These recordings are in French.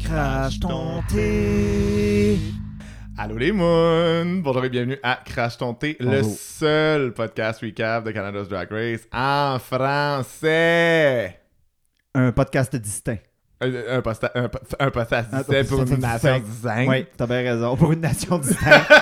Crash Tenté. Allô les moons! Bonjour et bienvenue à Crash Tonté, le Bonjour. seul podcast recap de Canada's Drag Race en français! Euh, Un podcast distinct. Un, un, posta- un, po- un podcast Un distinct pour podcast une nation distinct. Hein? dizaine. Oui, t'as bien raison. Pour une nation distincte.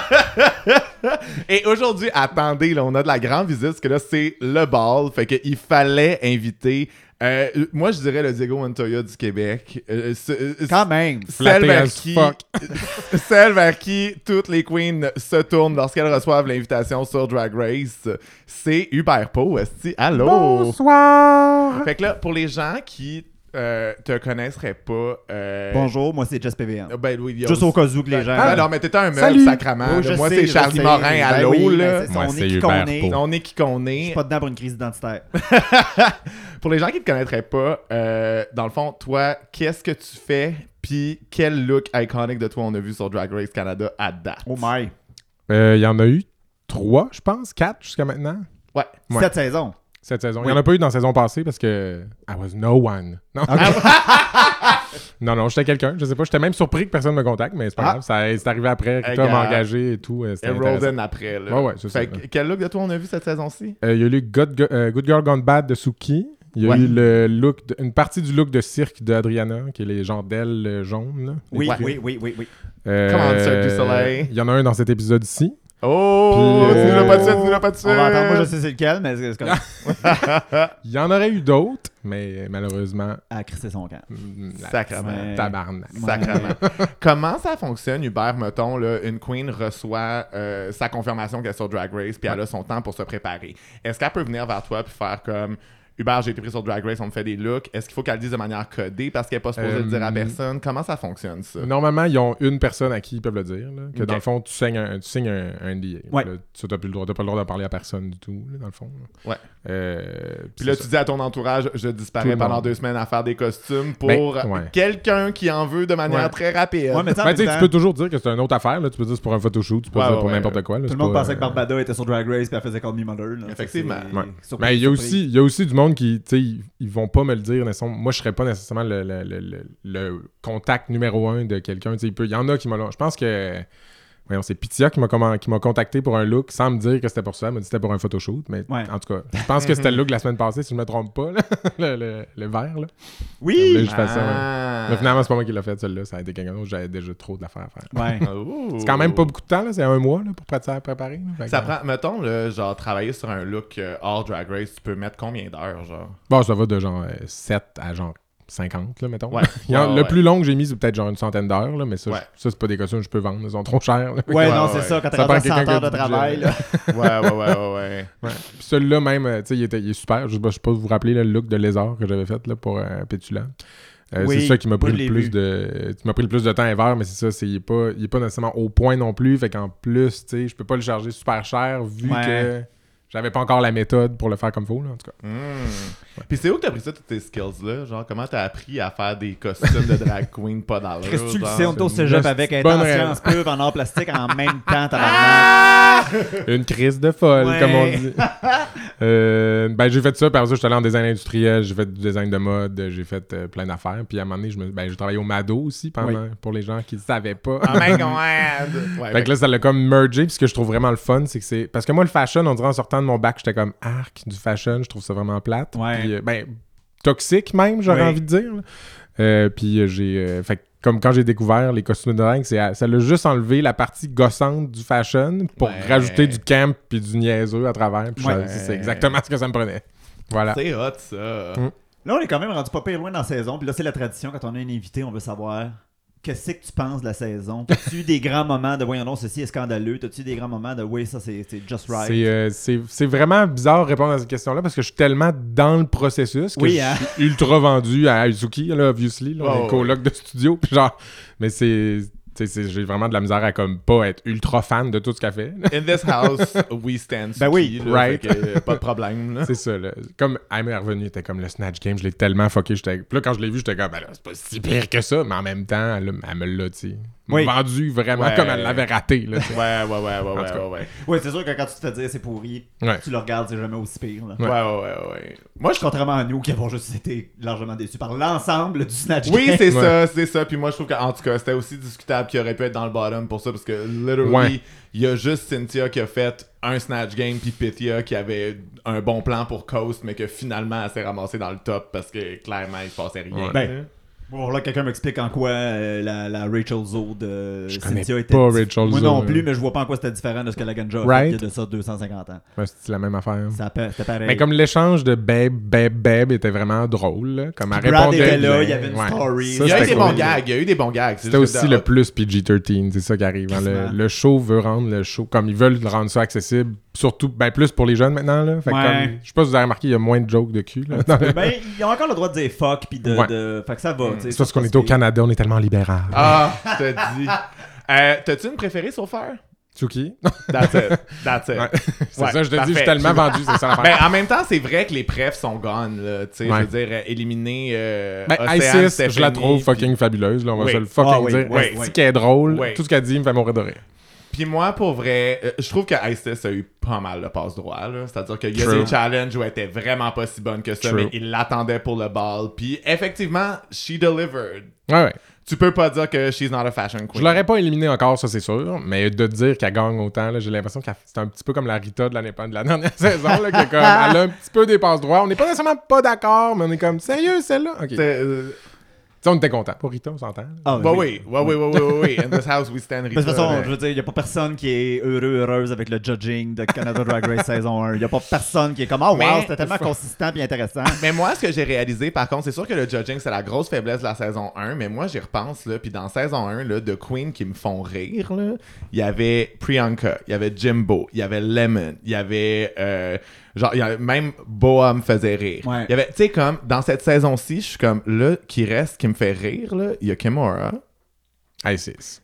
Et aujourd'hui, attendez, là, on a de la grande visite parce que là, c'est le ball. Fait qu'il fallait inviter, euh, moi je dirais le Diego Montoya du Québec. Euh, ce- euh, Quand même. celle Flatté vers, as qui, fuck. celle vers qui toutes les queens se tournent lorsqu'elles reçoivent l'invitation sur Drag Race, c'est Hubert Poe. esti. Allô? Bonsoir. Fait que là, pour les gens qui euh, te connaisseraient pas... euh, Bonjour, moi c'est Jess PVN. Ben oui, il y a Juste aussi- au cas où que les gens. Ben non, mais t'étais un meuf, Salut. sacrament. Oh, là. je Moi, sais, c'est je Charlie sais. Morin Ben à l'eau, oui, ben là. c'est ça, Moi, on c'est est qui Hubert qu'on est. Pau. On est qui qu'on Je suis est. pas dedans pour une crise identitaire. Pour les gens qui te connaîtraient pas, euh, dans le fond, toi, qu'est-ce que tu fais? Puis quel look iconique de toi on a vu sur Drag Race Canada à date? Oh my. Euh, Il y en a eu trois, je pense, quatre jusqu'à maintenant, Ouais. Ouais. Cette saison. cette saison. Il Oui. n'y en a pas eu dans la saison passée parce que I was no one. Non, non, non j'étais quelqu'un. Je sais pas, j'étais même surpris que personne me contacte, mais c'est pas Ah. grave. Ça- C'est arrivé après que Hey, Tom gars. m'a engagé et tout. euh, C'était Et intéressant. Rosen après, là. Ouais, ouais, c'est ça, Fait que là. quel look de toi on a vu cette saison-ci? Euh, Il y a eu le Good, Go- euh, Good Girl Gone Bad de Suki. Il y a Ouais. eu le look de- une partie du look de cirque d'Adriana, qui est les gens d'ailes euh, jaunes. là. Oui, Ouais. oui, oui, oui, oui. Euh, Come on, Cirque du Soleil. Il y en a un dans cet épisode-ci. Oh! Puis, tu nous l'as euh, pas dit, tu nous l'as pas dit. On va attendre, moi je sais c'est lequel, mais c'est comme. Il y en aurait eu d'autres, mais euh, malheureusement, Ah, Chris, c'est son camp. mm, la Sacrement. Ouais. tabarnak. Sacrement. Comment ça fonctionne, Hubert, mettons, là, une queen reçoit euh, sa confirmation qu'elle est sur Drag Race, puis elle a son temps pour se préparer. Est-ce qu'elle peut venir vers toi puis faire comme Hubert, j'ai été pris sur Drag Race, on me fait des looks. Est-ce qu'il faut qu'elle le dise de manière codée parce qu'elle n'est pas supposée le Euh, Mm, dire à personne? Comment ça fonctionne, ça? Normalement, ils ont une personne à qui ils peuvent le dire. là, que Ok. dans le fond, tu signes un, tu signes un, un NDA. Ouais. Là, tu n'as plus le droit, t'as pas le droit d'en parler à personne du tout, là, dans le fond. là. Ouais. Euh, Puis là, c'est tu dis à ton entourage, je Tout disparais le pendant monde. deux semaines à faire des costumes pour Ben, ouais. quelqu'un qui en veut de manière Ouais. très rapide. Ouais, mais tu sais, en Ben, même tu sais, temps, tu peux toujours dire que c'est une autre affaire. là. Tu peux dire que c'est pour un photoshoot, tu peux Ouais, dire ouais, pour ouais. n'importe quoi. là, Tout c'est le monde pas, pensait que euh, Barbada était sur Drag Race puis elle faisait Call Me Mother. là. Fait que Effectivement. c'est- Ouais. surprise, Mais il y a surprise. aussi, il y a aussi du monde qui, tu sais, ils, ils vont pas me le dire. nécessairement. Moi, je serais pas nécessairement le, le- le- le- le contact numéro un de quelqu'un. Tu sais, il peut- il y en a qui m'ont. Je pense que. Voyons, c'est Pitya qui m'a commen- qui m'a contacté pour un look sans me dire que c'était pour ça. Elle m'a dit que c'était pour un photoshoot. Mais Ouais. en tout cas, je pense que c'était le look la semaine passée, si je me trompe pas. là. le, le- le vert, là. Oui! Je fais ça, ouais. Ah. Mais finalement, c'est pas moi qui l'ai fait, celle-là. Ça a été quelqu'un d'autre. J'avais déjà trop de l'affaire à faire. Ouais. Oh. C'est quand même pas beaucoup de temps, là. C'est un mois là, pour pratiquer à préparer. là. Fait que, Ça euh, prend, mettons, là, genre, travailler sur un look euh, hors drag race, tu peux mettre combien d'heures, genre? Bon, ça va de genre euh, 7 à genre 50, là, mettons. Ouais. Il y en- Ouais, le ouais. plus long que j'ai mis, c'est peut-être genre une centaine d'heures, là, mais ça, Ouais. je- ça c'est pas des costumes que je peux vendre, ils sont trop chers. là. Ouais, Ouais, non, ouais. c'est ça. Quand Ça t'as prend 100 quelqu'un heures qui a de du travail, budget. là. Ouais, ouais, ouais, ouais. ouais. Puis celui-là même, euh, tu sais, il, était- il est super. Je sais pas- je sais pas vous vous rappelez le look de lézard que j'avais fait là, pour euh, Pétulant. Euh, Oui, c'est ça qui m'a moi, pris je le l'ai vu. plus de. Tu m'as pris le plus de temps à verre, mais c'est ça, c'est il est pas, il est pas nécessairement au point non plus. Fait qu'en plus, tu sais, je peux pas le charger super cher vu Ouais. que j'avais pas encore la méthode pour le faire comme faut, là, en tout cas. Hmm. Puis c'est où que t'as pris ça, toutes tes skills-là? Genre, comment t'as appris à faire des costumes de drag queen pas d'allure? Chris, tu le genre? sais, on est au c'est cégep une avec être bonne en raison. sciences pures, en art plastique en même temps, tabarnak. Une crise de folle, Ouais. comme on dit. Euh, ben, j'ai fait ça, par ça, j'étais allé en design industriel, j'ai fait du design de mode, j'ai fait euh, plein d'affaires. Puis à un moment donné, je me- ben, j'ai travaillé au Mado aussi pendant, pour les gens qui ne savaient pas. Oh my god! Ouais, ben, Fait que là, ça l'a comme mergé. Puis ce que je trouve vraiment le fun, c'est que c'est. Parce que moi, le fashion, on dirait en sortant de mon bac, j'étais comme arc du fashion, je trouve ça vraiment plate. Ouais. Puis, euh, ben, toxique même, j'aurais Oui. envie de dire. là. Euh, puis euh, j'ai. euh, fait que comme quand j'ai découvert les costumes de dingue, c'est à- ça l'a juste enlevé la partie gossante du fashion pour Ouais. rajouter du camp puis du niaiseux à travers. Puis je Ouais. savais- c'est exactement ce que ça me prenait. Voilà. C'est hot, ça. Hmm. Là, on est quand même rendu pas pire loin dans la saison. Puis là, c'est la tradition, quand on a un invité, on veut savoir qu'est-ce que tu penses de la saison. T'as-tu eu des grands moments de voyons non, ceci est scandaleux? T'as-tu eu des grands moments de oui, ça c'est c'est just right? C'est, euh, c'est- c'est vraiment bizarre de répondre à cette question-là parce que je suis tellement dans le processus que Oui, je hein? suis ultra vendu à Yuzuki, là, obviously. Là, on Ouais, est ouais, coloc de studio. Puis genre, mais c'est, tu sais, c'est- j'ai vraiment de la misère à comme pas être ultra fan de tout ce qu'elle fait. In this house, we stand Ben oui, Suki, là, right. fait que, euh, pas de problème, là. c'est ça. Là. Comme elle m'est revenue, était comme le Snatch Game, je l'ai tellement fucké. J'étais... Puis là, quand je l'ai vu, j'étais comme, ben là, c'est pas si pire que ça. Mais en même temps, elle, elle me l'a dit. Oui. vendu vraiment Ouais. comme elle l'avait raté. Là, tu sais. Ouais, ouais, ouais, ouais, tout ouais, cas. ouais, ouais. Oui, c'est sûr que quand tu te fais dire c'est pourri, Ouais. tu le regardes, c'est jamais aussi pire. Là. Ouais, ouais, ouais, ouais. Moi, je trouve. Contrairement à nous qui avons juste été largement déçus par l'ensemble du Snatch Oui, Game. c'est Ouais. ça, c'est ça. Puis moi, je trouve qu'en tout cas, c'était aussi discutable qu'il aurait pu être dans le bottom pour ça, parce que literally, Ouais. il y a juste Cynthia qui a fait un Snatch Game, puis Pythia qui avait un bon plan pour Coast, mais que finalement, elle s'est ramassée dans le top parce que clairement, il se passait rien. Ouais. Ben, bon, là, quelqu'un m'explique en quoi euh, la, la Rachel Zoe de Je connais Cynthia était. pas Rachel Moi Zoe, non là. plus, mais je vois pas en quoi c'était différent de ce que la Ganja a fait Right. il y a de ça 250 ans. Ouais, c'est la même affaire. Ça pa- C'était pareil. Mais comme l'échange de Babe, Babe, Babe était vraiment drôle. là, Comme elle Puis Brad répondait. était là, bien. il y avait une story. Ça, il y a eu c'était des cool. bons gags, il y a eu des bons gags. c'est C'était juste aussi que- le plus PG-13, c'est ça qui arrive. hein. Le, Quasiment. le show veut rendre le show, comme ils veulent rendre ça accessible, surtout ben, plus pour les jeunes maintenant. Là. Fait que Ouais. comme- je sais pas si vous avez remarqué, il y a moins de jokes de cul. là. Ben, ils ont encore le droit de dire fuck, puis de, Ouais. de- Fait que ça va. tu sais, C'est parce qu'on parce était au que- Canada, on est tellement libéral. Ah, je te dis. Euh, T'as-tu une préférée sur faire? Tsuki? That's it. That's it. Ouais. c'est Ouais, ça, je te dis, parfait. je suis tellement vendu, c'est ça l'affaire. Ben, en même temps, c'est vrai que les prefs sont gone, là. Tu sais, Ouais. je veux dire, euh, éliminer. euh, Ben, Océane, ISIS, je Stéphanie, la trouve puis- fucking fabuleuse, là, on va Oui. se le fucking Ah oui, dire. oui, Est-ce oui. qu'elle est drôle, Oui. tout ce qu'elle dit me fait mourir de rire. Puis moi, pour vrai, euh, je trouve que ISIS a eu pas mal de passe droit. là. C'est-à-dire qu'il y a True. des challenges où elle était vraiment pas si bonne que ça, True. mais il l'attendait pour le ball. Puis effectivement, she delivered. Ouais, ouais. Tu peux pas dire que she's not a fashion Je queen. l'aurais pas éliminée encore, ça c'est sûr, mais de dire qu'elle gagne autant, là, j'ai l'impression que c'est un petit peu comme la Rita de l'année de la dernière saison, là, que comme, elle a un petit peu des passes droits. On n'est pas nécessairement pas d'accord, mais on est comme sérieux celle-là. Ok. Tu C'était, euh, sais, on était content pour Rita, on s'entend. Ah, bah oui, ouais, oui, oui, oui, oui, oui. In this house, we stand Mais de toute Rita, façon, mais- je veux dire, il n'y a pas personne qui est heureux, heureuse avec le judging de Canada Drag Race saison 1. Il n'y a pas personne qui est comme, oh Mais- wow, c'était tellement consistant et intéressant. Mais moi, ce que j'ai réalisé, par contre, c'est sûr que le judging, c'est la grosse faiblesse de la saison 1, mais moi, j'y repense, là, puis dans saison 1, là, de Queen qui me font rire, là, il y avait Priyanka, il y avait Jimbo, il y avait Lemon, il y avait... euh, genre, il y avait- même Boa me faisait rire. Ouais. Il y avait, tu sais, comme, dans cette saison-ci, je suis comme, là, qui reste, qui me fait rire, là, il y a Kimora, Ah. ISIS.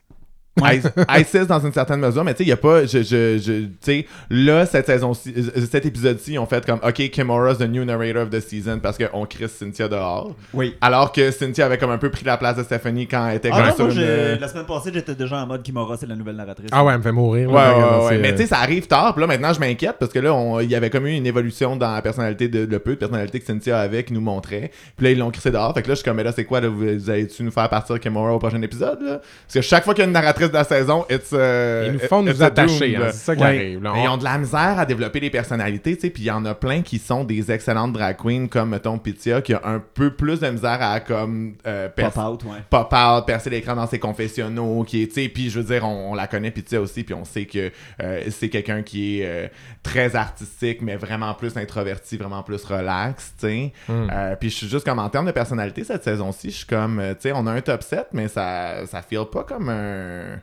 Ice- ISIS dans une certaine mesure, mais tu sais, il n'y a pas. Je, je, je- tu sais, là, cette saison-ci, euh, cet épisode-ci, ils ont fait comme OK, Kimura's the new narrator of the season parce qu'on crisse Cynthia dehors. Oui. Alors que Cynthia avait comme un peu pris la place de Stephanie quand elle était comme Ah non, sur moi, une- euh, j'ai- la semaine passée, j'étais déjà en mode Kimora, c'est la nouvelle narratrice. Euh, Ah ouais, elle me fait mourir. Ouais, là, ouais, regarde, ouais, c'est, Mais euh, tu sais, ça arrive tard. Puis là, maintenant, je m'inquiète parce que là, on- il y avait comme eu une évolution dans la personnalité, de, le peu de personnalité que Cynthia avait, qui nous montrait. Puis là, ils l'ont crissé dehors. Fait que là, je suis comme, mais là, c'est quoi, là, vous, vous allez-tu nous faire partir Kimura au prochain épisode, là? Parce que chaque fois qu'il y a une narratrice de la saison, it's, euh, ils nous font it's nous a attacher, doom, hein, là. c'est ça qui Ouais. arrive. là. Mais ils On- ont de la misère à développer des personnalités, tu sais, puis il y en a plein qui sont des excellentes drag queens, comme, mettons, Pitya, qui a un peu plus de misère à, comme, euh, percer- Pop out, ouais. pop out, percer l'écran dans ses confessionnaux, qui est, tu sais, puis je veux dire, on, on la connaît, puis tu sais aussi, puis on sait que euh, c'est quelqu'un qui est euh, très artistique, mais vraiment plus introverti, vraiment plus relax, tu sais. Euh, puis je suis juste comme, en termes de personnalité, cette saison-ci, je suis comme, euh, tu sais, on a un top 7, mais ça, ça feel pas comme un...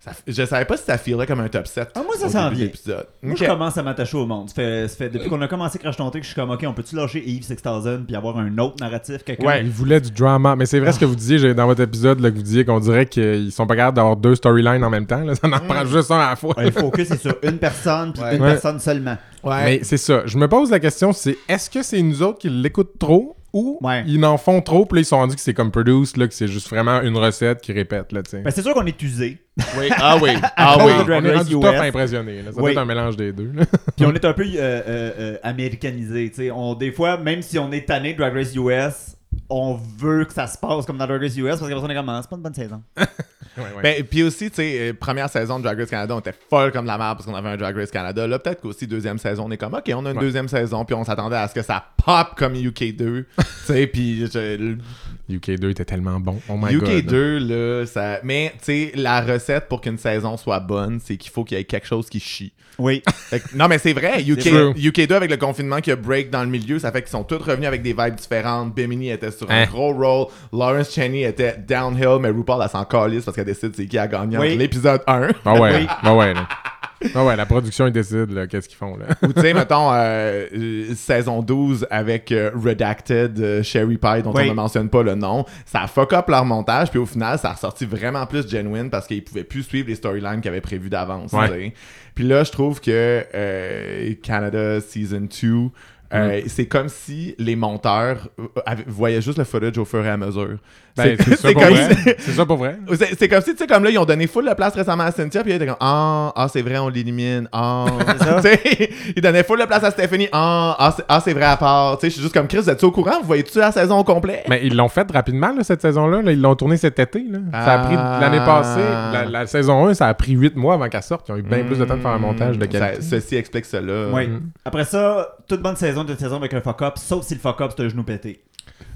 ça- je savais pas si ça filait comme un top 7. Ah, moi, ça au s'en début de vient. l'épisode. Moi, Ok. je commence à m'attacher au monde. Ça fait, ça fait- depuis qu'on a commencé Crash Ton Truc, je suis comme, OK, on peut-tu lâcher Yves 6000 puis avoir un autre narratif, quelqu'un Ouais. Ils voulaient du drama. Mais c'est vrai ce que vous disiez j'ai- dans votre épisode, là, que vous disiez qu'on dirait qu'ils sont pas capables d'avoir deux storylines en même temps. là. Ça en prend juste un à la fois. Ouais, le focus est sur une personne, puis Ouais. une Ouais. personne seulement. Ouais. Mais c'est ça. Je me pose la question, c'est est-ce que c'est nous autres qui l'écoutent trop ou Ouais. ils en font trop, puis là, ils sont rendus que c'est comme produce, là, que c'est juste vraiment une recette qui répète, là, tu sais. Ben, c'est sûr qu'on est usé, Oui. Ah oui. Ah cause oui. de Drag on est Race rendu US. top impressionné. là. Ça doit Oui. être un mélange des deux. là. puis on est un peu euh, euh, euh, américanisé. tu sais. On, des fois, même si on est tanné de Drag Race US, on veut que ça se passe comme dans Drag Race US parce que on est comme, Ah, c'est pas une bonne saison. Ben, puis aussi, tu sais, euh, première saison de Drag Race Canada, on était folle comme la merde parce qu'on avait un Drag Race Canada. Là, peut-être qu'aussi, deuxième saison, on est comme, OK, on a une Ouais. deuxième saison, puis on s'attendait à ce que ça pop comme UK2. tu sais, puis je- le- UK2 était tellement bon. Oh my god. UK2, là, ça. Mais, tu sais, la recette pour qu'une saison soit bonne, c'est qu'il faut qu'il y ait quelque chose qui chie. Oui. Fait que- non, mais c'est vrai. UK, C'est true. UK2, avec le confinement qui a break dans le milieu, ça fait qu'ils sont tous revenus avec des vibes différentes. Bimini était sur un Hein? gros roll. Lawrence Cheney était downhill, mais RuPaul, elle s'en calisse parce qu'elle décide c'est qui a gagné Oui. entre l'épisode 1. Ah ouais, Oui. ah ouais. là. Ah ouais, la production, ils décident, là, qu'est-ce qu'ils font, là. Ou tu sais, mettons, euh, euh, saison 12 avec euh, Redacted, euh, Sherry Pie, dont Oui. on ne mentionne pas le nom. Ça fuck up leur montage, puis au final, ça a ressorti vraiment plus genuine parce qu'ils pouvaient plus suivre les storylines qu'ils avaient prévues d'avance. tu Ouais. sais. Puis là, je trouve que euh, Canada Season 2... Euh, Mm. C'est comme si les monteurs euh, avaient- voyaient juste le footage au fur et à mesure. Ben, C'est- c'est ça c'est pour comme vrai. si- C'est ça pour vrai. C'est c'est comme si, tu sais, comme là, ils ont donné full la place récemment à Cynthia, puis ils étaient comme Ah, ah c'est vrai, on l'élimine. Ah, ça. Tu sais, ils donnaient full la place à Stephanie. Ah, ah, c'est- ah, c'est vrai à part. Tu sais, je suis juste comme Chris, vous êtes au courant Vous voyez-tu la saison au complet Mais ils l'ont fait rapidement, là, cette saison-là. là. Ils l'ont tourné cet été. là. Ça a pris Ah. l'année passée. La, la saison 1, ça a pris 8 mois avant qu'elle sorte. Ils ont eu bien plus de temps de faire Hmm. un montage de Ça- qualité. Ceci explique cela. Oui. Mhm. Euh, Après ça, toute bonne saison, toute saison avec un fuck-up, sauf si le fuck-up, c'est un genou pété.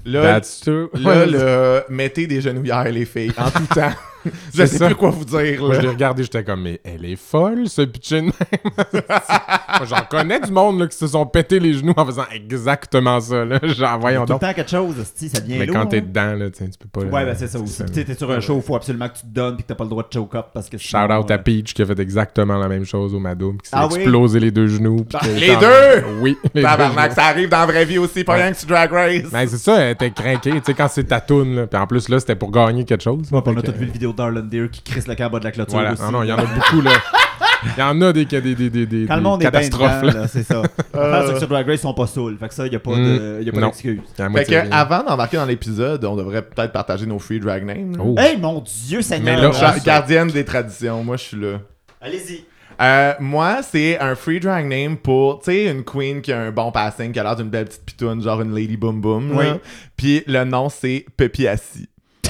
Là, That's true. là, là, mettez des genouillères, les filles, en tout temps. je Ah, C'est sais ça. plus quoi vous dire. Moi, je Là. l'ai regardé, j'étais comme, mais elle est folle, ce pitcher de même. Moi, j'en connais du monde là, qui se sont pété les genoux en faisant exactement ça. Là. Genre, voyons Tout le donc. temps quelque chose, si ça devient Mais lourd. quand t'es hein. dedans, là, tu sais, tu peux pas. euh, Ouais, là, ben c'est ça aussi. là. Tu sais, t'es sur un show, faut absolument que tu te donnes puis que t'as pas le droit de choke up parce que Shout out à P. Peach qui a fait exactement la même chose au Madoum, qui s'est Ah oui? explosé les deux genoux. puis Bah, qui a été les en- deux? Oui, les deux Tabarnak, genoux. ça arrive dans la vraie vie aussi, pas Ouais. rien que tu drag race. Mais c'est ça, elle était craquée, tu sais, quand c'est ta toune, là. Puis en plus, là, c'était pour gagner quelque chose. on a Fait que- tous vu le vidéo d'Arlen Deer qui crisse le câble à de la clôture Voilà, aussi. non, non, il y en a beaucoup, là. Il y en a des, des, des, des, des Quand le monde est bien catastrophes, dedans, là. là, c'est ça. L'affaire, c'est que sur Drag Race, ils sont pas saouls. Fait que ça, y a pas de- y a pas Mm, non. d'excuse. Il y en a Fait moitié que rien. avant d'embarquer dans l'épisode, on devrait peut-être partager nos free drag names. Oh. Hey, mon Dieu, Seigneur! Mais là, Ga- ça- Gardienne des traditions, moi je suis là. Allez-y. Euh, moi, c'est un free drag name pour, tu sais, une queen qui a un bon passing, qui a l'air d'une belle petite pitoune, genre une lady boom boom. Oui. là. Puis le nom, c'est Peppy Assis.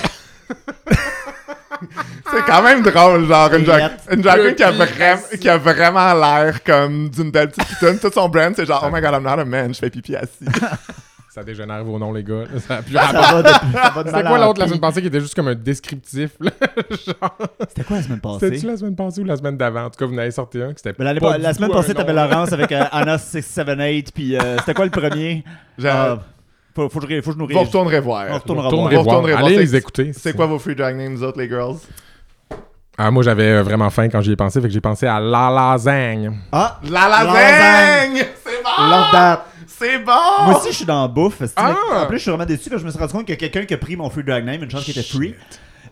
c'est quand même drôle, genre une drag, Yes. une drag queen qui a, Peppy vraim- Assis. qui a vraiment l'air comme d'une belle petite pitoune. Tout son brand, c'est genre, oh my god, I'm not a man, je fais pipi assis. Ça dégénère vos noms, les gars. Ça a plus Ça rapport. va de, ça va de C'était mal quoi en l'autre la pis. semaine passée qui était juste comme un descriptif? là? C'était quoi la semaine C'était-tu passée? la semaine passée ou la semaine d'avant? En tout cas, vous en avez sorti un qui c'était Mais la, pas la du semaine tout un passée, nom, t'avais là. Laurence avec euh, Anna678, puis euh, c'était quoi le premier? Euh, Genre, Ah, faut, faut, que je- faut que je nous vous réagisse. retournerez voir. On Vous retourne retournerez Vous voir. retournerez voir. Allez C'est- les écouter. C'est quoi vos free drag names, vous autres, les girls? Ah, moi, j'avais euh, vraiment faim quand j'y ai pensé, fait que j'ai pensé à la lasagne. Ah! La lasagne! C'est Ah! Love bon! that! C'est bon! Moi aussi, je suis dans la bouffe. c'est-tu, mais Ah! En plus, je suis vraiment déçu parce que je me suis rendu compte que quelqu'un qui a pris mon free drag name, une chance qui était free,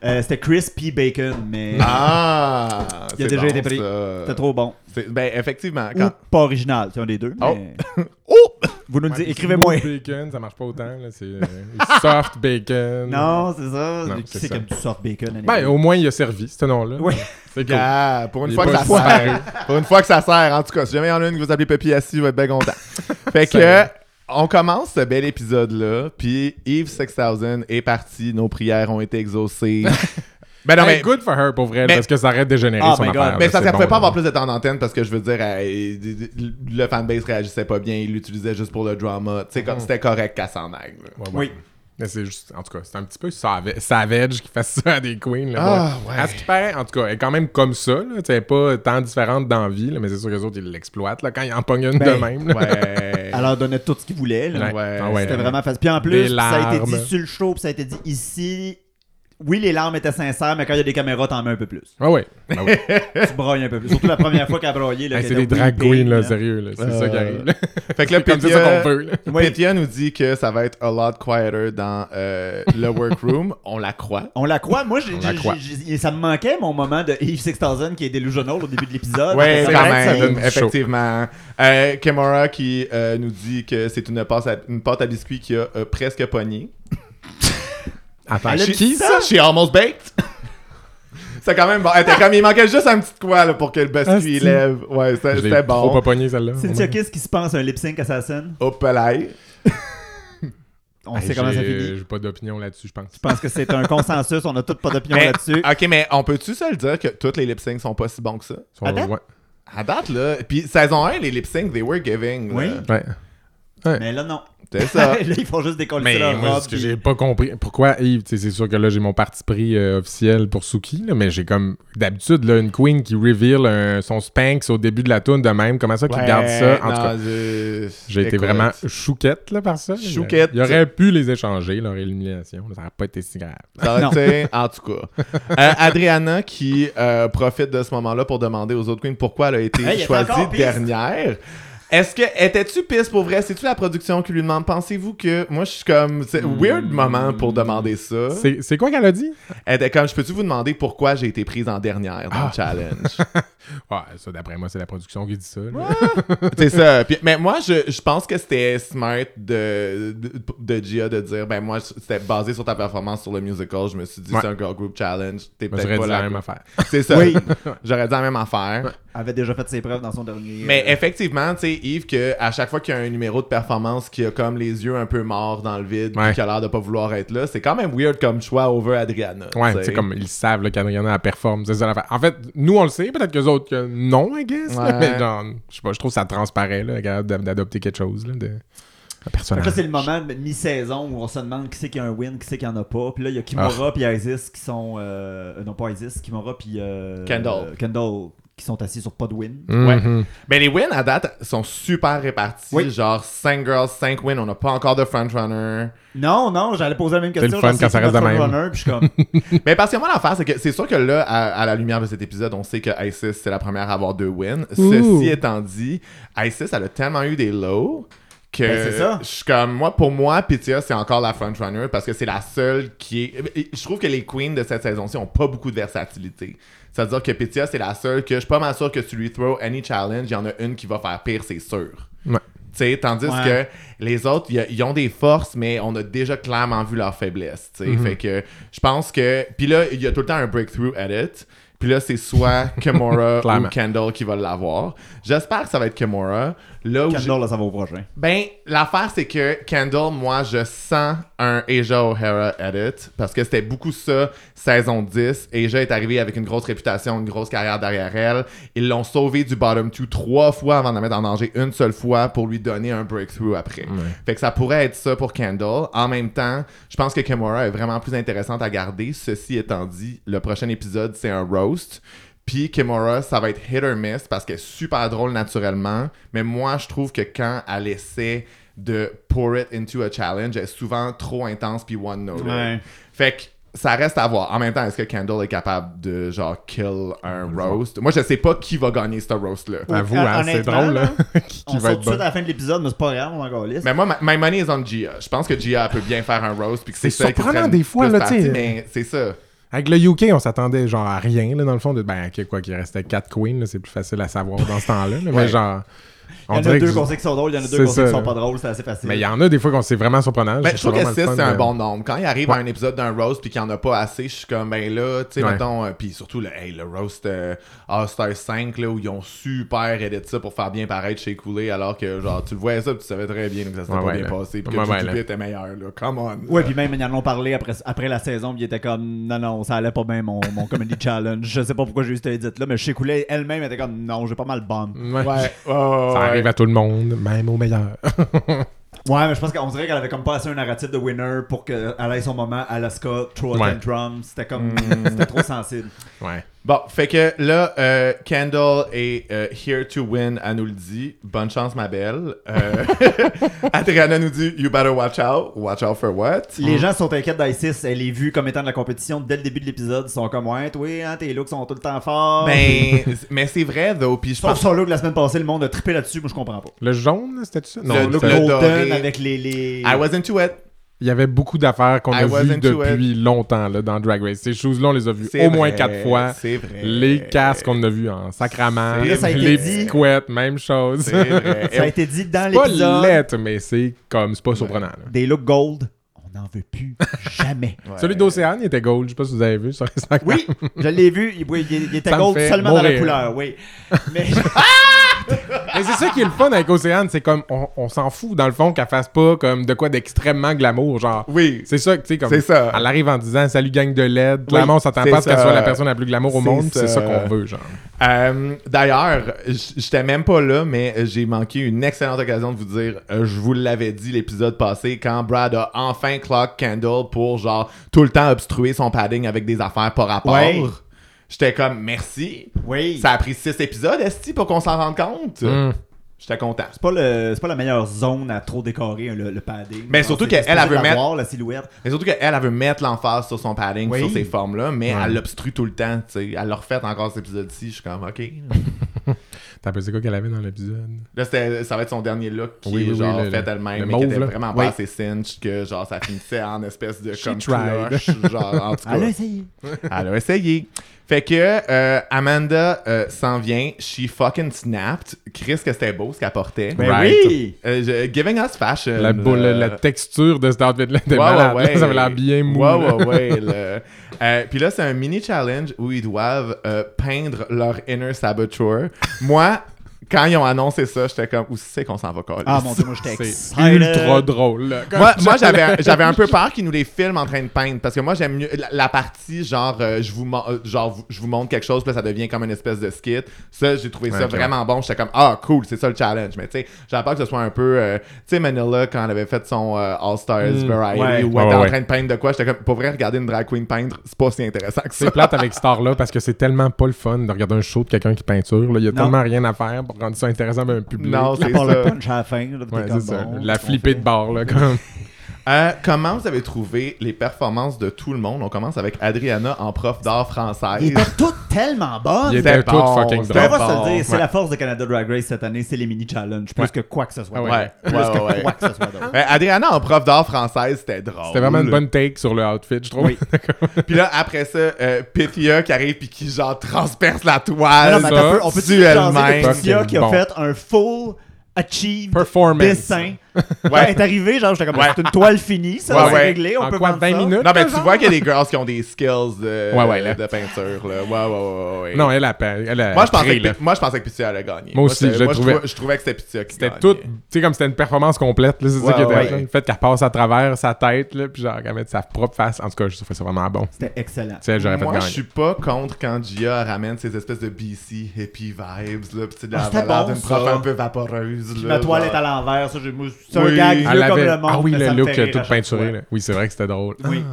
euh, c'était Crispy Bacon, mais Ah! Il a c'est déjà bon, été pris. ça. c'était trop bon. C'est- Ben, effectivement. Ou Quand... pas original, c'est un des deux. Oh. mais Oh! Vous nous le Ouais, dites, puis écrivez-moi. smooth bacon, ça marche pas autant. là, C'est euh, soft bacon. Non, c'est ça. Non, qui c'est c'est ça. comme du soft bacon? anyway? Ben, au moins, il a servi, ce nom-là. Oui. C'est cool. Gars, pour une Il est fois que pas ça disparu. sert. pour une fois que ça sert, en tout cas. Si jamais il y en a une que vous appelez Papy Assis, je vais être bien content. fait Ça que, va. on commence ce bel épisode-là. Puis, Yves 6000 est parti. Nos prières ont été exaucées. ben non, Hey, mais. good for her, pour vrai, Mais- parce que ça aurait dégénéré Ah, son my God. affaire. Mais là, ça ne ben, c'est pouvait bon, pas là. avoir plus de temps d'antenne parce que je veux dire, euh, le fanbase réagissait pas bien. Il l'utilisait juste pour le drama. Tu sais, comme c'était correct qu'elle s'en aille. là. Ouais, ouais. Oui. Mais c'est juste, en tout cas, c'est un petit peu sava- savage qui fasse ça à des queens. Là, Ah, pour- ouais. À ce qui paraît, en tout cas, elle est quand même comme ça. Là, Tu sais, elle est pas tant différente dans la vie, là, mais c'est sûr que les autres, ils l'exploitent là, quand ils en pognent une Ben, de même. là. Ouais. Elle leur donnait tout ce qu'ils voulaient. là. Ouais. ouais, Ah ouais. C'était vraiment facile. Puis en Des plus, ça a été larmes. dit sur le show, puis ça a été dit ici. Oui, les larmes étaient sincères, mais quand il y a des caméras, t'en mets un peu plus. Ah ouais. Ah ouais. Tu broilles un peu plus. Surtout la première fois qu'elle a broyé. là, Hey, qu'elle c'est des était drag weeping, queens, là, là. sérieux. là, C'est Euh, ça qui arrive. là. Fait que là, C'est comme ça ça Pétia, qu'on veut. là. Oui. Pétia nous dit que ça va être a lot quieter dans euh, le workroom. On la croit. On la croit. Moi, j'ai- On la j'ai- croit. j'ai- j'ai- ça me manquait mon moment de Yves 6000 qui est delusional au début de l'épisode. Ouais, Ça quand reste, ça- même, donne du show. effectivement. Euh, Kimora qui euh, nous dit que c'est une, passe à- une pâte à biscuits qui a euh, presque pogné. Attends, Elle a je- dit She- ça? She almost baked. c'est quand même bon. Elle était comme, il manquait juste un petit quoi là, pour que le biscuit Asti. lève. Ouais, c'est- je l'ai c'était trop bon. pas pogné, celle-là. Cynthia Kiss qui se pense un lip sync assassin. Hop là. On Hey, Ah, sait comment ça j'ai- finit. J'ai pas d'opinion là-dessus, je pense. Je pense que c'est un consensus. On a tous pas d'opinion Mais- ah, là-dessus. Ok, mais on peut-tu se le dire que toutes les lip syncs sont pas si bons que ça? Soit- Attends. ouais. À date, là. Puis saison 1, les lip syncs, they were giving. là. Oui. Ouais. Mais là, non. C'est ça. là, ils font juste décoller Mais leur moi, robe. ce que puis- j'ai pas compris, pourquoi Yves, tu sais, c'est sûr que là, j'ai mon parti pris euh, officiel pour Suki, là, mais j'ai comme, d'habitude, là, une queen qui reveal un- son Spanx au début de la toune de même, comment ça, qui Ouais, garde ça, en non, tout cas. je- J'ai été écoute. vraiment chouquette là, par ça. Chouquette. Il aurait pu les échanger, leur élimination. Ça n'aurait pas été si grave. Ça aurait Non. été- en tout cas. Euh, Adriana qui euh, profite de ce moment-là pour demander aux autres queens pourquoi elle a été Hey, il y a choisie encore piste. dernière. Est-ce que étais-tu pisse pour vrai C'est-tu la production qui lui demande Pensez-vous que moi je suis comme c'est weird moment pour demander ça. Hmm. C'est c'est quoi qu'elle a dit? Elle était comme je peux-tu vous demander pourquoi j'ai été prise en dernière dans Ah. le challenge Ouais, ça, d'après moi, c'est la production qui dit ça. là. C'est ça. Puis- mais moi je, je pense que c'était smart de, de de Gia de dire ben moi c'était basé sur ta performance sur le musical, je me suis dit Ouais. c'est un girl group challenge, t'es Moi, peut-être Bah, J'aurais pas dit la la même affaire. C'est ça. Oui. J'aurais dit la même affaire. avait déjà fait ses preuves dans son dernier. Mais euh, effectivement, tu sais, Yves, que à chaque fois qu'il y a un numéro de performance qui a comme les yeux un peu morts dans le vide, puis Ouais. qui a l'air de pas vouloir être là, c'est quand même weird comme choix over Adriana. tu Ouais, sais. c'est comme ils savent là, qu'Adriana elle performe, c'est ça l'affaire. En fait, nous on le sait, peut-être que les autres que non, I guess. là, Ouais. mais genre, je sais pas, je trouve que ça transparaît là, capable d'a- d'adopter quelque chose là, de un Fait que personnage. là, c'est le moment de mi-saison où on se demande qui c'est qui a un win, qui c'est qui en a pas. Puis là, il y a Kimura puis Isis qui sont. euh, non, pas Isis, Kimura puis. euh, Kendall. euh, Kendall qui sont assis sur pas de win. Mhm. Mais les wins à date sont super répartis. Oui. Genre 5 girls, 5 wins. On n'a pas encore de frontrunner. Non, non, j'allais poser la même le question. fun genre, quand ça qui reste notre de même. frontrunner? Puis je suis comme. Mais parce que moi, l'affaire, c'est que c'est sûr que là, à, à la lumière de cet épisode, on sait que Isis, c'est la première à avoir deux wins. Ceci étant dit, Isis, elle a tellement eu des lows que Ben, c'est ça. je suis comme, moi, pour moi, Pitya, c'est encore la frontrunner parce que c'est la seule qui est. et Je trouve que les queens de cette saison-ci ont pas beaucoup de versatilité. C'est-à-dire que Pitya, c'est la seule que je suis pas mal sûr que tu lui throw any challenge, il y en a une qui va faire pire, c'est sûr. Ouais. Tu sais, tandis Ouais. que les autres, y a- ils ont des forces, mais on a déjà clairement vu leurs faiblesses. tu sais. Fait que je pense que. Puis là, il y a tout le temps un breakthrough edit. Puis là, c'est soit Kimura ou Clairement. Kendall qui va l'avoir. J'espère que ça va être Kimura. Là où j'ai- Kendall, là, ça va au prochain. Ben, l'affaire, c'est que Kendall, moi, je sens un Asia O'Hara edit. Parce que c'était beaucoup ça, saison 10. Asia est arrivée avec une grosse réputation, une grosse carrière derrière elle. Ils l'ont sauvée du bottom 2 trois fois avant de la mettre en danger une seule fois pour lui donner un breakthrough après. Mm. Fait que ça pourrait être ça pour Kendall. En même temps, je pense que Kimura est vraiment plus intéressante à garder. Ceci étant dit, le prochain épisode, c'est un roast. Puis Kimura, ça va être hit or miss parce qu'elle est super drôle naturellement. Mais moi, je trouve que quand elle essaie de pour it into a challenge, elle est souvent trop intense puis one note. Ouais. Fait que ça reste à voir. En même temps, est-ce que Kendall est capable de genre kill un roast Moi, je sais pas qui va gagner ce roast là. Ouais. Avoue, hein, c'est euh, Honnêtement, drôle là, là, qui, qui On va sort être tout de suite bon. à la fin de l'épisode, mais c'est pas grave, on est encore liste. Mais moi, ma- my money is on Gia. Je pense que Gia elle peut bien faire un roast. puis que C'est C'est ça qui surprenant traîne des fois, plus là, partie, tu sais. Mais c'est ça. Avec le UK, on s'attendait genre à rien là, dans le fond de ben ok, quoi qu'il restait quatre queens, là, c'est plus facile à savoir dans ce temps-là, Ouais. là, mais genre Il y on en a dirait que deux qu'on sait qui sont drôles, il y en a deux C'est qu'on sait ça, qui sont là. pas drôles, c'est assez facile. mais il y en a des fois qu'on c'est vraiment surprenant. Ben, je trouve que 6, vraiment le fun c'est un de- bon nombre. Quand il arrive à Ouais. un épisode d'un roast puis qu'il n'y en a pas assez, je suis comme, ben là, tu sais, Ouais. mettons, euh, puis surtout le, hey, le roast euh, All-Star 5, là, où ils ont super aidé ça pour faire bien paraître chez Coulé, alors que, genre, tu le voyais ça, puis tu savais très bien que ça s'était Ouais, pas ouais, bien là. passé, puis que Ouais, tout ouais, le là. bit était meilleur, là. Come on. Ouais, puis même, ils en ont parlé après, après la saison, puis ils étaient comme, non, non, ça allait pas bien, mon, mon comedy challenge. Je sais pas pourquoi j'ai eu cette édite-là, mais chez Coulet, elle-même était comme, non, j'ai pas mal bombe. Ouais. Ouais, ouais, ouais, Ça ouais. arrive à tout le monde, même au meilleur. Ouais, mais je pense qu'on dirait qu'elle avait comme pas assez un narratif de winner pour qu'elle ait son moment Alaska, Troll Ouais. Mm. and Drum. C'était comme, c'était trop sensible. ouais. Bon, fait que là, euh, Kendall est euh, here to win, elle nous le dit. Bonne chance, ma belle. Euh, Adriana nous dit, you better watch out. Watch out for what? Les gens sont inquiets d'Isis, elle est vue comme étant de la compétition dès le début de l'épisode. Ils sont comme, ouais, oui, hein, tes looks sont tout le temps Oh. forts. Ben, ah. mais c'est vrai, though. Puis je Sauf pense son look la semaine passée, le monde a trippé là-dessus, moi je comprends pas. Le jaune, c'était ça? Non, Le- c'était- le- Golden doré. avec les. les... I was into it. il y avait beaucoup d'affaires qu'on I a wasn't vues to it. depuis longtemps là, dans Drag Race. Ces choses-là, on les a vues C'est au moins vrai, quatre fois. C'est vrai. Les casques, on en a vu en sacrament. C'est Là, ça a été les dit. petites couettes, même chose. C'est vrai. Ça a été dit dans Pas l'épisode. lettre, mais c'est comme, c'est pas surprenant. là. Des looks gold, on n'en veut plus jamais. Ouais. Celui d'Océane, il était gold, je sais pas si vous avez vu sur Instagram. Oui, je l'ai vu, il, oui, il- il était Ça me gold fait seulement dans la mourir. couleur, oui. Mais Mais c'est ça qui est le fun avec Océane, c'est comme, on, on s'en fout dans le fond qu'elle fasse pas comme de quoi d'extrêmement glamour, genre. Oui. C'est ça, tu sais, comme. C'est ça. Elle arrive en disant Salut, gang de LED. Clairement, on s'attend c'est pas à ce qu'elle ça. soit la personne la plus glamour au C'est monde. puis C'est ça. ça qu'on veut, genre. Euh, D'ailleurs, j- j'étais même pas là, mais j'ai manqué une excellente occasion de vous dire, euh, je vous l'avais dit l'épisode passé, quand Brad a enfin clock Kendall pour genre tout le temps obstruer son padding avec des affaires par rapport. Ouais. J'étais comme merci. oui, Ça a pris six épisodes, Esti, pour qu'on s'en rende compte. Mm. Hmm. J'étais content. c'est pas, le, c'est pas la meilleure zone à trop décorer, hein, le, le padding. Mais Je pense surtout que c'est qu'elle, elle supposé veut mettre- l'avoir, la silhouette. Mais surtout qu'elle, elle veut mettre l'emphase sur son padding, Oui. sur ces formes-là, mais Ouais. elle l'obstrue tout le temps. tu sais. Elle l'a refait encore cet épisode-ci. Je suis comme, OK. T'as appelé quoi qu'elle avait dans l'épisode? Là, c'était- ça va être son dernier look qui Oui, oui, est oui, genre le- fait le- elle-même, le mais mauve, qui était là. vraiment Ouais. pas assez cinch, que genre ça finissait en espèce de She comme tried. cloche, genre en tout cas. Elle a essayé. Elle a essayé. Fait que euh, Amanda euh, s'en vient, she fucking snapped. Chris, que c'était beau ce qu'elle portait. Ben Right. oui! Euh, je- giving us fashion. La, boule- euh, la texture de cet outfit-là était ouais, malade. ouais, ouais. là. ça avait l'air bien mou. Ouais, là. ouais, ouais, là. Euh, Puis là, c'est un mini challenge où ils doivent euh, peindre leur inner saboteur. Moi, quand ils ont annoncé ça, j'étais comme, où c'est qu'on s'en va coller? Ah mon dieu, moi j'étais C'est excited. ultra drôle. là. Comme- Moi, moi, j'avais j'avais un peu peur qu'ils nous les filment en train de peindre parce que moi j'aime mieux la, la partie genre euh, je vous mon- euh, genre vous- je vous montre quelque chose puis là, ça devient comme une espèce de skit. Ça j'ai trouvé ça Ouais, ok. vraiment bon, j'étais comme ah cool, c'est ça le challenge. Mais tu sais, j'avais peur que ce soit un peu euh, tu sais Manila quand elle avait fait son euh, All Stars Mm. Variety Ouais. où Ouais, elle était en ouais. train de peindre de quoi, j'étais comme pour vrai regarder une drag queen peindre, c'est pas si intéressant que ça. C'est plate avec Star là parce que c'est tellement pas le fun de regarder un show de quelqu'un qui peinture. là. Il y a Non. tellement rien à faire pour rendre ça intéressant à un public. Non, À c'est part le ça. punch à la fin, là, t'es Ouais, comme c'est ça. bon, La qu'est-ce qu'on flippée fait? de bord, là, comme. Euh, comment vous avez trouvé les performances de tout le monde On commence avec Adriana en prof d'art française. Ils étaient toutes tellement bonnes! Il C'était était tout bon, fucking c'était on drôle. va se bon. le dire, c'est Ouais. la force de Canada Drag Race cette année, c'est les mini-challenges, plus Ouais. que quoi que ce soit. Ah ouais. d'autre. Ouais, Plus ouais, que ouais, ouais. quoi que ce soit d'autre. Euh, Adriana en prof d'art française, c'était drôle. C'était vraiment une bonne take sur le outfit, je trouve. Oui. Puis là, après ça, euh, Pythia qui arrive puis qui, genre, transperce la toile. Ah, Non, non, mais ça, attends un peu, on peut du dire jaser de elle-même. Patricia qui a Bon. fait un full achieved Performance. dessin. Ouais, elle est arrivée, genre, j'étais comme, Ouais. c'est une toile finie, ça Ouais, va ouais. régler, on En peut quoi, vendre 20 ça. minutes? Non, mais tu vois qu'il y a des girls qui ont des skills de, Ouais, ouais, là. de peinture, là. Ouais, ouais, ouais, ouais, ouais. Non, elle a peint. Elle a moi, je pensais créé, que, là. Pi- moi, je pensais que Pythia allait gagner. Moi aussi, c'était- je le trouvais. trou- Je trouvais que c'était Pythia qui C'était gagnait. tout. Tu sais, comme c'était une performance complète, là, c'est Ouais, ça qui était. ouais. là. Le fait qu'elle passe à travers sa tête, là, puis genre, qu'elle mette sa propre face. En tout cas, je trouvais ça vraiment bon. Tu C'était excellent. sais, j'aurais fait Moi, je gagner. suis pas contre quand Gia ramène ces espèces de BC hippie vibes, là. Pis tu sais, de Ah, la c'était valeur bon, d'une prof ça. un peu vaporeuse, là. Ma toile genre. est à l'envers, ça, j'ai- moi, c'est Oui. un gag Elle vieux Elle comme avait- le monde. ah oui, mais le ça me fait look euh, rire à tout chaque peinturé. fois. là. Oui, c'est vrai que c'était drôle. Oui.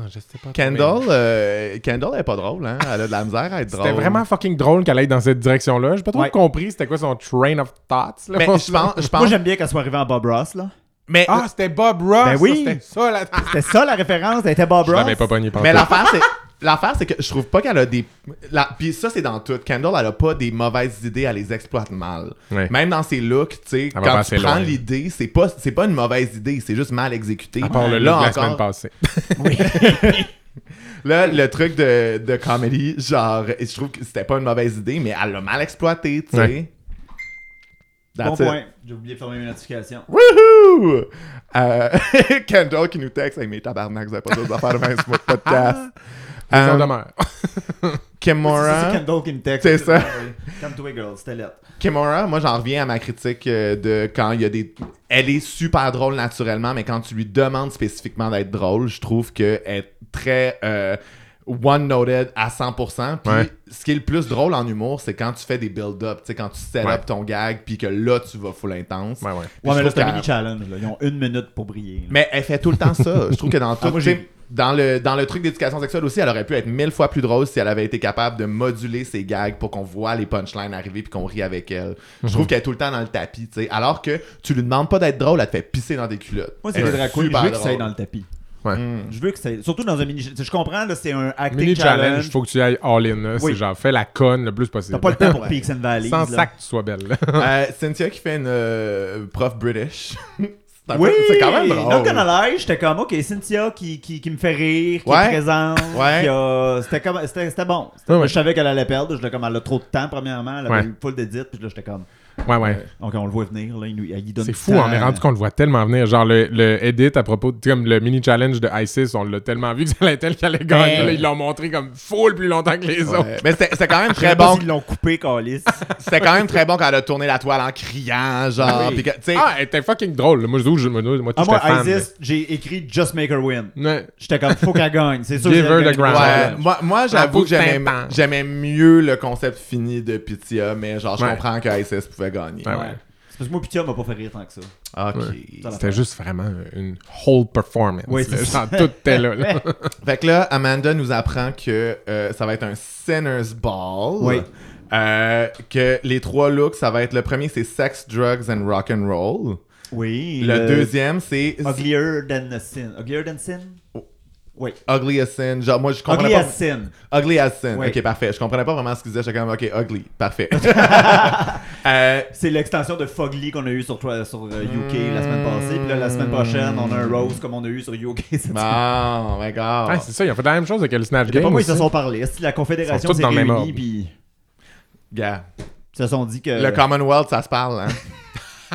Kendall, euh, Kendall, elle est pas drôle, hein. Elle a de la misère à être drôle. C'était vraiment fucking drôle qu'elle aille dans cette direction-là. J'ai pas trop Ouais. compris c'était quoi son train of thoughts. là, Mais pour je pense, je Moi, pense. j'aime bien qu'elle soit arrivée en Bob Ross, là. Mais Ah, c'était Bob Ross! Ben oui. ça, C'était ça, la... C'était ça, la référence, elle était Bob Je Ross. l'avais pas pogné pendant Mais l'affaire, c'est. L'affaire, c'est que je trouve pas qu'elle a des. La... Puis ça, c'est dans tout. Kendall, elle a pas des mauvaises idées, elle les exploite mal. Ouais. Même dans ses looks, tu sais, Elle va pas quand assez tu prends loin. l'idée, c'est pas, c'est pas une mauvaise idée, c'est juste mal exécuté. À part le look de Là, la encore- semaine passée. Là, le truc de, de comedy, genre, je trouve que c'était pas une mauvaise idée, mais elle l'a mal exploité, tu sais. Ouais. Bon That's it. point. J'ai oublié de fermer mes notifications. Wouhou! Euh, Kendall qui nous texte, hey, mais tabarnak, vous avez pas d'autres affaires de 20 mois de podcast. Maison Euh, de mère. Kimora. C'est c'est Kendall qui me texte. C'est ça. Comme toi, girl, c'était lettre. Kimora, moi j'en reviens à ma critique euh, de quand il y a des. Elle est super drôle naturellement, mais quand tu lui demandes spécifiquement d'être drôle, je trouve qu'elle est très euh, one-noted à 100%. Puis Ouais. ce qui est le plus drôle en humour, c'est quand tu fais des build-up, tu sais, quand tu set Ouais. up ton gag, puis que là tu vas full intense. Ouais, ouais. Puis Ouais, je mais là, trouve c'est un qu'elle- mini-challenge, là. Ils ont une minute pour briller. là. mais elle fait tout le temps ça. Je trouve que dans tout. Ah, moi, tu sais, j'ai- dans le, dans le truc d'éducation sexuelle aussi, elle aurait pu être mille fois plus drôle si elle avait été capable de moduler ses gags pour qu'on voit les punchlines arriver puis qu'on rit avec elle. Je Mhm. trouve qu'elle est tout le temps dans le tapis, tu sais. Alors que tu lui demandes pas d'être drôle, elle te fait pisser dans tes culottes. Moi, c'est Elle les est drag queens, je super veux qu'ils drôle. Hmm. s'aillent dans le tapis. Ouais. Je veux que ça aille- Surtout dans un mini Je comprends, là, c'est un acting Mini challenge. challenge, faut que tu ailles all-in. là. Oui. C'est genre, fais la conne le plus possible. T'as pas le temps pour Peaks and Valleys. Sans là. sac, tu sois belle. là. Euh, Cynthia qui fait une euh, prof british. c'est un peu- Oui! c'est quand même drôle. Donc, en live, j'étais comme, OK, Cynthia qui, qui, qui me fait rire, qui Ouais. est présente. Ouais. qui a- C'était comme, c'était, c'était bon. C'était- Ouais, ouais. Je savais qu'elle allait perdre. J'étais comme, elle a trop de temps, premièrement. Elle avait Ouais. eu full d'édite. Puis là, j'étais comme, Ouais, ouais. OK, on le voit venir. Là, il, nous- il donne C'est du fou, temps. on est rendu qu'on le voit tellement venir. Genre, le, le edit à propos, de- tu sais, comme le mini challenge de ISIS, on l'a tellement vu que ça allait être elle qui allait gagner. Ouais. là. ils l'ont montré comme full plus longtemps que les autres. Ouais. Mais c'était c'était quand même Je sais très pas bon. s'ils l'ont coupé, Calis. C'était quand même très bon quand elle a tourné la toile en criant, genre. Oui. puis que- tu sais, Ah, elle était fucking drôle. Moi, je moi, je- moi, moi, ah, j'étais moi, fan. Isis, j'ai écrit Just Make Her Win. là. Ouais. J'étais comme, faut qu'elle gagne. C'est sûr Give que her the elle gagne. ground. Ouais, Ouais. moi, moi Bravo, j'avoue que j'aimais, tympan. j'aimais mieux le concept fini de Pitya, mais genre, je Ouais. comprends que ISS pouvait gagner. Ouais, ouais. C'est parce que moi, Pitya m'a pas fait rire tant que ça. Ok. Ouais. C'était juste vraiment une whole performance. Oui, là. c'est ça. Genre, tout était là. là. Fait que là, Amanda nous apprend que euh, ça va être un Sinner's Ball. Oui. Euh, que les trois looks, ça va être le premier, c'est Sex, Drugs and Rock and Roll. Oui. Le, deuxième, c'est. Uglier than a sin. Uglier than sin? Oui. Ugly as sin. Genre, moi, je comprenais Ugly pas. as sin. Ugly as sin. Oui. Ok, parfait. Je comprenais pas vraiment ce qu'ils disaient. J'étais comme, ok, ugly. Parfait. Euh, C'est l'extension de Fogly qu'on a eu sur, toi- sur euh, UK la semaine Hmm. passée. Puis là, la semaine prochaine, on a un Rose comme on a eu sur UK cette semaine. oh my god. Ah, c'est ça, ils ont fait la même chose que le Snatch Je sais Game. pas moi, ils aussi. se sont parlé. Si la Ils sont Confédération tous s'est dans le même réunie, ordre. puis Yeah. ils se sont dit que. Le Commonwealth, ça se parle, hein. Ah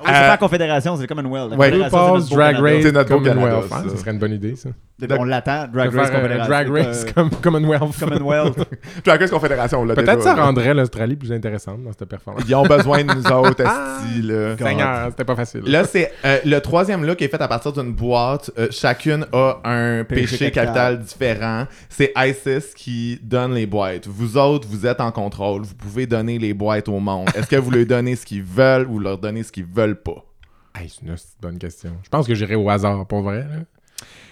oui, c'est pas la Confédération, c'est le Commonwealth. La Ouais. Blue Confédération, c'est Balls, notre beau Euh, Drag Canada. C'est Race, notre beau Commonwealth. Canada, Hein, ça. ça serait une bonne idée, ça. On l'attend, Drag De Race faire, euh, Confédération. drag Race euh, comme Commonwealth. Commonwealth. Drag Race Confédération, on l'a Peut-être déjà, ça là. rendrait l'Australie plus intéressante dans cette performance. Ils ont besoin de nous autres, esti, là. Seigneur, c'était pas facile. Ah! Là, c'est euh, le troisième look est fait à partir d'une boîte. Euh, chacune a un péché, Péché capital différent. C'est ISIS qui donne les boîtes. Vous autres, vous êtes en contrôle. Vous pouvez donner les boîtes au monde. Est-ce que vous leur donnez ce qu'ils veulent ou leur donnez ce qu'ils veulent pas? Hey, c'est une hostie de bonne question. Je pense que j'irais au hasard, pour vrai. là.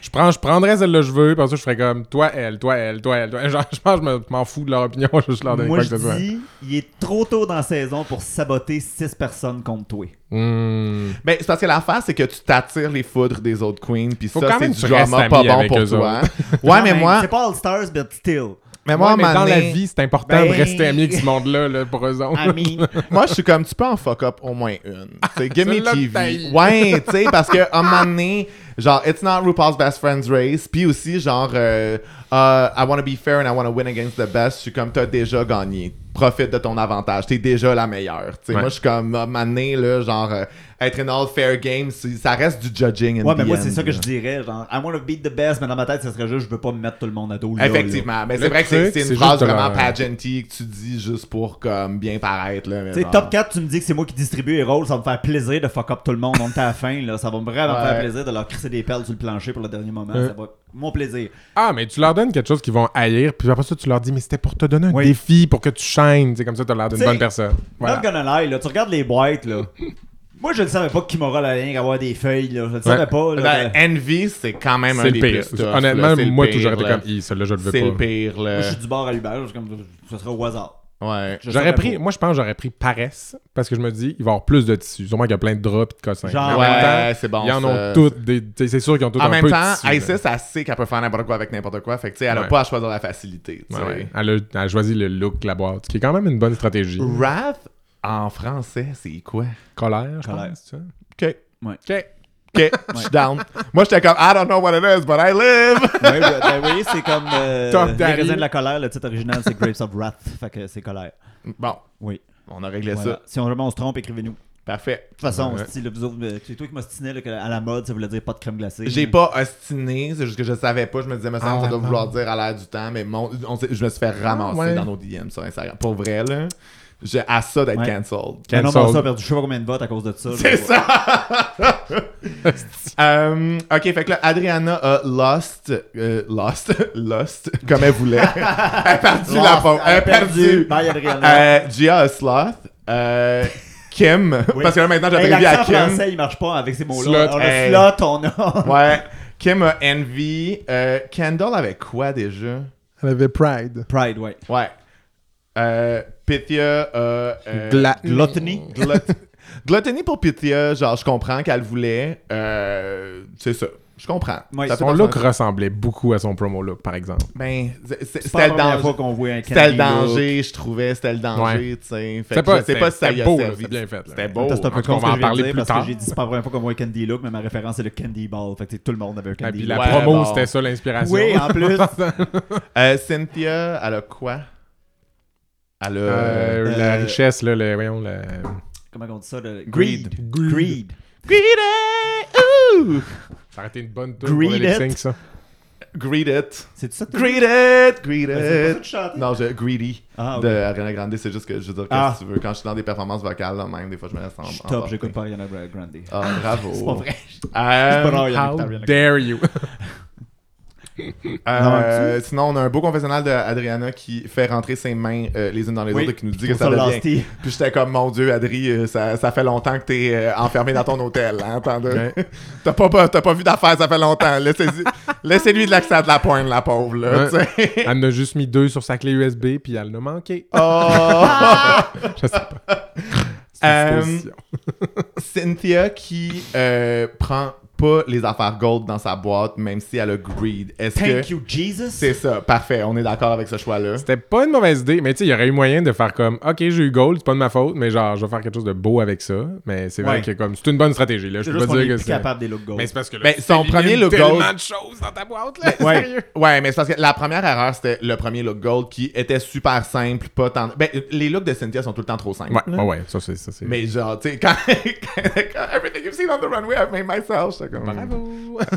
Je, prends, je prendrais celle-là que je veux, parce que je ferais comme toi, elle, toi, elle, toi, elle. Toi. elle. Genre, je pense que je me- m'en fous de leur opinion, je vais juste leur donner Moi, quoi je que ce soit. dis, il est trop tôt dans la saison pour saboter 6 personnes contre toi. Hmm. Ben, c'est parce que l'affaire, c'est que tu t'attires les foudres des autres queens, puis ça, Faut quand c'est même du que tu restes drama ami pas bon avec pour eux toi. autres. ouais, Quand mais même, moi, C'est pas All Stars, but still. mais moi, Ouais, à un mais moment dans la donné- vie, c'est important Ben- de rester ami avec ce monde-là, là, pour eux autres. I mean, Moi, je suis comme, tu peux en fuck up au moins une. C'est give me Celle-là, TV. t'as- Ouais, tu sais, parce que à un moment donné, genre, it's not RuPaul's best friend's race. Puis aussi, genre, euh, euh, I want to be fair and I want to win against the best. Je suis comme, t'as déjà gagné. Profite de ton avantage. T'es déjà la meilleure. Tu sais, Ouais. moi, je suis comme, à un moment donné, là, genre, euh, être in all fair game, c'est- ça reste du judging. in ouais, mais the moi, end, c'est ça que là. je dirais. Genre, I want to beat the best, mais dans ma tête, ça serait juste, je veux pas me mettre tout le monde à dos. là, là. Effectivement, mais Le c'est vrai que c'est- truc, c'est une c'est phrase juste de vraiment la- pageanty que tu dis juste pour comme bien paraître là. mais Tu sais, genre- top 4, tu me dis que c'est moi qui distribue les rôles, ça va me faire plaisir de fuck up tout le monde. On est à la fin, là. Ça va me vraiment Ouais. faire plaisir de leur crisser des perles sur le plancher pour le dernier moment. Ouais. Ça va être mon plaisir. Ah, mais tu leur donnes quelque chose qu'ils vont haïr, puis après ça, tu leur dis, mais c'était pour te donner un Oui. défi, pour que tu chaînes. C'est comme ça, t'as l'air d'une T'sais, bonne personne. Voilà. Not gonna lie, là, tu regardes les boîtes, là. moi, je ne savais pas qui m'aura la ligne à avoir des feuilles, là. Je ne savais Ouais. pas, là. Ben, que- Envy, c'est quand même un C'est des le pire. plus tough, Honnêtement, là. C'est le moi, pire, toujours, j'étais là. comme, Hi, celle-là, je le veux C'est le pas. pire, là. Moi, je suis du bord à Uber, je suis comme, ce sera au hasard. Ouais. Je J'aurais savais pris, pas. moi je pense que j'aurais pris paresse parce que je me dis, il va y avoir plus de tissus. Sûrement qu'il y a plein de draps et de cossins. Genre, Mais en ouais, même temps, c'est bon, Ils en ça. ont toutes des. t'sais, C'est sûr qu'ils ont toutes En un même peu temps, de tissus, ISIS, elle sait qu'elle peut faire n'importe quoi avec n'importe quoi. Fait que, tu sais, elle a Ouais. pas à choisir la facilité. tu là. sais. Ouais, ouais. Elle, a, elle a choisi le look, la boîte, ce qui est quand même une bonne stratégie. Wrath, en français, c'est quoi? Colère, je Colère. pense. c'est ça? Ok. Ouais. Ok. Ok, je suis down. Moi, j'étais comme, I don't know what it is, but I live. Ouais, ben, ben oui, c'est comme euh, Top Les Daddy. raisins de la colère, le titre original c'est Grapes of Wrath, fait que c'est colère. Bon, Oui. on a réglé Voilà. ça. Si on, vraiment on se trompe, écrivez-nous. De Parfait. toute façon, Ouais. si le vous autres, euh, c'est toi qui m'ostinais là, que à la mode, ça voulait dire pas de crème glacée. J'ai Mais- pas ostiné, c'est juste que je savais pas. Je me disais, me semble, Ah, ça doit non. vouloir dire à l'air du temps, mais mon, on s'est- je me suis fait ramasser ouais. dans nos DM sur Instagram. Pour vrai, là, j'ai à ça d'être Ouais. cancelled. Mais non, mais Cancel. ça a perdu je sais pas combien de votes à cause de ça. là. C'est ça! Euh, ok, fait que là, Adriana a lost, euh, lost, lost, comme elle voulait. elle a perdu la Lost, pauvre. Elle a perdu. Bye Adriana. Euh, Gia a sloth. Euh, Kim, Oui. parce que là maintenant Hey, j'appelle Gia L'accent Kim. français, il marche pas avec ces mots-là. Slot, On hey. a slot, on a. Ouais. Kim a envy. Euh, Kendall avec quoi déjà? Elle avait Pride. Pride, ouais. Ouais. Euh, Pythia a. euh, Gluttony. Glut- Gluttony pour Pythia, genre, je comprends qu'elle voulait. Euh, c'est ça. Je comprends. Ouais, Ça fait Son pas look sens. ressemblait beaucoup à son promo look, par exemple. Ben, c'est- c'est- C'est pas c'était la le première fois danger. qu'on voit un C'était le Candy look. danger, je trouvais. C'était le danger, tu sais. Fait C'était que pas- je sais pas si ça c'était y a beau, là, servi. c'est bien fait, là. C'était Parce beau. que C'est un en peu tout cas, con on ce que va je en viens de parler dire plus parce que tard. j'ai dit c'est pas la première fois qu'on voit un candy look, mais ma référence c'est le candy ball. Fait que tout le monde avait un Et candy puis look. la Ouais, promo, bon. c'était ça l'inspiration. Oui, en plus. Euh, Cynthia, elle a quoi? Elle a... Euh, La Euh, richesse, là, le, voyons, le... Comment on dit ça le... Greed. Greed. Greed it! Ooh! Ça aurait été une bonne tune pour le Greed lip it. sync, ça. Greed it. C'est ça que tu Greed it! Greed C'est pas ça it! que je chantais. Non, je, Greedy Ah, ok. de Ariana Grande, c'est juste que je veux dire, qu'est-ce Ah. que tu veux? Quand je suis dans des performances vocales, là, même, des fois, je me laisse en. Je suis en top, porter. j'écoute pas Ariana euh, Grande. Ah, bravo. C'est pas vrai. pas Euh, rare, il y en a qui How t'arrivent. dare you? euh, sinon, on a un beau confessionnal de Adriana qui fait rentrer ses mains euh, les unes dans les Oui. autres et qui nous dit Je que trouve ça ça devient. lasty. Puis j'étais comme, mon Dieu, Adri, euh, ça, ça fait longtemps que t'es euh, enfermé dans ton hôtel. Hein, t'en as- T'as pas, pas- t'as pas vu d'affaires, ça fait longtemps. Laissez-y- Laissez-lui de l'accès à de la pointe, la pauvre. Là, Ouais. tu sais. Elle en a juste mis deux sur sa clé USB, puis elle en a manqué. Oh! Je sais pas. C'est une Euh, supposition. Cynthia qui euh, prend pas les affaires gold dans sa boîte, même si elle a greed. Est-ce que. Thank you, Jesus. C'est ça, parfait, on est d'accord avec ce choix-là. C'était pas une mauvaise idée, mais tu sais, il y aurait eu moyen de faire comme OK, j'ai eu gold, c'est pas de ma faute, mais genre, je vais faire quelque chose de beau avec ça. Mais c'est vrai Ouais. que comme c'est une bonne stratégie, là. Je C'est peux juste pas qu'on est dire que plus c'est. capable des looks gold. Mais c'est parce que là, Ben, si on t'élimines prenait le tellement gold- Ben, de choses dans ta boîte, là. ouais. Sérieux. Ouais, mais c'est parce que la première erreur, c'était le premier look gold qui était super simple, pas tant. Ben, les looks de Cynthia sont tout le temps trop simples. Ouais, ouais, ouais, ça c'est. ça, c'est- Mais genre, tu sais, quand, quand Everything you've seen on the runway, I've made myself. J'étais comme, bravo.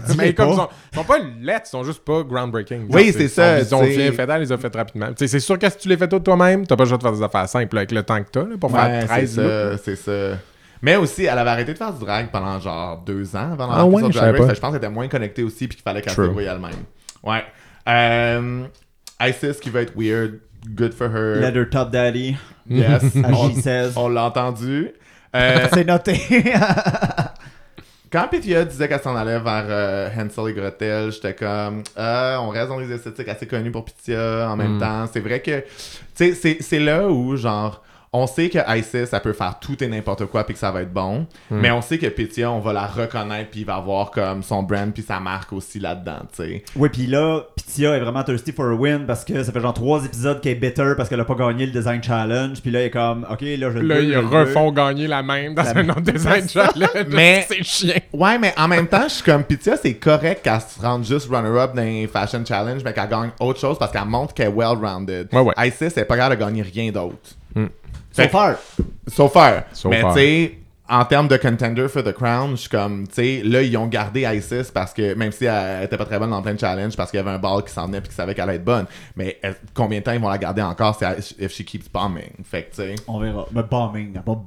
mais Dis-les comme pas. ils sont, ils sont pas laids, ils sont juste pas groundbreaking. Oui, Genre, c'est ils ça, sont- Ils ont t'sais. bien fait, ils les ont fait rapidement. T'sais, c'est sûr que si tu les fais toutes toi-même, t'as pas le choix de faire des affaires simples là, avec le temps que t'as là, pour Ouais, faire 13 c'est looks. ça, c'est ça. Mais aussi, elle avait arrêté de faire du drag pendant genre deux ans avant Ah la ouais, sur je Drag Race. savais pas. Fait que Je pense qu'elle était moins connectée aussi puis qu'il fallait qu'elle se True. débrouille elle-même. Ouais. Euh, Isis qui va être weird, good for her. Leather Top Daddy, Yes. Ah, on J16. on l'a entendu. Euh, C'est noté. quand Pythia disait qu'elle s'en allait vers euh, Hansel et Gretel, j'étais comme Ah, on reste dans les esthétiques assez connues pour Pythia en Hmm. même temps. C'est vrai que, tu sais, c'est- c'est là où, genre, on sait que Isis, ça peut faire tout et n'importe quoi puis que ça va être bon. Hmm. Mais on sait que Pythia, on va la reconnaître puis il va avoir comme son brand puis sa marque aussi là-dedans, tu sais. oui, puis là, Pitya est vraiment thirsty for a win parce que ça fait genre trois épisodes qu'elle est bitter parce qu'elle a pas gagné le design challenge. Puis là, elle est comme, ok, là, je le Là, veux, ils je le refont gagner la même dans un autre design challenge. Mais- c'est chiant. Ouais, mais en même temps, je suis comme Pitya, c'est correct qu'elle se rende juste runner-up dans les fashion challenge, mais qu'elle gagne autre chose parce qu'elle montre qu'elle est well-rounded. Ouais, ouais. Isis, elle est pas capable de gagner rien d'autre. veux. So far. So far. So mais tu far. sais, en termes de contender for the crown, je suis comme, tu sais, là, ils ont gardé Isis parce que, même si elle était pas très bonne dans plein de challenges, parce qu'il y avait un ball qui s'en venait et qu'ils savaient qu'elle allait être bonne. Mais elle- combien de temps ils vont la garder encore si elle- if she keeps bombing? Fait que, tu sais. On verra. Mais bombing, elle a pas-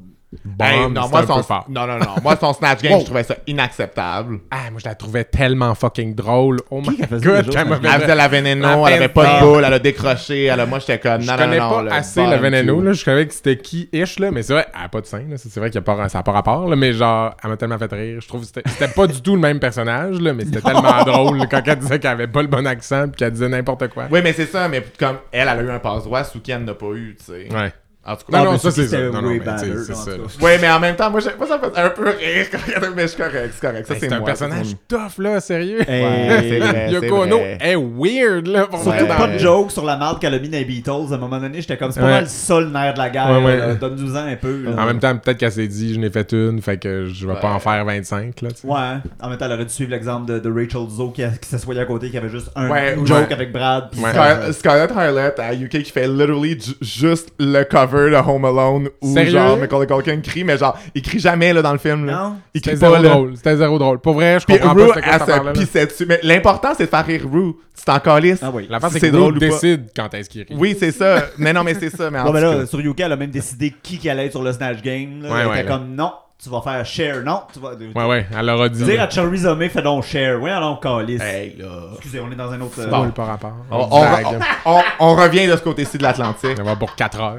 Bon, Hey, non, moi, son, peu fort. non, non, non. Moi, son Snatch Game, Wow. je trouvais ça inacceptable. Ah, moi, je la trouvais tellement fucking drôle. Oh my Qui qu'elle faisait god, déjà, qu'elle Snatch m'avait- Elle faisait la Veneno, La elle avait pas de Veneno. boule, elle a décroché. Elle a, moi, j'étais comme, Je non, non, connais non. pas le assez la bottom Veneno, two. là. Je savais que c'était qui ish, là. Mais c'est vrai, elle a pas de scène, là. C'est c'est vrai qu'il y a pas, ça n'a pas rapport, là. Mais genre, elle m'a tellement fait rire. Je trouve que c'était- c'était pas du tout le même personnage, là. Mais c'était tellement drôle là, quand elle disait qu'elle avait pas le bon accent puis qu'elle disait n'importe quoi. Oui, mais c'est ça, mais comme elle, elle a eu un passe-droit, Suki, elle n'a pas eu, tu sais. Ouais. En tout cas, Non, mais non, ça, Suki, c'est ça. c'était Non, non, way mais tu sais, better, c'est en tout ça. cas. là. Ouais, mais en même temps, moi, je- moi, ça me fait un peu rire quand il y en a- mais je suis correct, c'est correct. Ça, c'est Hey, Ben, C'est un moi, personnage ça, tough, là. Sérieux. Hey. c'est moi. Ouais, c'est vrai, c'est Yoko Ono vrai. est weird, là. pour Surtout vrai, dans- pas de joke sur la marde qu'elle a mis dans les Beatles. À un moment donné, j'étais comme, c'est pas Ouais. mal ça le nerf de la guerre. Ouais, ouais. là. Donne-nous-en un peu. là. En même temps, peut-être qu'elle s'est dit, je n'ai fait une, fait que je vais pas en faire 25, là. tu sais. Ouais, en même temps, elle aurait dû suivre l'exemple de, de Rachel Zoe qui, qui s'assoyait à côté, qui avait juste un Ouais, joke ouais. avec Brad. puis Ouais. ça, Scar- Scarlett Harlett à UK qui fait literally ju- juste le cover de Home Alone où Sérieux? genre Michael Culkin crie mais genre il crie jamais là dans le film là. Non. il C'était crie zéro pas là. drôle. C'était zéro drôle. Pour vrai, je Puis comprends Rue pas c'était elle quoi cette affaire-là, se là. pissait dessus mais l'important c'est de faire rire Rue, tu t'en calisses. Ah oui. La face, Si c'est c'est que drôle Rue ou pas. décide quand est-ce qu'il rit. Oui, c'est ça. mais non mais c'est ça mais en Bon, ben tout là, cas. sur Yuka, elle a même décidé qui, qui allait être sur le Snatch Game. Là. Ouais, elle ouais, était là. comme, non, tu vas faire share. Non, tu vas. Ouais, ouais, elle leur a dit. Dire à Cherry Zomé, fais donc share. Oui, alors, calice. Hey, là. Excusez, on est dans un autre. euh, Bon, par rapport. On, on- Vague. on- on revient de ce côté-ci de l'Atlantique. On va pour 4 heures.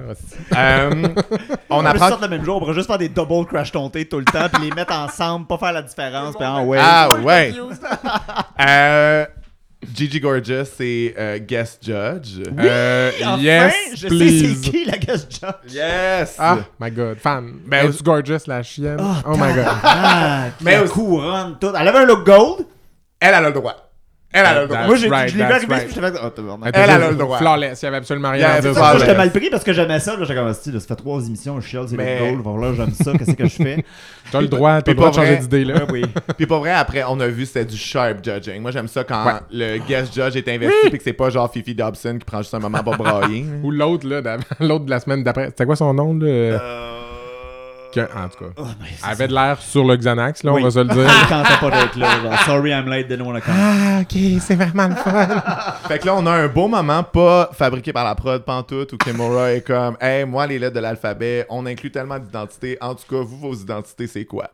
Euh, on On a apprend sortir le même jour, on pourrait juste faire des double crash tontés tout le temps, puis les mettre ensemble, pas faire la différence, puis ah ouais. Ah ouais. Euh, Gigi Gorgeous, c'est euh, guest judge. Oui, euh, enfin, yes, je sais please. c'est qui la guest judge. Yes. Ah, my god, fan. Ben, Ben, it's gorgeous, la chienne. Oh, my god. Ah, Mais mais aussi- couronne tout. Elle avait un look gold. Elle, elle a le droit. Elle, elle a le droit. That's Moi, j'ai- right, je l'ai vu that's arriver, right. puis j'étais fait. Oh, tabarnak. Elle, était elle a juste le droit. Flawless, il y avait absolument rien Yeah, à dire c'est sur ça, Moi, ça. j'étais mal pris parce que j'aimais ça. là, J'étais comme, si, là, ça fait trois émissions, je chiale, c'est Mais- le gold. Voilà, j'aime ça, qu'est-ce que je fais? T'as le droit, t'as Puis le droit de pas changer vrai. ben, d'idée, là. oui. Puis pour vrai, après, on a vu, c'était du sharp judging. Moi, j'aime ça quand Ouais. le guest judge est investi puis que c'est pas genre Fifi Dobson qui prend juste un moment pour brailler. Ou l'autre, là, d'avant- l'autre de la semaine d'après. C'était quoi son nom, là? Euh, Euh. Que- en tout Oh, cas. Elle avait de l'air sur le Xanax, là, on Oui. va se le Ah, dire. Quand t'as pas d'être là, genre, sorry, I'm late, didn't wanna come. ah, ok, c'est vraiment le fun. fait que là, on a un beau moment pas fabriqué par la prod pantoute où Kimura est comme « Hey, moi, les lettres de l'alphabet, on inclut tellement d'identités. En tout cas, vous, vos identités, c'est quoi?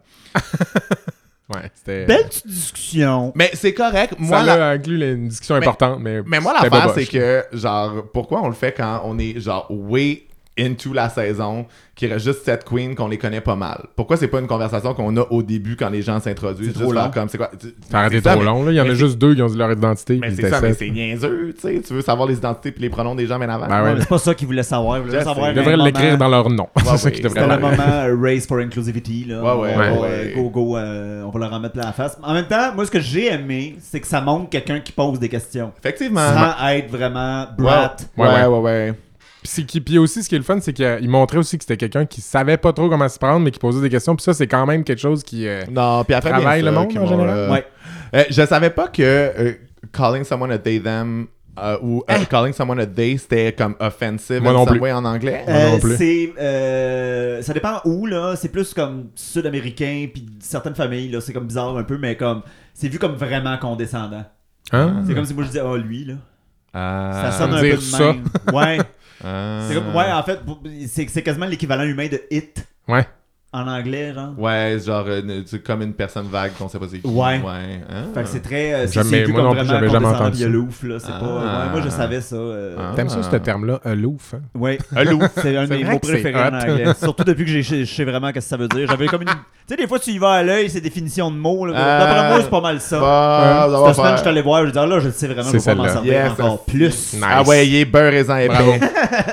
Ouais, c'était. Belle petite discussion. » Mais c'est correct. Ben, Moi, Ça la- l'a inclus les- une discussion importante, mais. Mais moi, c'était l'affaire, boboche. c'est que, genre, pourquoi on le fait quand on est, genre, way into la saison, qu'il reste juste sept queens qu'on les connaît pas mal. Pourquoi c'est pas une conversation qu'on a au début quand les gens s'introduisent? C'est Juste trop faire long. comme c'est quoi? tu- Ça aurait été c'est ça, trop mais- long, là. Il y en mais a c'est- juste deux qui ont dit leur identité. Mais puis c'est ça, ils mais étaient c'est niaiseux, tu sais. Tu veux savoir les identités puis les pronoms des gens bien avant. Ben Ah ouais. Ouais, mais c'est pas ça qu'ils voulaient savoir. Ils voulaient Je savoir sais. Ils un devraient moment- l'écrire dans leur nom. Ouais, c'est ça oui. qu'ils C'était C'était devraient le faire. moment euh, Race for Inclusivity. Là. Ouais, ouais, on va, ouais, euh, ouais. Go, go, euh, on va leur en mettre la face. En même temps, moi, ce que j'ai aimé, c'est que ça montre quelqu'un qui pose des questions. Effectivement. Sans être vraiment brat. Ouais, ouais, Ouais, ouais, ouais. Puis, c'est qui- puis aussi, ce qui est le fun, c'est qu'il montrait aussi que c'était quelqu'un qui savait pas trop comment se prendre, mais qui posait des questions. Puis ça, c'est quand même quelque chose qui. euh, Non, puis après, Travaille le monde, en général? Ouais. Euh, je savais pas que euh, calling someone a they them euh, ou Eh! euh, calling someone a they c'était comme offensive Moi in non some plus. way en anglais. Moi non Euh, plus. c'est euh, ça dépend où là c'est plus comme sud-américain puis certaines familles là c'est comme bizarre un peu mais comme c'est vu comme vraiment condescendant hein? c'est comme si moi je disais oh lui là ça Ah, sonne un peu dire de même ouais ah. c'est comme- ouais en fait c'est c'est quasiment l'équivalent humain de hit Ouais. en anglais genre Ouais, genre euh, tu- comme une personne vague qu'on sait pas c'est qui. Ouais. ah. fait que c'est très euh, c'est- Jamais- c'est vu moi comme non plus, vraiment j'avais jamais condescendant entendu puis il y a le ouf là c'est Ah. pas ouais, moi je savais ça euh, Ah. T'aimes ça, ce terme-là, aloof? Hein? ouais Allô? C'est un de C'est mes vrai mots que c'est préférés en hot. anglais. Surtout depuis que j'ai- je je sais vraiment ce que ça veut dire. J'avais comme une. Tu sais, des fois, tu y vas à l'œil, c'est définition de mots. là. D'après Ah. moi, c'est pas mal ça. Hein? Bah, on va Cette semaine, je faire- suis allé voir, je dis, ah, là, je le sais vraiment, je vais C'est pas m'en celle-là. servir Yes, encore c'est- plus. Nice. Ah ouais, il est beurre raisin et Bravo.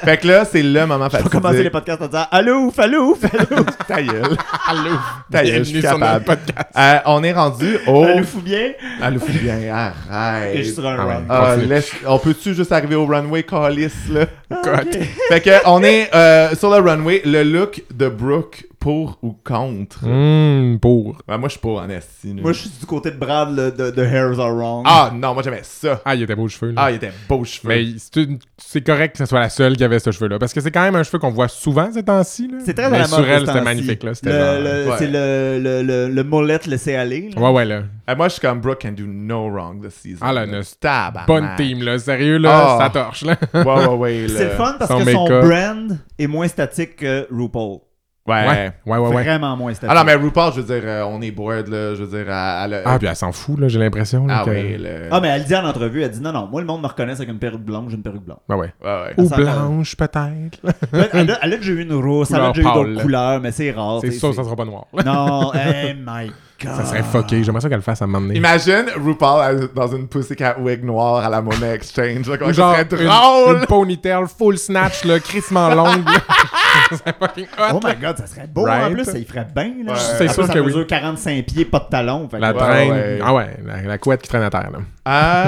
fait que là, c'est le moment On va fatidique. commencer les podcasts en disant Allô, ouf, allô, ouf, allô, ouf, Ta gueule. Aloof! Ta gueule, Ah, je Bienvenue suis sur notre capable. Euh, on est rendu au... allô, fou bien. Allô, fou bien, Et je arrête. serai un Ah ouais. round. Ah, Continue. laisse- on peut-tu juste arriver au runway, Calis, là? Ah, podcast. fait que on est euh, sur le runway, le look de Brooke pour ou contre. Hum, pour. Ouais, moi je suis Mmh, pour en esti. là. Moi, je suis du côté de Brad le- de, de Hairs Are Wrong. Ah non, moi j'aimais ça. Ah, il était beau, le cheveu. Là. Ah, il était beau cheveux. mais c'est une- c'est correct que ce soit la seule qui avait ce cheveu-là. Parce que c'est quand même un cheveu qu'on voit souvent ces temps-ci. là. C'est très dans mais la mode. Sur elle, ce c'était temps-ci. magnifique. là. C'était Le- genre- le- Ouais. C'est le, le, le, le molette laissé aller. là. Ouais, ouais, là. Euh, moi je suis comme Brooke can do no wrong this season. Ah, là, là. une Tabarnak. Bonne team, là. Sérieux, là, Ah. ça torche, là. Ouais, ouais, ouais. Puis C'est le là. fun parce Son que son make-up. brand est moins statique que RuPaul. Ouais. Ouais, ouais, ouais. ouais. Vraiment moins statique. Ah non, mais RuPaul, je veux dire, euh, on est bored là. Je veux dire, à, le. Ah, puis elle s'en fout, là, j'ai l'impression. là, Ah que- ouais, le. Ah, mais elle dit en entrevue, elle dit non, non, moi le monde me reconnaît avec une perruque blonde, j'ai une perruque blonde. Ouais, ouais. Ouais, ouais. Ou Ça sent la- blanche, peut-être. là. Elle elle a elle a déjà eu une rousse, elle a Couleur déjà eu pâle. d'autres couleurs, mais c'est rare. C'est t'sais, sûr, ça sera pas noir. là. Non, hey my god. Ça serait fucké. J'aimerais ça qu'elle le fasse à un moment donné. Imagine RuPaul à- dans une Pussycat wig noire à la Money Exchange. Là, Ou comme ça serait une- drôle. Une, ponytail full snatch, là, crissement longue. là. ça serait fucking hot. Oh my god, ça serait beau en Right. plus, ça y ferait bien. là. Ouais. En C'est plus, sûr ça que oui. mesure 45 pieds, pas de talons. fait que- La Ouais, traîne. ouais. Ah ouais, la, la couette qui traîne à terre, là.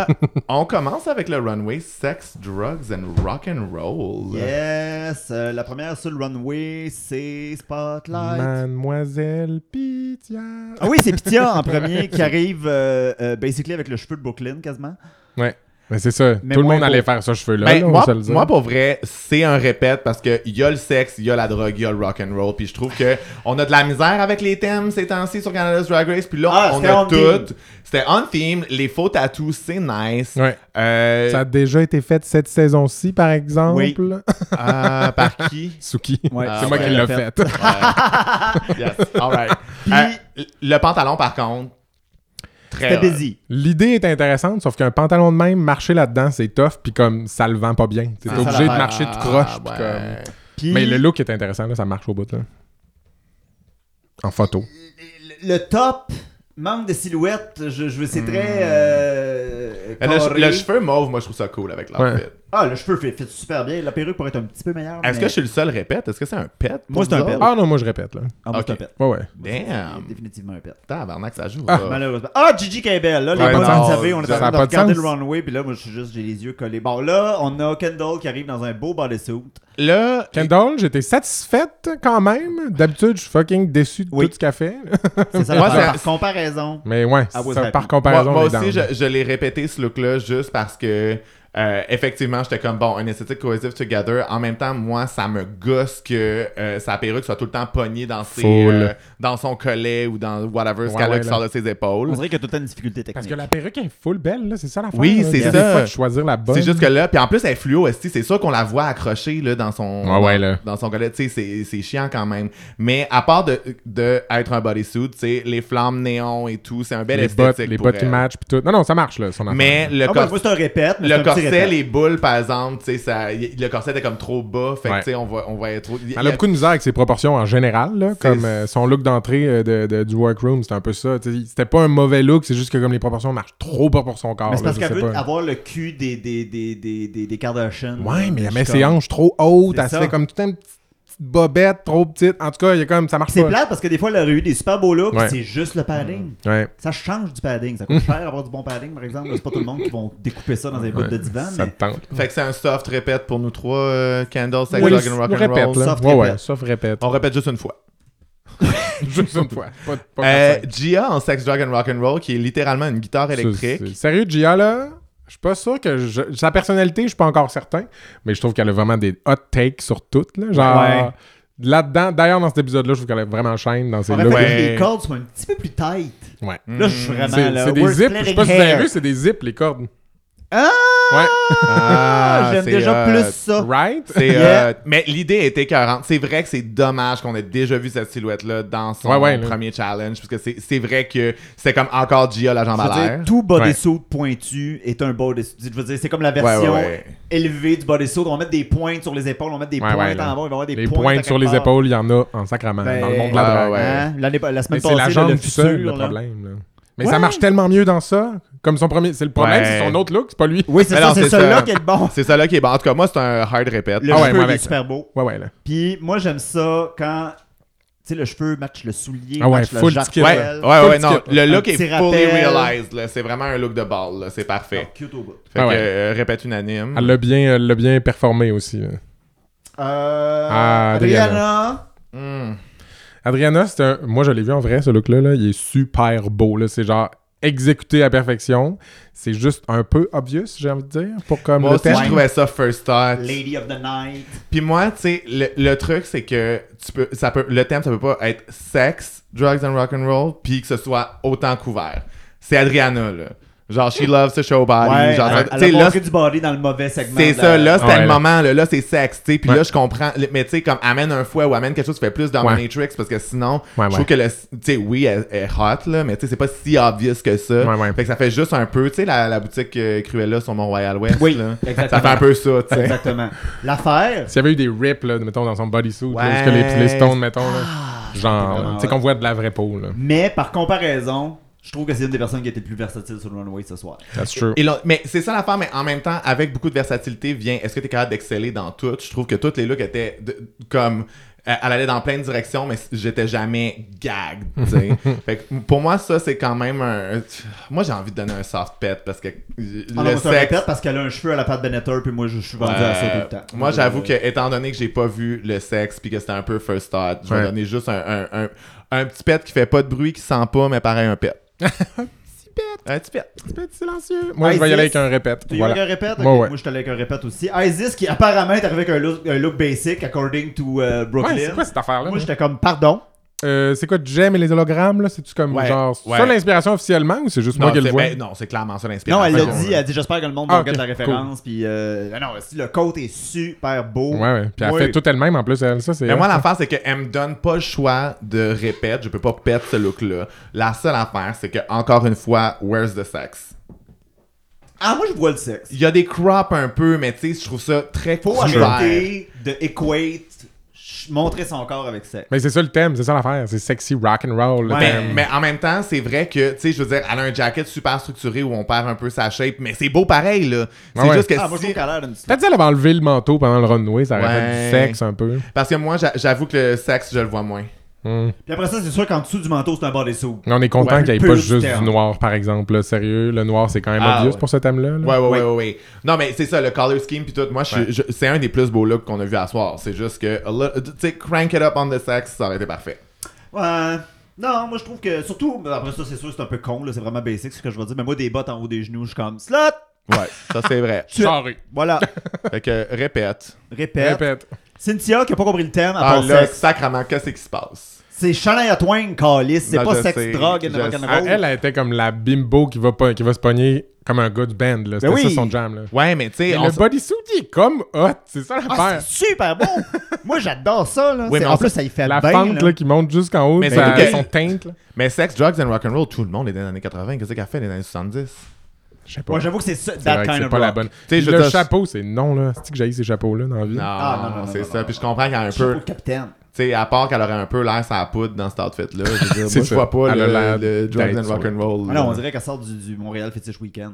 Euh, on commence avec le runway Sex, Drugs and Rock and Roll. Yes, euh, la première sur le runway, c'est Spotlight. Mademoiselle Pitia. Ah oui, c'est Pitya en premier qui arrive euh, euh, basically avec le cheveu de Brooklyn quasiment. Oh. Ouais. Mais c'est ça. Mais Tout le moins monde allait beau. faire ce cheveu-là. Ben, là, on moi, va se le dire. moi, pour vrai, c'est un répète parce que il y a le sexe, il y a la drogue, il y a le rock and roll, puis je trouve que on a de la misère avec les thèmes ces temps-ci sur Canada's Drag Race, puis là Ah, on c'était a on theme. tout. C'était on theme, les faux tattoos, c'est nice. Ouais. Euh, Ça a déjà été fait cette saison-ci, par exemple. Oui. ah, par qui Suki. Ouais, Ah, c'est moi ouais. qui l'ai fait. Ouais. Yes, all right. Euh, le pantalon par contre, très C'était busy. L'idée est intéressante, sauf qu'un pantalon de même, marcher là-dedans, c'est tough, puis comme ça le vend pas bien. T'es ça, obligé de l'affaire. marcher de croche. puis Ah, comme- ouais. Puis- Mais le look est intéressant, là, ça marche au bout. Là. En photo. le le top manque de silhouette. Je, je veux- c'est très. euh, Euh, Hmm. Le, carré. le cheveu mauve, moi je trouve ça cool avec l'outfit. Ouais. Ah, le cheveu fait, fait super bien. La perruque pourrait être un petit peu meilleure. Est-ce mais- que je suis le seul répète? Est-ce que c'est un pet? Moi, pour c'est un vous pet. autres? Ah non, moi je répète. Là. Ah, moi, Ok. c'est un pet. Ouais, ouais. C'est Damn! Définitivement un pet. Tabarnak, ça joue. Ah, là. Malheureusement. Ah, Gigi qui est belle. Là, les Ouais, gars, non, vous savez, on est ça en a train de pas de regarder sens. le runway. Puis là, moi, je suis juste, j'ai les yeux collés. Bon, là, on a Kendall qui arrive dans un beau bodysuit. Là, Kendall, j'étais satisfaite quand même. D'habitude, je suis fucking déçu de Oui. tout ce qu'elle fait. C'est ça, Moi, par- ça- par comparaison. Mais ouais, I was ça, happy. par moi, comparaison, moi elle est aussi, down. je, je l'ai répété ce look-là juste parce que, euh, effectivement, j'étais comme, bon, un esthétique cohesive together. En même temps, moi, ça me gosse que euh, sa perruque soit tout le temps pognée dans, ses, Full. euh, dans son collet ou dans whatever ce Ouais, qu'elle a ouais, qui là. sort de ses On épaules. dirait qu'il y a tout le temps une difficulté technique. Parce que la perruque est full belle, là, c'est ça la Oui, c'est ça. de choisir la bonne. C'est juste que là, puis en plus, elle est fluo, esti, c'est sûr qu'on la voit accrochée là, dans son Ouais, ouais, là. dans son collet. Tu sais, c'est- c'est chiant quand même. Mais à part de, de être un bodysuit, tu sais, les flammes néon et tout, c'est un bel les esthétique bottes, les pour bottes qui elle. matchent puis tout. Non non, ça marche là, son affaire. Mais le Ah, cos- ben, moi, c'est un répète, mais le c'est un petit connaissait les boules, par exemple, tu sais, ça- y- le corset était comme trop bas, fait que Ouais. tu sais, on va, on va être trop. y- Elle a y- beaucoup de misère avec ses proportions en général, là, C'est- comme euh, son look d'entrée euh, de, de- du workroom, c'était un peu ça. Tu sais, C'était pas un mauvais look, c'est juste que comme les proportions marchent trop pas pour son corps. Mais c'est là, parce je qu'elle sais veut pas. avoir le cul des, des, des, des, des, des Kardashian. Ouais, mais Je elle suis met comme- ses hanches trop hautes, C'est elle se ça. fait comme tout un petit petite bobette trop petite. En tout cas, il y a comme ça marche Ah, C'est pas. plate parce que des fois, elle aurait eu des super beaux looks, Ouais. Mm. c'est juste le padding. Ouais. Ça change du padding. Ça coûte cher avoir du bon padding, par exemple. C'est pas tout le monde qui vont découper ça dans un bout Ouais. de divan. Ça Mais... te tente. Fait que c'est un soft répète pour nous trois, euh, Candle, Sex, Ouais, Drug and nous Rock and répète, Roll. là. soft Ouais, répète. ouais, sauf répète. On répète juste une fois. Juste une fois. Pas, pas Euh, quatre, cinq. Gia en Sex, Drug and Rock and Roll, qui est littéralement une guitare C'est- c'est- électrique. Sérieux, Gia, là, je suis pas sûr que. je- Sa personnalité, je suis pas encore certain, mais je trouve qu'elle a vraiment des hot takes sur toutes. Là. Genre, Ouais. là-dedans, d'ailleurs, dans cet épisode-là, je trouve qu'elle est vraiment chaîne dans ses On aurait looks. fait Ouais. que les cordes soient un petit peu plus tight. Ouais. Là, je suis vraiment C'est là. c'est des Worst zips. Je sais pas si vous clearing avez hair. vu, c'est des zips, les cordes. Ah! Ouais. Ah, J'aime c'est déjà hot. plus ça. Right? C'est, Yeah. euh, mais l'idée était écœurante. C'est vrai que c'est dommage qu'on ait déjà vu cette silhouette-là dans son Ouais, ouais, là. premier challenge, parce que c'est c'est vrai que c'est comme encore Gia la jambe Je veux à dire, l'air. tout Ouais. bodysuit pointu est un bodysuit. Je veux dire, c'est comme la version Ouais, ouais, ouais. élevée du bodysuit. On va mettre des pointes sur les épaules, on va mettre des Ouais, pointes ouais, en là. avant, il va y avoir des Les pointes. à pointes sur les quelque part. épaules, il y en a en sacrament Ben, dans le monde de la ouais, drague. Ah, ouais. Hein? L'année- La Mais semaine c'est passée, la là, jambe le du seul, futur, le là. problème. là. Mais Ouais. ça marche tellement mieux dans ça. Comme son premier. C'est le problème, Ouais. c'est son autre look, c'est pas lui. Oui, c'est Mais non, ça, c'est c'est celui-là ça. qui est le bon. C'est ça là qui est bon. En tout cas, moi, c'est un hard répète. Le Ah ouais, moi cheveu, il est avec. super beau. Ouais, ouais, là. Puis moi, j'aime ça quand, tu sais, le cheveu match le soulier, Ah ouais, match le full jack ticket, Ouais, Noël. ouais, ouais, Petit non. kit. Le look Un petit est fully rappel. realized. là. C'est vraiment un look de ball. là. C'est parfait. Cute au bout. Fait Ah que ouais. euh, répète unanime. Elle l'a bien, elle l'a bien performé aussi. là. Euh, Ah, Adriana. Hmm. Adriana, c'est un... moi je l'ai vu en vrai, ce look-là, là, il est super beau. là. C'est genre exécuté à perfection. C'est juste un peu obvious, j'ai envie de dire, pour comme Moi le aussi, thème. je trouvais ça first touch. Lady of the Night. Puis moi, tu sais, le, le truc, c'est que tu peux, ça peut, le thème, ça peut pas être sexe, drugs and rock and roll, puis que ce soit autant couvert. C'est Adriana, là. Genre, she loves to show Ah, body. genre, elle, tu sais, elle a là, montré du body dans le mauvais segment. c'est de ça, la- là, c'était Ouais, le là. moment, là, là, c'est sexe, tu sais, puis Ouais. là, je comprends, mais tu sais, comme, amène un fouet ou amène quelque chose qui fait plus dans Ouais. Matrix, parce que sinon, Ouais, Ah je ouais. trouve que le, tu sais, oui, elle elle est hot, là, mais tu sais, c'est pas si obvious que ça. Ouais, ouais. Fait que ça fait juste un peu, tu sais, la, la boutique euh, Cruella sur Mont-Royal West, Oui, là. exactement. Ça fait un peu ça, tu sais. Exactement. L'affaire, S'il y avait eu des rips, là, mettons, dans son bodysuit, là, Ouais. Ah, parce que les, les stones, mettons, là, genre, vraiment là, tu sais hot. qu'on voit de la vraie peau. Là. mais par comparaison, je trouve que c'est une des personnes qui a été le plus versatile sur le runway ce soir. That's true. Et l'on- mais c'est ça l'affaire, mais en même temps, avec beaucoup de versatilité, vient est-ce que tu es capable d'exceller dans tout Je trouve que toutes les looks étaient de- comme. euh, Elle allait dans plein de directions, mais j'étais jamais gag. tu sais. fait que pour moi, ça, c'est quand même un. Moi, j'ai envie de donner un soft pet parce que euh, Ah non, le moi, ça sexe. répète parce qu'elle a un cheveu à la patte Benetter, puis moi, je suis vendu à ça tout le temps. Euh, Moi, j'avoue que, étant donné que j'ai pas vu le sexe puis que c'était un peu first thought, je vais Ouais. donner juste un, un, un, un petit pet qui fait pas de bruit, qui sent pas, mais pareil, un pet. un petit pet. Petit peu silencieux. Moi, je Isis. vais y aller avec un répète. Tu y vas Voilà. avec un répète? Ok, Ouais, ouais. Moi, je suis allé avec un répète aussi. Isis, qui apparemment est arrivé avec un look, un look basic, according to euh, Brooklyn. Ouais, c'est quoi cette affaire-là? moi, là? j'étais comme, pardon. Euh, c'est quoi, Jem et les hologrammes, là? C'est-tu comme, Ouais, genre, ouais. ça l'inspiration officiellement ou c'est juste moi qui le c'est- vois? ben, non, c'est clairement ça l'inspiration. Non, elle l'a ouais, dit, ouais. elle a dit j'espère que le monde Ah, va ok, regarder la référence. Puis, euh, ah non, si le coat est super beau. Ouais, ouais. Puis elle Moi, fait tout elle-même, en plus, elle, ça, c'est... euh, Mais Ben, moi, l'affaire, c'est qu'elle me donne pas le choix de répète. Je peux pas pète ce look-là. La seule affaire, c'est que, encore une fois, where's the sex? Ah, moi, je vois le sexe. Il y a des crops un peu, mais tu sais, je trouve ça très Faut couvert. arrêter de equate, ch- montrer son corps avec sexe. Mais c'est ça le thème, c'est ça l'affaire, c'est sexy rock and roll. le Ouais. Mais, thème. mais en même temps, c'est vrai que, tu sais, je veux dire, elle a un jacket super structuré où on perd un peu sa shape, mais c'est beau pareil, là. C'est Ah ouais. juste que Ah, moi, je si- trouve qu'elle a l'air d'une petite. Peut-être qu'elle avait enlevé le manteau pendant le runway, ça aurait Ouais. fait du sexe un peu. Parce que moi, j'a- j'avoue que le sexe, je le vois moins. Hmm. Puis après ça, c'est sûr qu'en dessous du manteau, c'est un bodysuit. Mais On est content Ouais, qu'il n'y ait plus pas du juste terme. du noir, par exemple. là. Sérieux, le noir, c'est quand même Ah, obvious ouais. pour ce thème-là. là. Ouais, ouais, Oui. ouais, ouais, ouais. Non, mais c'est ça, le color scheme puis tout. Moi, je suis- Ouais. je- c'est un des plus beaux looks qu'on a vu à soir. C'est juste que, a little- tu sais, crank it up on the sex, ça aurait été parfait. Ouais. Non, moi je trouve que surtout ben, après ça c'est sûr c'est un peu con là, c'est vraiment basic ce que je veux dire mais moi des bottes en haut des genoux, je suis comme slot. Ouais, ça c'est vrai. Tu- Sorry. Voilà, Fait que répète. répète. Répète. Cynthia qui a pas compris le thème à Ah part là, sexe. sacrement, qu'est-ce qui se passe? C'est Shania Twain Calis, c'est Non, je pas sexe, sais, drogue and je sais. Ah, rock'n'roll. elle, elle était comme la bimbo qui va, pas- qui va se pogner comme un gars du band. là. C'était Ben oui. ça son jam. Là. Ouais, mais tu sais, Mais on le s- bodysuit, il est comme hot. C'est ça Ah, l'affaire. c'est super bon. moi j'adore ça là. Oui, C'est- mais on en plus sait- ça y fait la bien. fente là. là, qui monte jusqu'en haut, Mais mais ça, surtout que- son teinte. là. mais sexe, drugs and rock'n'roll, tout le monde est dans les années 80. Qu'est-ce qu'elle fait dans les années 70? Je sais pas. Moi, j'avoue que c'est ça. C'est That vrai que kind c'est of pas la rock. bonne. sais, je le veux dire- chapeau, c'est non, là. C'est que j'ai ces chapeaux-là dans la vie. Non, Ah, non, non, non, c'est non, ça. non, Puis je comprends qu'il y a un Chapeau peu. de capitaine. Tu sais, à part qu'elle aurait un peu l'air sa poudre dans cet outfit-là. Je veux dire, C'est moi, je ça. vois pas Elle a l'air le, le drugs d'être and sur- rock'n'roll. Ah non, on là. dirait qu'elle sort du, du Montréal Fetish Weekend.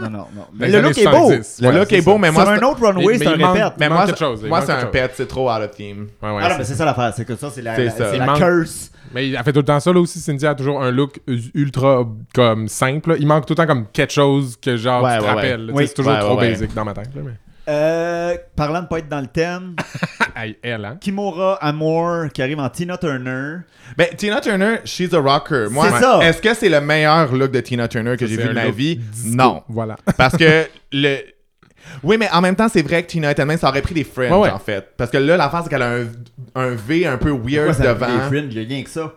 non, non, non. Dans Mais les le années look est beau. 70. Le Ouais, look c'est est ça. beau, mais moi, Sur un c'est- autre runway, mais c'est un il manque- répète. mais Il moi, manque c'est- quelque chose, il moi, manque c'est un quelque pet, c'est trop out of theme. Ouais, Ah non, ouais, c'est mais ça. c'est ça l'affaire, c'est que ça, c'est la, C'est la- ça. c'est Il la manque- curse. Mais elle fait tout le temps ça, là aussi. Cindy a toujours un look ultra comme simple. là. Il manque tout le temps comme quelque chose que genre Ouais, tu te ouais, ouais. rappelles. là. Tu Oui. sais, C'est toujours Ouais, ouais, trop ouais. basic dans ma tête. là, mais... Euh, parlant de pas être dans le thème, Aïe, elle, hein. Kimora Amor qui arrive en Tina Turner. Ben, Tina Turner, she's a rocker. Moi, C'est ça. est-ce que c'est le meilleur look de Tina Turner que j'ai C'est vu de un ma look vie? disco. Non. Voilà. Parce que le. Oui, mais en même temps, c'est vrai que Tina Turner, ça aurait pris des fringes, Ouais, ouais. en fait. Parce que là, l'affaire, c'est qu'elle a un, un V un peu weird Pourquoi ça devant. Les fringes, il y a rien que ça.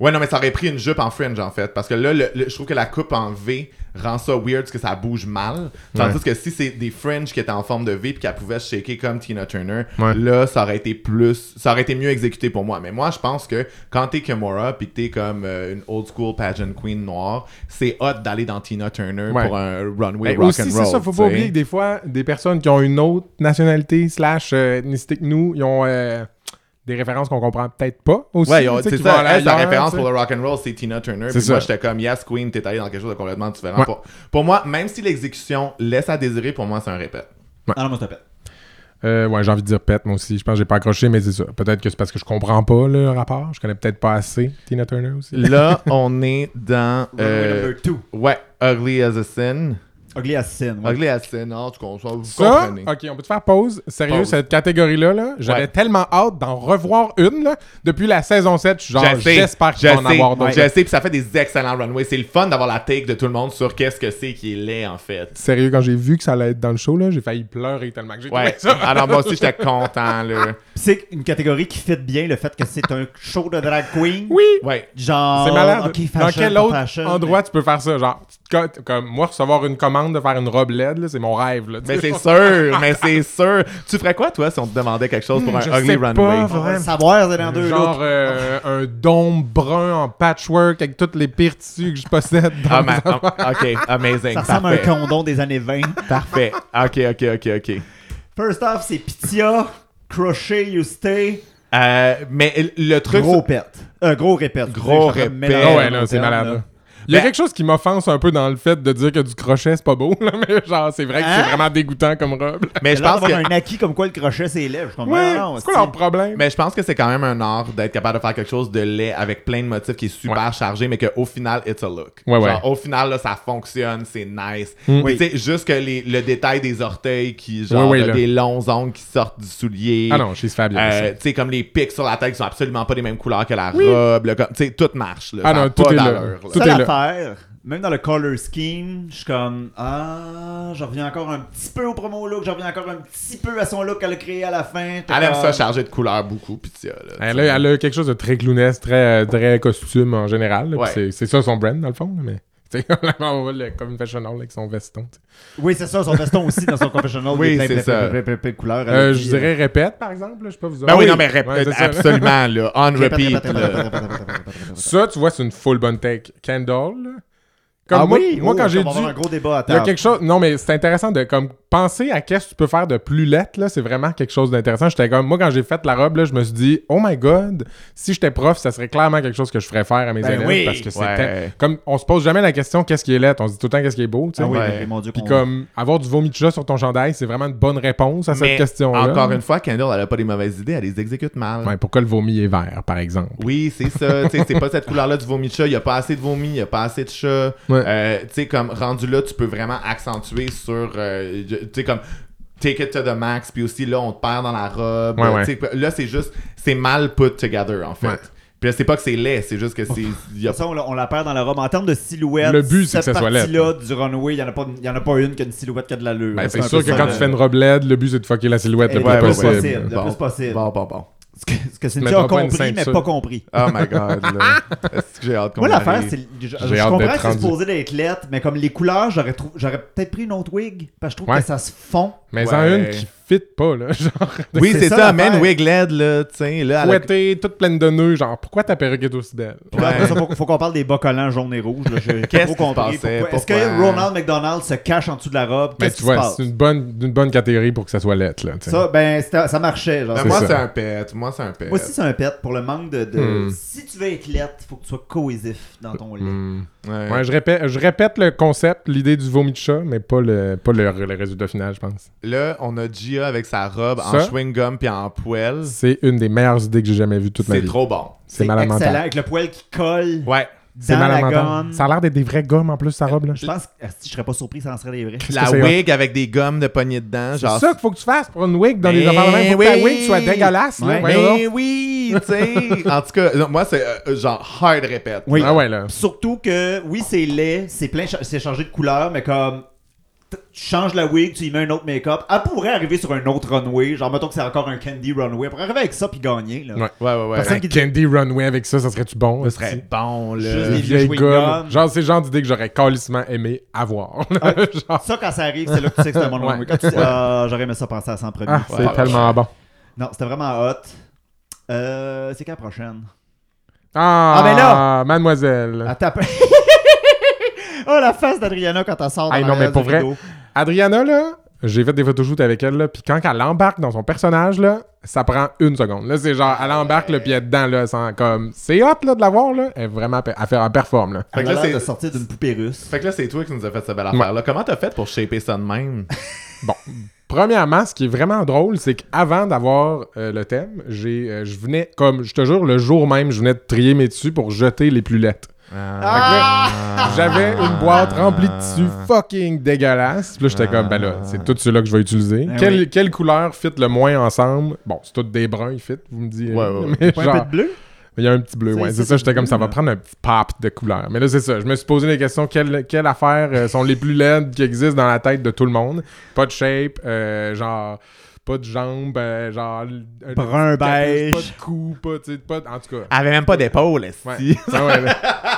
Ouais, non, mais ça aurait pris une jupe en fringe, en fait. Parce que là, le- le- je trouve que la coupe en V rend ça weird parce que ça bouge mal. Tandis que si c'est des fringes qui étaient en forme de V puis qu'elle pouvait se shaker comme Tina Turner, Ouais. là, ça aurait été plus. Ça aurait été mieux exécuté pour moi. Mais moi, je pense que quand t'es Kimora puis que t'es comme euh, une old school pageant queen noire, c'est hot d'aller dans Tina Turner Ouais. pour un runway Ben, rock aussi, and c'est roll. ça, faut tu pas sais. oublier que des fois, des personnes qui ont une autre nationalité slash euh, ethnicité que nous, ils ont euh, des références qu'on comprend peut-être pas aussi. Ouais, on- tu sais, c'est qui vont ça. aller elle, sa ailleurs, référence tu sais. pour le rock and roll, c'est Tina Turner. C'est Puis moi, ça. j'étais comme Yes Queen, t'es allé dans quelque chose de complètement différent. Ouais. Pour, pour moi, même si l'exécution laisse à désirer, pour moi, c'est un répète. Ah non, moi, je t'appelle. Euh, ouais, j'ai envie de dire pète, moi aussi. Je pense que j'ai pas accroché, mais c'est ça. Peut-être que c'est parce que je comprends pas le rapport. Je connais peut-être pas assez Tina Turner aussi. Là, on est dans. Runway euh, number 2. ouais, Ugly as a Sin. Ugly Assassin. ouais. Ugly as a Sin, non, tu comprends. Vous Ça, comprenez. ok, on peut te faire pause. Sérieux, Pause. cette catégorie-là, là, j'avais Ouais. tellement hâte d'en revoir une. là. Depuis la saison 7, je suis genre, Je sais, j'espère je qu'il va en sais, avoir d'autres. Je sais, puis ça fait des excellents runways. C'est le fun d'avoir la take de tout le monde sur qu'est-ce que c'est qui est laid, en fait. Sérieux, quand j'ai vu que ça allait être dans le show, là, j'ai failli pleurer tellement que j'ai trouvé Ouais. ça. Alors, moi aussi, j'étais content, là. Puis C'est une catégorie qui fit bien le fait que c'est un show de drag queen. Oui! Ouais. Genre, C'est malade. Ah, ok, fashion, Dans quel pas autre fashion, endroit tu peux faire ça? Genre, quand- comme moi, recevoir une commande de faire une robe LED, là, c'est mon rêve. Là, Mais c'est sûr, mais c'est sûr. Tu ferais quoi, toi, si on te demandait quelque chose pour Hmm, un je Ugly sais Runway? pas, On va le vraiment. savoir, c'est dans deux Genre l'autre. euh, un dôme brun en patchwork avec toutes les pires tissus que je possède. dans Ah, mes ma- ah, ok, amazing. Ça ressemble à un parfait. condom des années 20. Parfait. Ok, ok, ok, ok. First off, c'est Pitya, Crochet, You Stay, Euh, mais le truc. Gros Pet. Euh, gros Répète. Gros Je remets répète. dans le Ah ouais, là, bon c'est terme, malade. là. là. Il y a Ben- quelque chose qui m'offense un peu dans le fait de dire que du crochet, c'est pas beau. là, mais genre, c'est vrai que Hein? c'est vraiment dégoûtant comme robe. là. Mais Il a je l'air pense que. d'avoir un acquis comme quoi le crochet s'élève. Je comprends. Ouais, non, c'est quoi leur c'est- problème? Mais je pense que c'est quand même un art d'être capable de faire quelque chose de laid avec plein de motifs qui est super chargé, mais qu'au final, it's a look. Ouais, ouais. Genre, au final, là, ça fonctionne, c'est nice. Oui. Puis Tu sais, juste que les- le détail des orteils qui, genre, Ouais, ouais, t'as là. des longs ongles qui sortent du soulier. Ah non, she's fabulous. Euh, tu sais, comme les pics sur la tête qui sont absolument pas des mêmes couleurs que la robe. là, comme- Tu sais, tout marche. Là, Ah Ça a non, pas tout est là. d'allure, là. Tout Ça est là. l'affaire, même dans le color scheme, je suis comme Ah, je reviens encore un petit peu au promo look, je reviens encore un petit peu à son look qu'elle a créé à la fin. T'es Elle aime comme- ça chargé de couleurs beaucoup, pis tiens, là. Elle a, Ben elle a quelque chose de très clownesque, très, euh, très costume en général. là, puis Ouais. C'est c'est ça son brand, dans le fond. là, Mais tu sais, on va le- comme une fashion hall avec son veston. tu sais. Oui, c'est ça, son veston aussi dans son confessional. Oui, il est plein, c'est plein, ça. plein, plein, plein, plein de couleurs. Euh, Elle je dit, dirais répète, par exemple. là, Je sais pas vous Ben Ah oui, non, mais répète, ouais, c'est ça, là. absolument, là. On Répète, repeat, répète, là. répète, répète, répète, répète, répète, répète. Ça, tu vois, c'est une full bonne take. Candle. là. Comme ah moi, oui, moi, oh, quand j'ai On va avoir un dit. gros débat à Il y a table. quelque chose. Non, mais c'est intéressant de comme penser à qu'est-ce que tu peux faire de plus lettre. là. C'est vraiment quelque chose d'intéressant. J'étais comme moi quand j'ai fait la robe là, je me suis dit oh my god, si j'étais prof, ça serait clairement quelque chose que je ferais faire à mes Ben élèves oui. parce que c'est Ouais. tel- comme on se pose jamais la question qu'est-ce qui est lettre. On se dit tout le temps qu'est-ce qui est beau. tu sais. Ah oui, Ouais. mais mon Dieu. Puis qu'on- comme avoir du vomitula sur ton chandail, c'est vraiment une bonne réponse à Mais cette question-là. Encore une fois, Kendall, elle a pas des mauvaises idées, elle les exécute mal. Ouais, pourquoi le vomi est vert, par exemple? Oui, c'est ça. Tu sais, c'est pas cette couleur-là du vomi de chat. Il y a pas assez de vomi, il y a pas assez de chat. Ouais. Euh, tu sais, comme rendu là, tu peux vraiment accentuer sur. euh, je- tu sais, comme. Take it to the max, puis aussi là, on te perd dans la robe. Ouais, Euh, ouais. tu sais, Là, c'est juste. C'est mal put together, en fait. Ouais. Oh. Puis là, c'est pas que c'est laid, c'est juste que c'est. il y a De toute façon, on la- on la perd dans la robe. En termes de silhouette, Le but, c'est que cette ça soit partie-là du runway, il n'y en, a pas- il y en a pas une qui a une silhouette qui a de l'allure. Ben, c'est un sûr peu que ça, quand le- tu fais une robe LED, le but c'est de fucker la silhouette Et le ouais, plus ouais, possible. possible. Le plus possible. Bon, bon, bon. Ce que- Ce que Cynthia mettras a pas une compris, mais ceinture. pas compris. Oh my god, là. Est-ce que j'ai hâte qu'on Moi, l'affaire, arrive? c'est. Je, je hâte comprends d'être que c'est rendu. supposé d'être lettre, mais comme les couleurs, j'aurais, trou- j'aurais peut-être pris une autre wig. Parce que je trouve Ouais. que ça se fond. Mais Ouais. en une qui fit pas, là. Genre, Oui, C'est c'est ça, ça, man, l'affaire. wig led, là, tu sais, Ah, là, à la- fouettée, toute pleine de nœuds. Genre, pourquoi ta perruque est aussi belle? Puis après ça, faut, faut qu'on parle des bas collants jaunes et rouges. là. J'ai pas Qu'est-ce trop qui se compris. passait? Pourquoi- Est-ce que Pourquoi? Ronald McDonald se cache en dessous de la robe? Mais Qu'est-ce Ben, tu qui se vois, passe? c'est une bonne, une bonne catégorie pour que ça soit lettre, là. tu sais. Ça, ben, c'était- ça marchait. genre. Non, C'est moi, ça. c'est un pet. Moi, c'est un pet. Moi aussi, c'est un pet pour le manque de. de- Hmm. Si tu veux être lettre, faut que tu sois cohésif dans ton lit. Hmm. Ouais. Ouais, je, répète, je répète le concept, l'idée du vomi de chat, mais pas le, pas le, le résultat final, je pense. Là, on a Gia avec sa robe en Ça? chewing-gum puis en poêle. C'est une des meilleures idées que j'ai jamais vues toute ma C'est vie. trop bon. C'est malade excellent, mental. avec le poil qui colle Ouais. C'est dans malade la mental. gomme. Ça a l'air d'être des vrais gommes en plus, sa robe, là. Je pense que asti, je serais pas surpris, ça en serait des vrais. que La c'est hein? wig avec des gommes de poignée dedans. C'est Genre, ça qu'il faut que tu fasses pour une wig dans les Ben affaires de même. Faut que ta oui. wig soit dégueulasse. là. Ouais. Ben Voyons Mais donc. oui, tu sais. en tout cas, non, moi, c'est euh, genre hard répète. Oui. Ah ouais, là. Surtout que, oui, c'est laid, c'est plein, cha- c'est chargé de couleurs, mais comme. t- Tu changes la wig, tu y mets un autre make-up. Elle pourrait arriver sur un autre runway. Genre, mettons que c'est encore un candy runway. Elle pourrait arriver avec ça puis gagner. Là. Ouais. Ouais, ouais, ouais. Personne Un qui- candy runway avec ça, ça serait-tu bon? Ce aussi? serait bon, Juste les- là. Des vieux vieilles chewing-gums. gommes. Genre, c'est le genre d'idée que j'aurais calissement aimé avoir. là. Genre, Ça, quand ça arrive, c'est là que tu sais que c'est un bon Ouais. runway. Quand tu dis, Ah, j'aurais aimé ça penser à ça en premier. ah, c'est Ouais. tellement bon. Non, c'était vraiment hot. Euh, c'est quand la prochaine? Ah, Ah, ben là! mademoiselle. Attends. un peu. oh, la face d'Adriana quand elle sort dans Hey, la non, mais reste pour du vrai. rideau. Adriana, là, j'ai fait des photoshoots avec elle, là, puis quand elle embarque dans son personnage, là, ça prend une seconde. Là, c'est genre, elle embarque, le pied dedans, là, sans, comme, c'est hot, là, de la voir, là. Elle est vraiment, pe- elle, fait, elle performe, là. Fait Elle que a là, l'air de c'est. sortir d'une poupée russe. Fait que là, c'est toi qui nous as fait cette belle affaire-là. Comment t'as fait pour shaper ça de même? Bon, premièrement, ce qui est vraiment drôle, c'est qu'avant d'avoir euh, le thème, j'ai, euh, je venais, comme je te jure, le jour même, je venais de trier mes tissus pour jeter les plus lettres. Ah! Ah! J'avais une boîte remplie de tissus fucking dégueulasse. Puis là, j'étais comme, ben là, c'est tout ceux-là que je vais utiliser. Ben Quelle, oui. quelle couleur fit le moins ensemble? Bon, c'est toutes des bruns, ils fit, vous me dites. Ouais, ouais, Mais Pas genre, un peu de bleu? il y a un petit bleu, C'est- ouais. c'est C'est ça, du j'étais comme, bleu, ça va là. prendre un petit pop de couleur. Mais là, c'est ça. Je me suis posé des questions. Quelle, quelle affaire euh, sont les plus laides qui existent dans la tête de tout le monde? Pas de shape, euh, genre, pas de jambes, euh, genre... un- Brun, pas de- beige. Pas de cou, pas, tu sais, pas... de- En tout cas... Elle avait même pas d'épaule, est Ouais. Ah ouais, ouais.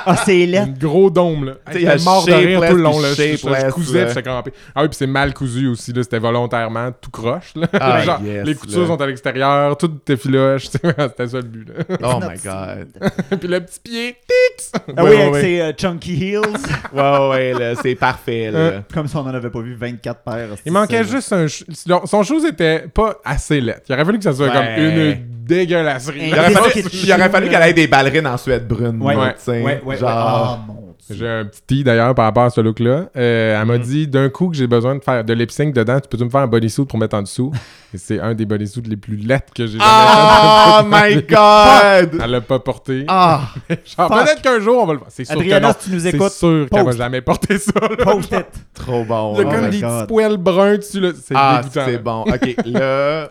Ah, c'est laid. Une gros dôme, là. T'sais, Hey, il y a J'étais mort de rire shapeless tout le long, puis là. Je, je- je shapeless, cousais, là. puis j'étais crampé. Ah oui, puis c'est mal cousu aussi, là. C'était volontairement tout croche, là. Ah, Genre, yes, les coutures là. sont à l'extérieur, tout était filoche. tu sais, C'était ça le but, là. Oh Notre my petit- god. puis le petit pied, tix! Ah Ouais, oui, ouais, avec ouais. ses euh, chunky heels. Ouais, ouais, là, c'est parfait, Euh, là. Comme si on n'en avait pas vu 24 paires. Il manquait C'est- juste un... ch- Son son chose était pas assez laide. Il aurait fallu que ça soit Ouais. comme une dégueulasserie. Il Il aurait Des fallu, pocket il aurait fallu shoes, qu'elle ait des ballerines en suède brune. Ouais, là, ouais, tu sais. ouais, ouais. Genre, Oh mon dieu. J'ai un petit tee d'ailleurs par rapport à ce look-là. Euh, Mm. elle m'a dit d'un coup que j'ai besoin de faire de lip sync dedans. Tu peux-tu me faire un bodysuit pour mettre en dessous? Et c'est un des bodysuits les plus lettres que j'ai jamais Ah, Oh my god! Elle l'a pas porté. Ah! Genre, fuck. peut-être qu'un jour on va le voir. C'est sûr Adriana, que non. si tu nous C'est écoutes, sûr qu'elle va poste. jamais porter ça. là. post it. Trop bon. Il y a Oh là. comme my des God. petits poils bruns dessus. là. C'est Ah, dégoûtant. c'est là. bon. Ok, là.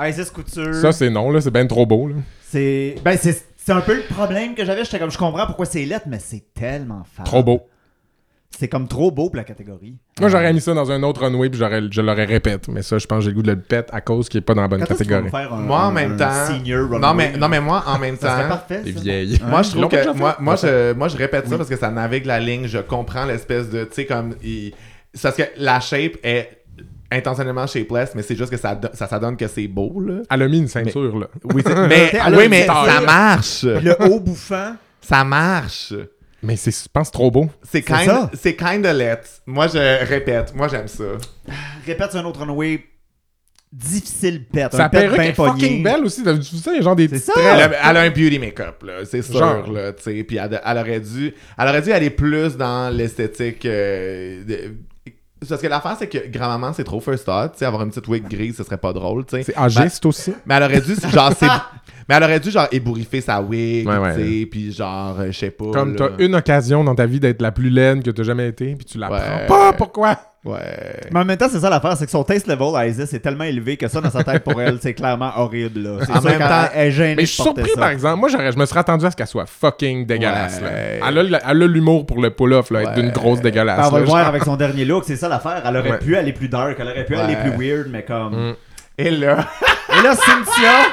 Isis Couture. Ça, c'est non, là. C'est ben trop beau, là. c'est. Ben, c'est c'est un peu le problème que j'avais. J'étais comme, je comprends pourquoi c'est laid, mais c'est tellement fade. Trop beau. C'est comme trop beau pour la catégorie. Euh, Moi, j'aurais mis ça dans un autre runway puis j'aurais, je l'aurais répète. Mais ça, je pense que j'ai le goût de le pète à cause qu'il est pas dans la bonne Quand est-ce qu'ils vont catégorie. nous faire un- Moi en un- même un temps. senior Non runway? mais, non, mais moi en même Ça serait temps. parfait. hein? Les ça. vieilles. Moi je Ils l'ont trouve pas déjà que. fait? Moi, moi, je, moi je répète ça parce que ça navigue la ligne. Je comprends l'espèce de. Tu sais, comme. il- c'est parce que la shape est intentionnellement shapeless, mais c'est juste que ça, do- ça, ça donne que c'est beau, là. Elle a mis une ceinture, là. Oui, c'est- mais, Elle a oui, une mais taille. ça marche. Le haut bouffant. Ça marche. Mais c'est, je pense, trop beau. C'est ça. kind, c'est kind of let. Moi, je répète. Moi, j'aime ça. Ah! Répète sur un autre runway. Difficile pète. Sa un pète perruque bien est pogné. fucking belle aussi. Tu sais, genre C'est des petites ça. tresses. Elle a, elle a un beauty make-up, là, c'est sûr, Genre. là, tu sais. Puis elle, elle aurait dû, elle aurait dû aller plus dans l'esthétique. euh, de- parce que l'affaire, c'est que grand-maman, c'est trop first thought, tu sais. Avoir une petite wig grise, ce serait pas drôle, tu sais. C'est en Ben, geste aussi. Mais elle aurait dû, genre, c'est- mais elle aurait dû, genre, ébouriffer sa wig, Ouais, ouais. tu sais. Puis genre, euh, je sais pas. Comme là. t'as une occasion dans ta vie d'être la plus laine que t'as jamais été, puis tu la Ouais. prends pas, pourquoi? Ouais. Mais en même temps, c'est ça l'affaire, c'est que son taste level à Isis est tellement élevé que ça dans sa tête pour elle, c'est clairement horrible. Là. C'est En sûr même qu'elle- temps- elle est gênée Mais de je suis porter surpris, ça. par exemple. Moi, j'aurais- je me serais attendu à ce qu'elle soit fucking dégueulasse. Ouais. là. Elle a le- elle a l'humour pour le pull-off, là, être d'une grosse dégueulasse. Ben, on va là, le voir genre. avec son dernier look, c'est ça l'affaire. Elle aurait Ouais. pu aller plus dark, elle aurait pu aller Ouais. Mm. plus weird, mais comme. Et là. Et là, Cynthia,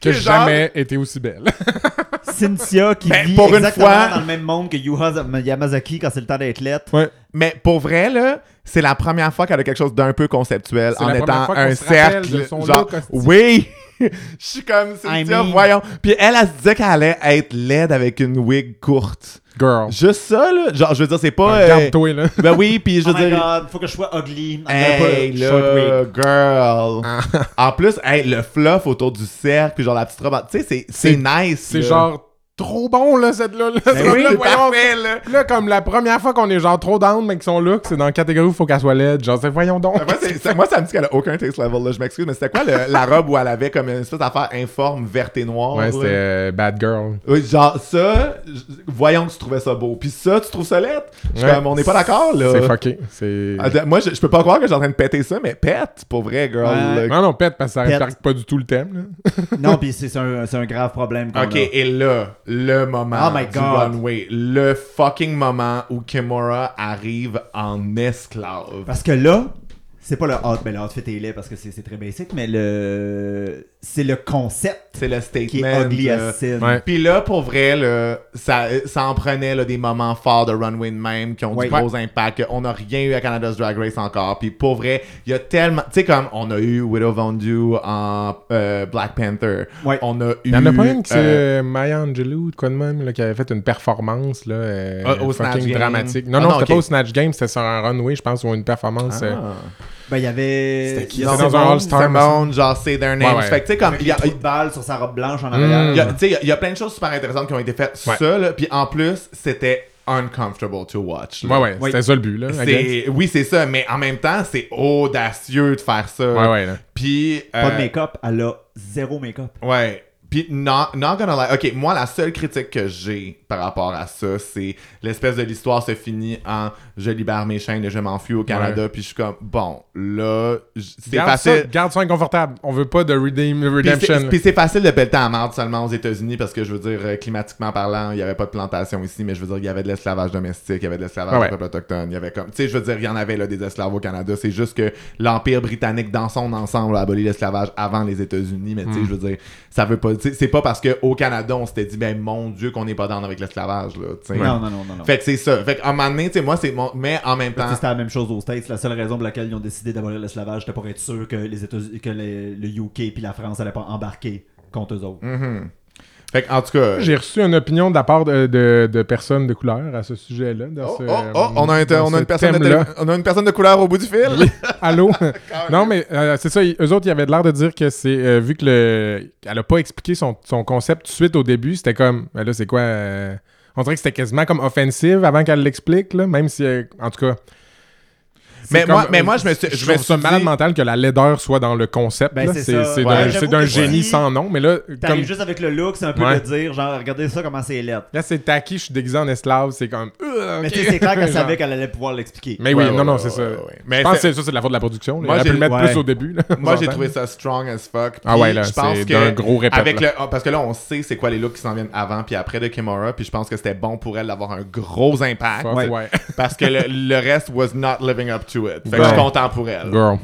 Que genre- jamais été aussi belle. Cynthia qui Ben, vit pour une exactement fois- dans le même monde que Yuha Yamazaki quand c'est le temps d'être lettre. Ouais. Mais pour vrai, là, c'est la première fois qu'elle a quelque chose d'un peu conceptuel C'est en la première étant fois qu'on un se rappelle cercle. de son genre, look, hostie. oui! Je suis comme, I Cynthia, mean- voyons. Puis elle, elle se disait qu'elle allait être laide avec une wig courte. Girl. Juste ça, là. Genre, je veux dire, c'est pas. euh, Regarde-toi, là. ben oui, puis je Oh veux my dire. god, faut que je sois ugly. Ah, Hey, pas- short là, wig. girl! Ah. en plus, hey, le fluff autour du cercle, puis genre la petite robe, en- tu sais, c'est- c'est C'est- nice. C'est là. genre trop bon, là, cette là. là, Ben Cette oui, là, c'est voyons. parfait, là. Là, comme la première fois qu'on est genre trop down, mais que son look, c'est dans la catégorie où faut qu'elle soit laide. Genre, c'est voyons donc. Moi, c'est- c'est- moi, ça me dit qu'elle a aucun taste level, là. Je m'excuse, mais c'était quoi le- la robe où elle avait comme une espèce d'affaire informe, verte et noire? Ouais, là? c'était euh, Bad Girl. Oui, genre ça, j- voyons que tu trouvais ça beau. Puis ça, tu trouves ça laid? Je suis Ouais. comme, on n'est pas d'accord, là. Ah, C'est fucké. C'est. Attends, Moi, je, je peux pas croire que je suis en train de péter ça, mais pète, pour vrai, girl. Ouais. là. Non, non, pète, parce que ça Pète. respecte pas du tout le thème. là. Non, puis c'est c'est un, c'est un grave problème. qu'on Ok, a. et là, le moment Oh my du God. runway. Le fucking moment où Kimura arrive en esclave. Parce que là, c'est pas le hot, ben le outfit est laid parce que c'est c'est très basic, mais le c'est le concept C'est le statement. qui est ugly euh, as sin. Ouais. Puis là, pour vrai, là, ça, ça en prenait là, des moments forts de Runway de même qui ont Ouais. du gros impact. On n'a rien eu à Canada's Drag Race encore. Puis pour vrai, il y a tellement. Tu sais, comme on a eu Widow Von Du en euh, Black Panther. Ouais. On a eu. Il y en a pas une qui c'est euh, euh, Maya Angelou, de quoi de même, là, qui avait fait une performance là, euh, Ah, au Snatch fucking Game. dramatique. Ah Non, non, non, c'était ok. pas au Snatch Game, c'était sur un runway, je pense, ou une performance. euh, ah. Ben il y avait C'était qui? il y a Non, Simone dans un All-Star, Simone, me semble. genre, c'est their names. Ouais, ouais. Fait que tu sais, comme. avec il y a- les trous de balle sur sa robe blanche en Il Mm. y a- arrière. tu sais, il y a- il y, a plein de choses super intéressantes qui ont été faites. Ouais. Ça, là, puis en plus, c'était uncomfortable to watch. là. Ouais, ouais, Oui. c'était ça le but, là. I guess. C'est- Oui, c'est ça, mais en même temps, c'est audacieux de faire ça. Ouais, ouais, là. Puis. Pas de euh, make-up, elle a zéro make-up. Ouais. Puis, not, not gonna lie. Ok, moi, la seule critique que j'ai par rapport à ça, c'est l'espèce de l'histoire se finit en je libère mes chaînes et je m'enfuis au Canada. Puis, je suis comme, bon, là, j- c'est Garde ça, facile. garde ça inconfortable. On veut pas de redeem- Puis c'est- redemption. Puis c'est facile de pelleter à marde seulement aux États-Unis parce que je veux dire, euh, climatiquement parlant, il n'y avait pas de plantation ici, mais je veux dire, il y avait de l'esclavage domestique, il y avait de l'esclavage Ah ouais. des peuples autochtones, il y avait comme. Tu sais, je veux dire, il y en avait là, des esclaves au Canada. C'est juste que l'Empire britannique, dans son ensemble, a aboli l'esclavage avant les États-Unis, mais tu Hmm. sais, je veux dire, ça veut pas. tu sais, C'est pas parce qu'au Canada, on s'était dit, ben mon Dieu, qu'on n'est pas dans avec l'esclavage, là. tu sais. Non, non, non, non. non. Fait que c'est ça. Fait qu'à un moment donné, tu sais, moi, c'est mon. Mais en même Tu sais, temps. C'était la même chose aux States. La seule raison pour laquelle ils ont décidé d'abolir l'esclavage, c'était pour être sûr que les États que les- le UK puis la France allaient pas embarquer contre eux autres. Mhm. Fait que, en tout cas. J'ai reçu une opinion de la part de, de- de personnes de couleur à ce sujet-là. dans Oh, ce- oh, oh, on a, un- dans on a ce une personne de thème-là. télé- on a une personne de couleur au bout du fil. Allô? non, mais euh, c'est ça. ils- Eux autres, ils avaient l'air de dire que c'est. euh, vu que le. Elle a pas expliqué son, son concept tout de suite au début, c'était comme. ben là, c'est quoi. euh, on dirait que c'était quasiment comme offensive avant qu'elle l'explique, là, même si. euh, en tout cas. c'est Mais comme- euh, moi- mais moi, je me suis- je me trouve ça suis malade dit- mental que la laideur soit dans le concept. Ben, là. c'est c'est ça. c'est Ouais, d'un- j'avoue c'est d'un que génie si- sans nom. Mais là, T'arrives comme, juste avec le look, c'est un peu Ouais. de dire genre regardez ça comment c'est lettre. là c'est tacky, je suis déguisé en esclave. C'est comme. euh, Mais ok. tu sais, c'est clair qu'elle Genre. savait qu'elle allait pouvoir l'expliquer. Mais Ouais, oui, ouais, non, non, ouais, c'est ça. ouais, ouais. Mais je pense que c'est- c'est- ça, c'est de la faute de la production. là. Moi, Elle a pu j'ai- le mettre ouais. plus au début. là. Moi, On j'ai s'entend. trouvé ça strong as fuck. Ah Puis ouais, là, je pense c'est que d'un gros répète, Avec le, là. ah, parce que là, on sait c'est quoi les looks qui s'en viennent avant puis après de Kimura. Puis je pense que c'était bon pour elle d'avoir un gros impact. Fuck, Ouais. ouais. Parce que le, le reste was not living up to it. Fait que Ouais. je suis content pour elle. Girl.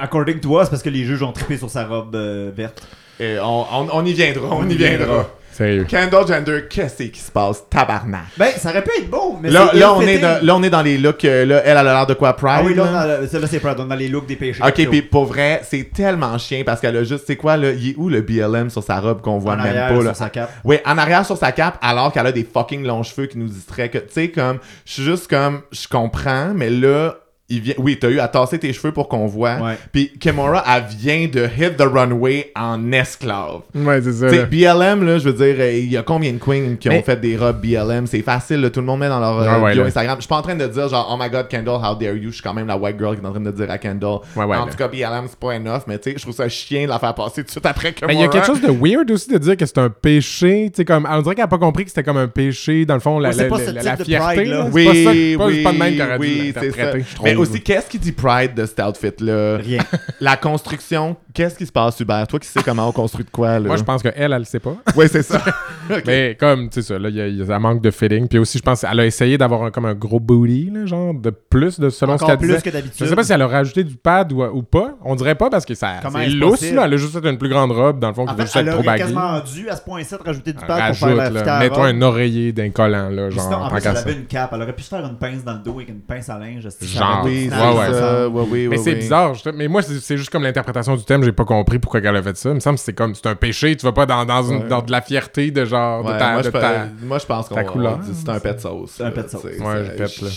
According to us, parce que les juges ont trippé sur sa robe euh, verte. Et on, on- on y viendra, on y viendra. Sérieux. Kendall Gender, qu'est-ce qui se passe? Tabarnak. Ben, ça aurait pu être beau, mais Là, c'est là, on est ill-fitting. dans, là, on est dans les looks. euh, Là, elle elle a l'air de quoi, Pride? Ah oui, là, là? on a- ça, là, c'est Pride, on a les looks des péchés. Ah, Ok, puis pour vrai, c'est tellement chien parce qu'elle a juste, c'est quoi, là, il est où le BLM sur sa robe qu'on voit en même arrière, pas, là? sur sa cape. Oui, en arrière sur sa cape, alors qu'elle a des fucking longs cheveux qui nous distraient que, tu sais, comme, je suis juste comme, je comprends, mais là, il vient, oui, t'as eu à tasser tes cheveux pour qu'on voit. Ouais. Puis Kimora, elle vient de hit the runway en esclave. Ouais, c'est ça. Tu sais, Euh, là. BLM, là, je veux dire, euh, il y a combien de queens qui ont Mais- fait des robes BLM? C'est facile, là, tout le monde met dans leur euh, Ah Ouais, ouais, bio là. Instagram. Je suis pas en train de dire, genre, oh my god, Kendall, how dare you? Je suis quand même la white girl qui est en train de dire à Kendall. Ouais, ouais, en là. tout cas, BLM, c'est pas enough, mais tu sais, je trouve ça chien de la faire passer tout de suite après que Mais il y a quelque chose de weird aussi de dire que c'est un péché. Tu sais, comme, on dirait qu'elle n'a pas compris que c'était comme un péché, dans le fond, la, Ouais, c'est la- pas la- ce la type de fierté. pride, là. là. C'est Oui, pas ça- c'est pas, oui, c'est pas de même qu'elle aurait dû oui, c'est ça. l'interpréter, je trouve. Mais aussi, qu'est-ce qui dit Pride de cet outfit-là? Rien. La construction Qu'est-ce qui se passe, Hubert? Toi qui sais comment on construit de quoi, là? Moi, je pense qu'elle, elle le sait pas. Oui, c'est ça. Ok. Mais comme, tu sais, ça, là, il y a- il y a un manque de feeling. Puis aussi, je pense qu'elle a essayé d'avoir un- comme un gros booty, là, genre, de plus, de, selon ce Encore qu'elle plus disait. que Je d'habitude. sais pas si elle a rajouté du pad ou, ou pas. On dirait pas parce que ça, Comment c'est est-ce lousse, possible? là. Elle a juste fait une plus grande robe, dans le fond, qui En veut fait, juste elle être trop aurait baggy. Euh, quasiment dû à ce point-ci de rajouter du pad pour Rajoute, faire la fit là. à Mets-toi robe. un oreiller d'un collant, là, Puis genre, sinon, en tant plus, qu'à elle ça. avait une cape. Elle aurait pu se faire une pince dans le dos avec une pince à linge. si ça Genre, avait Oui, été c'est ouais, ouais. ça. Ouais, oui, Mais oui, c'est oui. bizarre, je te- mais moi c'est c'est juste comme l'interprétation du thème, j'ai pas compris pourquoi elle a fait ça. Il me semble que c'est comme c'est un péché, tu vas pas dans, dans, une- Ouais. dans de la fierté de genre Ouais, de ta, moi, je de pe- ta- moi, je pense qu'on ta couleur. on dit c'est un pet de sauce. C'est un pet de sauce. Ouais, je pète, là.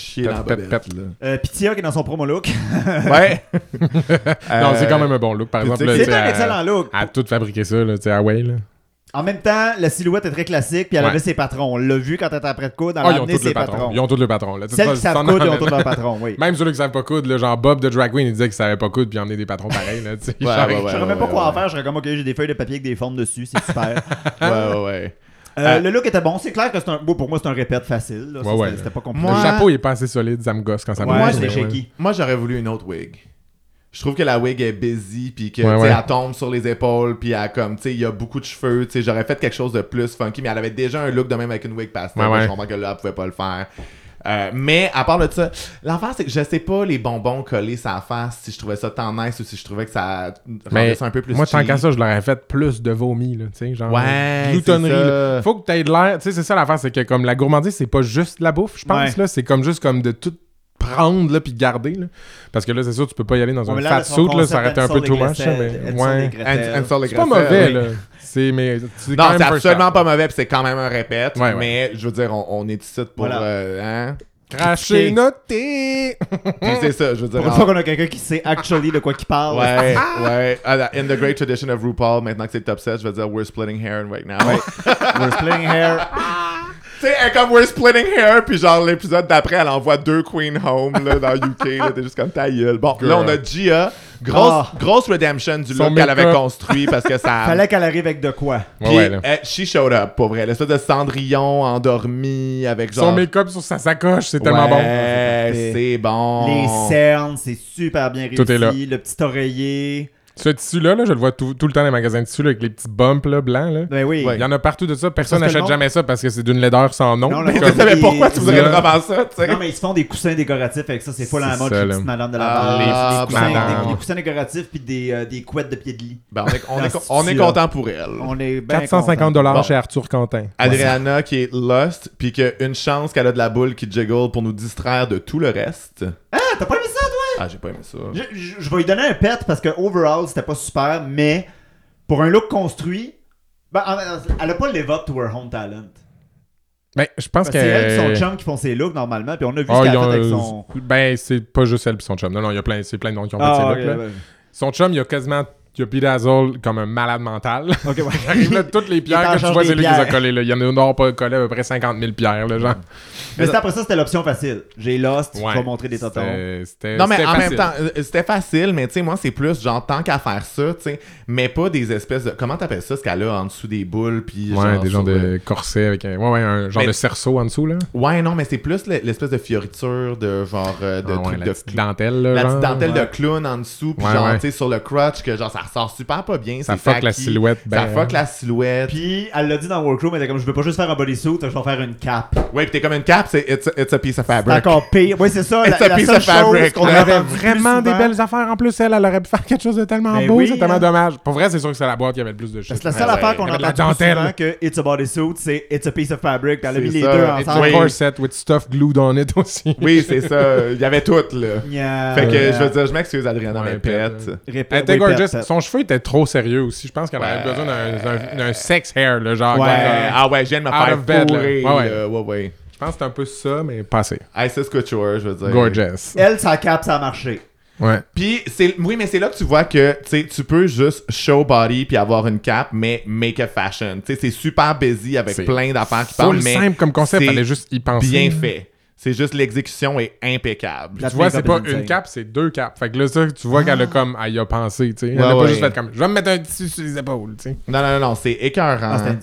Pète, pète, pète, là. Euh, Pitya qui est dans son promo look. Ouais. euh, Non, c'est quand même un bon look par puis exemple. tu C'est sais, là, tu sais, un à- excellent look. À tout fabriquer ça là, tu sais à Way là. En même temps, la silhouette est très classique, puis elle Ouais. avait ses patrons. On l'a vu quand elle était après de coude, elle Ah, a ils ont amené tous le ses patron. patrons. Ils ont tous le patron là. Tu sais, Celles qui tu t'en savent coude, ils ont emmènes- tous leurs patrons, oui. Même ceux qui savent pas coudre, là, genre Bob de Drag Queen, il disait qu'il savait pas coudre, puis il en est des patrons pareils, là, tu sais. Ouais, genre, ouais, Je ouais. saurais même pas quoi en faire, je serais comme, ok, j'ai des feuilles de papier avec des formes dessus, c'est super. Ouais, ouais, ouais. Euh, Ah. Le look était bon, c'est clair que c'est un. bon, pour moi, c'est un répète facile. là. Ça, Ouais, ouais, c'était- C'était pas compliqué. Le Moi- chapeau il est pas assez solide, ça me gosse quand ça Ouais, me moi, gosse, c'est mais ouais. shaky. Moi, j'aurais voulu une autre wig. Je trouve que la wig est busy, puis que Ouais, tu sais, ouais. elle tombe sur les épaules, puis elle comme, tu sais, il y a beaucoup de cheveux, tu sais, j'aurais fait quelque chose de plus funky, mais elle avait déjà un look de même avec une wig pastel, Ouais, donc ouais. je comprends que là, elle pouvait pas le faire. Euh, mais à part de ça, l'affaire c'est que je sais pas les bonbons collés sa face si je trouvais ça tant nice ou si je trouvais que ça rendait Mais ça un peu plus moi, tant cheap. qu'à ça, je l'aurais fait plus de vomi, là, tu sais, genre. Ouais, euh, gloutonnerie, c'est ça. là. Faut que t'aies de l'air, tu sais, c'est ça l'affaire, c'est que comme la gourmandise, c'est pas juste la bouffe, je pense, Ouais. là, c'est comme juste comme de tout prendre, là, puis garder, là. Parce que là, c'est sûr, tu peux pas y aller dans Ouais, un mais là, fat là, son suit, là, concept ça aurait été un peu Hansel too et much, là, Gretel, mais Hansel et ouais. Gretel. And- Ansel et C'est pas Gretel, mauvais, oui. là. C'est, mais, c'est quand Non, même c'est first absolument class. pas mauvais, puis c'est quand même un répète. Ouais, ouais. Mais je veux dire, on, on est ici pour. Voilà. euh, hein? Craché, noté! Puis c'est ça, je veux dire. Pour une en- fois qu'on a quelqu'un qui sait actually de quoi qu'il parle. Ouais, ouais. À la- In the great tradition of RuPaul, maintenant que c'est top 7, je veux dire we're splitting hair right now. Oh. We're splitting hair. tu sais, elle est comme we're splitting hair, puis genre l'épisode d'après, elle envoie deux queen home là, dans UK. là, T'es juste comme ta gueule. Bon, là, on a Gia. Grosse, Ah. grosse redemption du Son look qu'elle avait make-up. construit parce que ça. Fallait qu'elle arrive avec de quoi. Ouais, Puis, ouais, là. elle- she showed up, pour vrai. L'espèce de cendrillon endormi avec genre. Son make-up sur sa sacoche, c'est tellement bon. Ouais, c'est bon. Les cernes, c'est super bien réussi. Oh. Tout est là. Le petit oreiller. Ce tissu-là, là, je le vois tout, tout le temps dans les magasins de tissus, là, avec les petits bumps, là, blancs, là. Ben oui. Ouais. Il y en a partout de ça. Personne Parce que le n'achète monde- jamais ça parce que c'est d'une laideur sans nom. Non, le Comme- monde- Je savais Des- pourquoi tu voudrais Là. vraiment ça, tu sais. Non, mais ils se font des coussins décoratifs avec ça. C'est pas la C'est mode ça, chez là. Petite Madame de la Ah, Barre. des, les petites coussins- madames. des- des coussins décoratifs puis des, euh, des couettes de pied de lit. Ben, on est, on est, Ah, on est c'est sûr. content pour elle. On est bien 450 content. dollars Bon. chez Arthur Quentin. Adriana qui est lost, puis qu'une chance qu'elle a de la boule qui jiggle pour nous distraire de tout le reste. Ah, t'as pas aimé ça, toi? Ah, j'ai pas aimé ça. Euh, Je, je- je vais lui donner un pet parce que overall, c'était pas super, mais pour un look construit, ben, en- elle a pas le live up to her home talent. Ben, je pense Parce que. que c'est elle et son chum qui font ses looks normalement, puis on a vu Ah, ce qu'elle ils a ont- fait avec son. Ah, Ben, c'est pas juste elle et son chum. Non, non, il y a plein, c'est plein de monde qui ont fait ces ok, looks, là. ouais. Son chum, il a quasiment. Il a Pete Dazzle comme un malade mental. Ok, ouais. Il arrive là, toutes les Il est en pierres que tu charge vois, des c'est lui qui les a pierres. collées. Là. Il y en a un pas collé à peu près 50 000 pierres, là, genre. Mais c'est après ça, c'était l'option facile. J'ai Lost, tu Ouais. vas montrer des tontons. C'était- C'était. Non, mais c'était en facile. même temps, euh, c'était facile, mais tu sais, moi, c'est plus genre tant qu'à faire ça, tu sais, mais pas des espèces de. Comment t'appelles ça, ce qu'elle a en dessous des boules, puis Ouais, des sur genres le- de corsets avec un. Ouais, ouais, un genre Mais- de cerceau en dessous, là. Ouais, non, mais c'est plus le- l'espèce de fioriture de genre euh, de Ah, ouais, trucs la de petite dentelle, là. la genre. petite dentelle ouais. de clown en dessous, puis Ouais, genre, ouais. tu sais, sur le crotch, que genre, ça ressort super pas bien. Ça c'est fuck la tacky, silhouette, Ça ben, fuck hein. la silhouette. Puis elle l'a dit dans Workroom, elle était comme je veux pas juste faire un bodysuit, je vais en faire une cape. Ouais, pis t'es comme une cape, c'est it's a, it's a piece of C'est fabric. encore pire. Oui, c'est ça. It's La, a la piece seule of fabric. chose qu'on On Elle avait entend plus vraiment des souvent, belles affaires en plus, elle. Elle aurait pu faire quelque chose de tellement Ben beau, oui, c'est tellement hein. dommage. Pour vrai, c'est sûr que c'est la boîte qui avait le plus de Parce shit. hein. que la seule Ah ouais. affaire qu'on Il y avait de la entend plus dentelle. souvent que It's a bodysuit, c'est It's a piece of fabric. Puis Elle a C'est mis les ça. deux It's ensemble. a- Un Oui. corset with stuff glued on it aussi. Oui, c'est ça. Il y avait tout, là. Ah, Gna- Fait que gna- je veux dire, je m'excuse, Adriana, Ouais, mais pète. pète. Répète, Elle était oui, gorgeous. pète, pète. Son cheveu était trop sérieux aussi. Je pense qu'elle Ouais. avait besoin d'un- d'un d'un sex hair, là, genre. Ouais. comme, Ouais, euh, ah ouais, je viens de me Out faire of bed, là. bourrer. Ouais, ouais. là. Ouais, ouais. Je pense que c'est un peu ça, mais passé. Isis Couture, je veux dire. Gorgeous. Elle, sa cape, ça a marché. Ouais. Puis, c'est, oui, mais c'est là que tu vois que, tu sais, tu peux juste show body puis avoir une cape, mais make a fashion. Tu sais, c'est super busy avec C'est plein d'affaires qui Full parlent, mais simple comme concept, c'est fallait juste y penser. bien fait. C'est juste l'exécution est impeccable. La Tu vois, make-up c'est pas is insane. une cape, c'est deux capes. Fait que là, ça, tu vois qu'elle a comme, elle y a pensé, tu sais. Elle Ah. Ouais, a pas ouais. juste fait comme, je vais me mettre un tissu sur les épaules, tu sais. Non, non, non, non, c'est Ah, c'est écœurant. insane.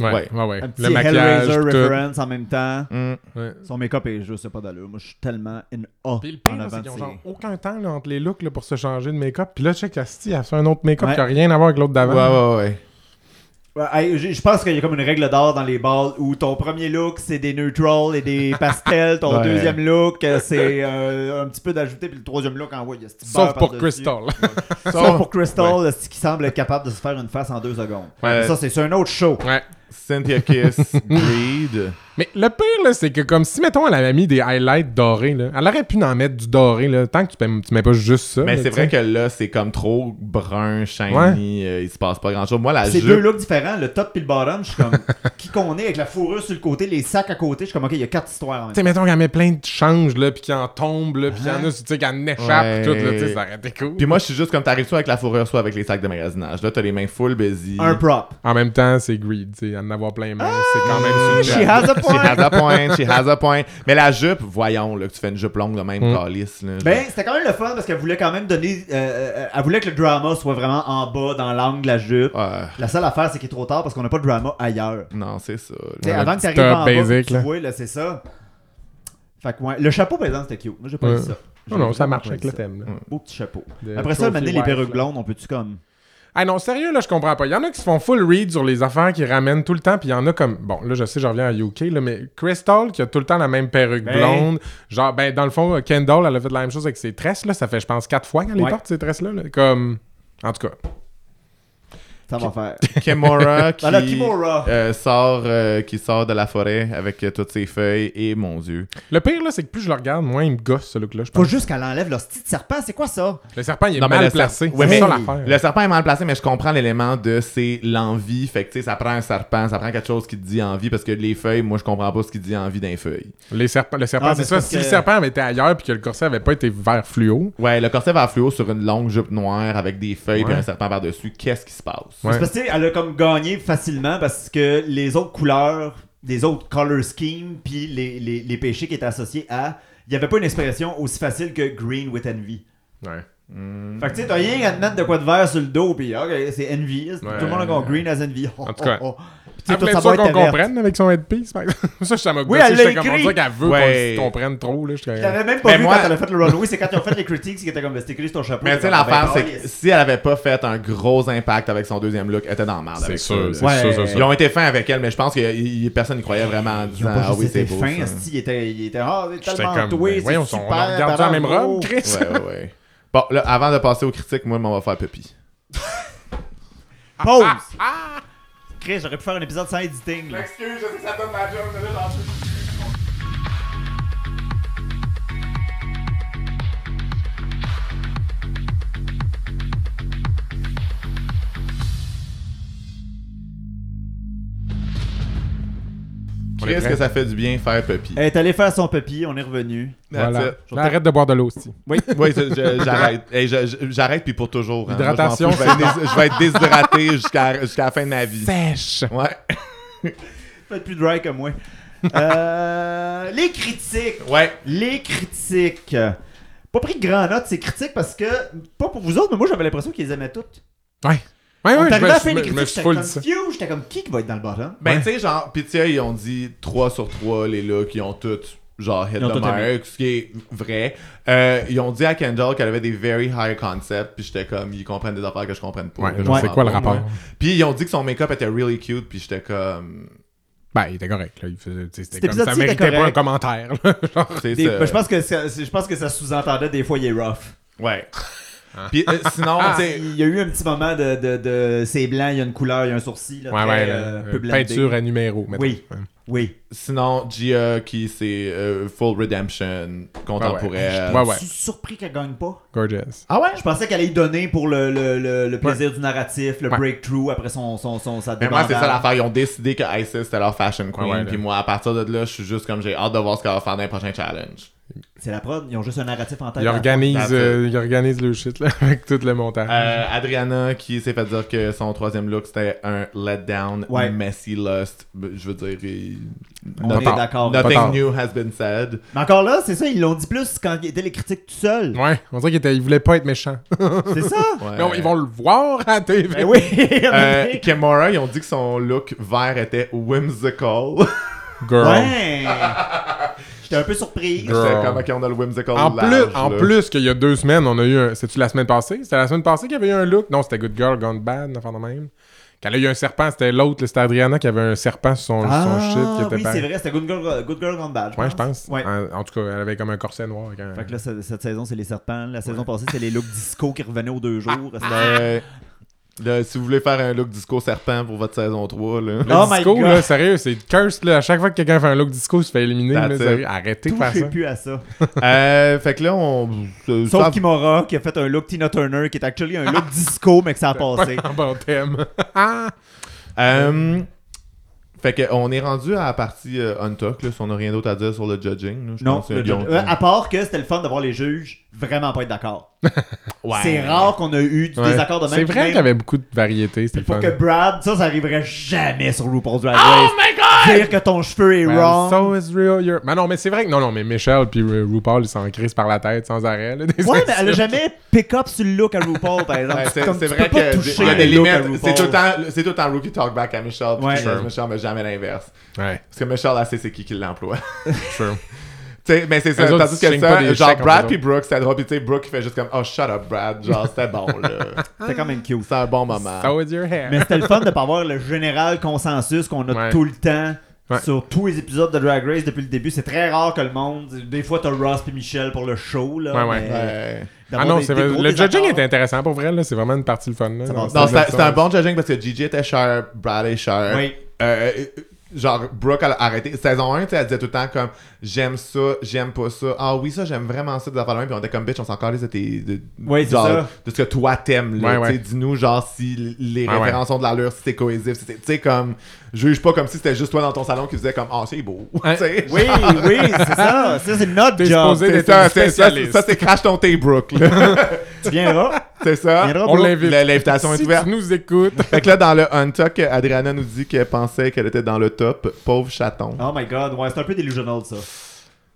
Ouais, Ouais. ouais, ouais. Un petit Le maquillage, Hellraiser tout. reference en même temps. Mm. Ouais. Son make-up est juste pas d'allure. Moi, je suis tellement in awe Puis le en pire, là, avant c'est de qu'ils ont ces- genre aucun temps là, entre les looks là, pour se changer de make-up. Puis là, check, Asti, elle fait un autre make-up Ouais. qui a rien à voir avec l'autre Ouais, d'avant. ouais, ouais. Ouais, hey, j- je pense qu'il y a comme une règle d'or dans les balles où ton premier look, c'est des neutrals et des pastels. Ton Ouais. deuxième look, euh, c'est euh, un petit peu d'ajouter. Puis le troisième look, en ouais, il y a ce petit Sauf beurre pour par-dessus. Crystal. Sauf pour Crystal, euh, qui semble être capable de se faire une face en deux secondes. Ouais. Ça, c'est sur un autre show. ouais. Cynthia Kiss, Greed. Mais le pire, là, c'est que comme si, mettons, elle avait mis des highlights dorés, là, elle aurait pu en mettre du doré, là, tant que tu, peux- tu mets pas juste ça. Mais là, c'est tu vrai sais. que là, c'est comme trop brun, shiny, euh, il se passe pas grand chose. Moi, la C'est jupe. deux looks différents, le top puis le bottom. Je suis comme, qui qu'on est avec la fourrure sur le côté, les sacs à côté. Je suis comme, ok, il y a quatre histoires en même Tu sais, mettons qu'elle met plein de changes, là, puis qu'elle en tombe, là, puis qu'il y Hein? en a, tu sais, qu'elle en échappe, Ouais. puis tout, là, tu sais, ça aurait été cool. Puis moi, je suis juste comme t'arrives soit avec la fourrure, soit avec les sacs de magasinage. Là, t'as les mains full busy. temps. Un prop. En même temps, c'est greed, tu sais, en avoir plein les mains, Ah, c'est quand même She super. has a She point. has a point, she has a point. Mais la jupe, voyons, là, que tu fais une jupe longue de même, Mm. calice. Là, Ben, c'était quand même le fun parce qu'elle voulait quand même donner. euh, euh, elle voulait que le drama soit vraiment en bas, dans l'angle de la jupe. Ouais. La seule affaire, c'est qu'il est trop tard parce qu'on n'a pas de drama ailleurs. Ah, Non, c'est ça. là. Tu sais, Ouais, le avant que petit t'arrives en top bas, basic, tu là. vois, là, c'est ça. Fait que, ouais. Le chapeau, par exemple, c'était cute. Moi, j'ai pas Ouais. dit ça. Non, non, J'ai ça vraiment marche pas avec dit le ça. thème. là. Beau petit chapeau. De Après ça, Trophy maintenant, les Wife, perruques là. blondes, on peut-tu comme. Ah non, sérieux, là, je comprends pas. Il y en a qui se font full read sur les affaires qu'ils ramènent tout le temps, puis il y en a comme... Bon, là, je sais, je reviens à UK, là, mais Crystal, qui a tout le temps la même perruque Ben. blonde. Genre, ben, dans le fond, Kendall, elle a fait la même chose avec ses tresses, là. Ça fait, je pense, quatre fois qu'elle les Ouais. porte, ces tresses-là. là. Comme... En tout cas. Ça va faire. Kimura qui, Dans la Kimura. euh, sort, euh, qui sort de la forêt avec euh, toutes ses feuilles et mon Dieu. Le pire, là, c'est que plus je le regarde, moins il me gosse, ce look-là, je Faut pense. juste qu'elle enlève leur petit serpent, c'est quoi ça? Le serpent, il est Non, mais mal le placé. serpent- Ouais, mais- c'est ça l'affaire. Le serpent est mal placé, mais je comprends l'élément de c'est l'envie. Fait que tu sais, ça prend un serpent, ça prend quelque chose qui te dit envie parce que les feuilles, moi je comprends pas ce qui dit envie d'un feuille. Les serpents- le serpent, Ah, mais c'est c'est ça. parce Si que- le serpent avait été ailleurs puis que le corset avait pas été vert fluo, Ouais, le corset va fluo sur une longue jupe noire avec des feuilles et Ouais. un serpent par-dessus. Qu'est-ce qui se passe? Ouais. C'est parce que, tu sais, elle a comme gagné facilement parce que les autres couleurs, les autres color schemes, puis les, les, les péchés qui étaient associés à. Il n'y avait pas une expression aussi facile que green with envy. ouais. Mm. Fait que tu sais, t'as rien à te mettre de quoi de vert sur le dos, puis ok, c'est envy. Tout le monde a Ouais. compris green as envy. En tout cas. Puis tu Ah, sais, tout voulait ça ça va qu'on être verte. comprenne avec son headpiece, par exemple. ça, ça m'a Oui, gossé. elle J'étais l'a comme, on dirait écrit. qu'elle veut Ouais. qu'on se comprenne trop. Là, j'étais Je comme- l'avais même pas Mais vu moi- quand elle a fait le runway, c'est quand ils ont fait les critiques, c'est qu'ils étaient comme, Ben, c'est écrit sur ton chapeau. Mais tu sais, J'étais comme, l'affaire, Ben, c'est que yes. si elle avait pas fait un gros impact avec son deuxième look, elle était dans la merde C'est avec sûr, ça. c'est là. Ouais. sûr, c'est Ils Ils sûr. ont été fins avec elle, mais je pense que y- y- personne n'y croyait vraiment en Ils ont disant pas Ah juste oui, été c'est beau. fins, ça. esti, ils étaient il était, ah, il est J'étais tellement comme, doué, ben, c'est voyons, on super, regarde ça la même bravo. robe, Chris. Ouais, ouais, ouais. Bon, là, avant de passer aux critiques, moi, on va faire Pepi. Pause! Ah. Chris, j'aurais pu faire un épisode sans editing. là. Excuse, je sais que ça donne ma job, mais là, On est Qu'est-ce prêt? que ça fait du bien faire Pepi? Elle est allée faire son papy, on est revenu. That's Voilà. it. Là, Arrête de boire de l'eau aussi. Oui, oui je- je- j'arrête. Hey, je- je- j'arrête puis pour toujours. hein. Hydratation, Moi, je m'en fous, je, vais être dés- je vais être déshydraté jusqu'à jusqu'à la fin de ma vie. Sèche. Ouais. Peut-être plus dry que moi. Euh, les critiques. Ouais. Les critiques. Pas pris de grand note ces critiques parce que, pas pour vous autres, mais moi j'avais l'impression qu'ils les aimaient toutes. Ouais. Ouais, On ouais, est je arrivé me à la suis- fin des je me critiques, j'étais suis full dit ça. confused, j'étais comme qui qui va être dans le hein? bottom? Ben, Ouais. tu sais, genre, pis tu sais, ils ont dit 3 sur 3, les là, qui ont toutes, genre, hit Ils ont the tout mark, ce qui est vrai. Euh, ils ont dit à Kendall qu'elle avait des very high concepts, pis j'étais comme, ils comprennent des affaires que je comprenne pas. Ouais, que je genre, comprends c'est quoi le pas, rapport? moi. Pis ils ont dit que son make-up était really cute, pis j'étais comme, Ben, il était correct. Là. Il faisait- tu sais, Cet C'était comme, ça épisode-ci était méritait pas un correct. commentaire. là. Genre, c'est Des- ça. ben, je pense que ça, c'est- je pense que ça sous-entendait des fois il est rough. Ouais. Pis euh, Ah, sinon, tu sais. Il y a eu un petit moment de, de, de- c'est blanc, il y a une couleur, il y a un sourcil là, ouais, très, ouais. euh, là, un euh, peu blindé. Peinture à numéro. mettons. Oui. Ouais. Oui. Sinon, Gia qui c'est euh, Full Redemption, contemporaine. Ah, Ouais, ouais. Je suis surpris qu'elle gagne pas. Gorgeous. Ah ouais? Je pensais qu'elle allait y donner pour le, le, le, le plaisir du narratif, le Ouais. breakthrough après son, son, son, sa Mais moi, c'est ça débandade. l'affaire. Ils ont décidé que Isis c'était leur fashion queen. Ouais, ouais, là. puis moi, à partir de là, je suis juste comme j'ai hâte de voir ce qu'elle va faire dans les prochains challenges. C'est la prod, ils ont juste un narratif en tête. Ils organisent, euh, ils organisent le shit là, avec tout le montage. Euh, Adriana qui s'est fait dire que son troisième look c'était un letdown, Ouais. messy lust. Ben, Je veux dire, il- On Pas est tard. d'accord. Pas nothing tard. new has been said. Mais encore là, c'est ça, ils l'ont dit plus quand ils étaient les critiques tout seuls. Ouais, on dirait qu'ils étaient- ils voulaient pas être méchants. C'est ça? Ouais. Non, ils vont le voir à la TV. Euh. Ben oui! Euh, Kimora, ils ont dit que son look vert était whimsical. Girl. ouais! J'étais un peu surprise. Girl. J'étais comme, ok, on a le whimsical En large, plus, en là. plus qu'il y a deux semaines, on a eu un. C'est-tu la semaine passée C'était la semaine passée qu'il y avait eu un look Non, c'était Good Girl Gone Bad, enfin de même. Quand il y a eu un serpent, c'était l'autre, là, c'était Adriana qui avait un serpent sur son, Ah, son shit qui était oui, bad. c'est vrai, c'était Good Girl, Good Girl Gone Bad. Ouais, je pense. Ouais. En, en tout cas, elle avait comme un corset noir. avec un- Fait que là, ce- cette saison, c'est les serpents. La saison passée, c'est les looks disco qui revenaient aux deux jours. Ah. C'était- Mais, là, Euh, si vous voulez faire un look disco serpent pour votre saison 3, là, Le Oh my disco, God. là, sérieux, c'est cursed, là. À chaque fois que quelqu'un fait un look disco, il se fait éliminer. That's là, it. sérieux. arrêtez de faire Touchez ça. plus à ça. Euh, fait que là, on. euh, Sauf ça- Kimora qui a fait un look Tina Turner qui est actually un look disco mais que ça a passé. Pas un bon thème. Euh, fait que on est rendu à la partie euh, Untuck, là, si on n'a rien d'autre à dire sur le judging. là, je Non, pense que le- ils ont- euh, à part que c'était le fun de voir les juges vraiment pas être d'accord. Ouais. C'est rare qu'on a eu du Ouais. désaccord de même. C'est vrai même qu'il y avait beaucoup de variétés. C'était le Pour fun. que Brad, ça, ça arriverait jamais sur RuPaul's Drag Race. Oh my god! Dire que ton cheveu est Well, wrong. So is real. You're... Mais non, mais c'est vrai que non, non, mais Michelle puis Ru- RuPaul, ils s'en crissent par la tête sans arrêt. là, des Ouais, mais insultes. elle a jamais pick up sur le look à RuPaul, par exemple. Ouais, c'est Comme c'est tu vrai peux pas que toucher il y a le des look à limites. C'est tout, le RuPaul. temps- c'est tout le temps rookie talk back à Michelle. puis Ouais. Michelle, Sure. Michelle, mais jamais l'inverse. Ouais, Parce que Michelle, elle sait c'est qui qui l'emploie. sure. Tu sais, mais c'est ça. Eux autres, Tandis ils que signent pas des ça, genre chèques entre eux Brad autres. puis Brooke, c'est drôle. Puis tu sais, Brooke, il fait juste comme Oh, shut up, Brad. Genre, c'était bon, là. C'était quand même cute. C'est un bon moment. So is your hair. Mais c'était le fun de pas avoir le général consensus qu'on a Ouais. tout le temps Ouais. sur tous les épisodes de Drag Race depuis le début. C'est très rare que le monde. Des fois, t'as Ross et Michel pour le show. Là, Ouais, ouais. mais euh, Ouais. d'avoir Ah non, des- c'est des vrai. gros Le judging désaccords- est intéressant pour vrai. là. C'est vraiment une partie le fun. là. Ça Non, va. Non, c'est c'était ça. c'était un bon judging parce que Gigi était sharp, Brad est sharp. Oui. Euh, euh, genre, Brooke, elle a arrêté. Saison 1, tu sais, elle disait tout le temps comme j'aime ça, j'aime pas ça. Ah oui, ça, j'aime vraiment ça, des affaires de même. Puis on était comme bitch, on s'en calisse de tes. De, Oui, c'est genre, ça. de ce que toi t'aimes, là. Ouais, Tu sais, ouais. Dis-nous, genre, si les Ouais, références ont de l'allure, si c'est cohésif. si c'est- tu sais, comme, juge pas comme si c'était juste toi dans ton salon qui faisais comme, ah, c'est beau. Hein? Tu sais. Oui, oui, c'est ça. Ça, c'est notre T'es job. supposé- C'est d'être ça, c'est un ça, c'est- spécialiste. ça, c'est crash ton thé, Brooke. là. Tu viendras. c'est ça. Viendra, On Brooke. l'invite. La- L'invitation est Si ouverte. tu nous écoutes. Fait que là, dans le Untuck, Adriana nous dit qu'elle pensait qu'elle était dans le top. Pauvre chaton. Oh my god, ouais, c'est un peu delusional ça.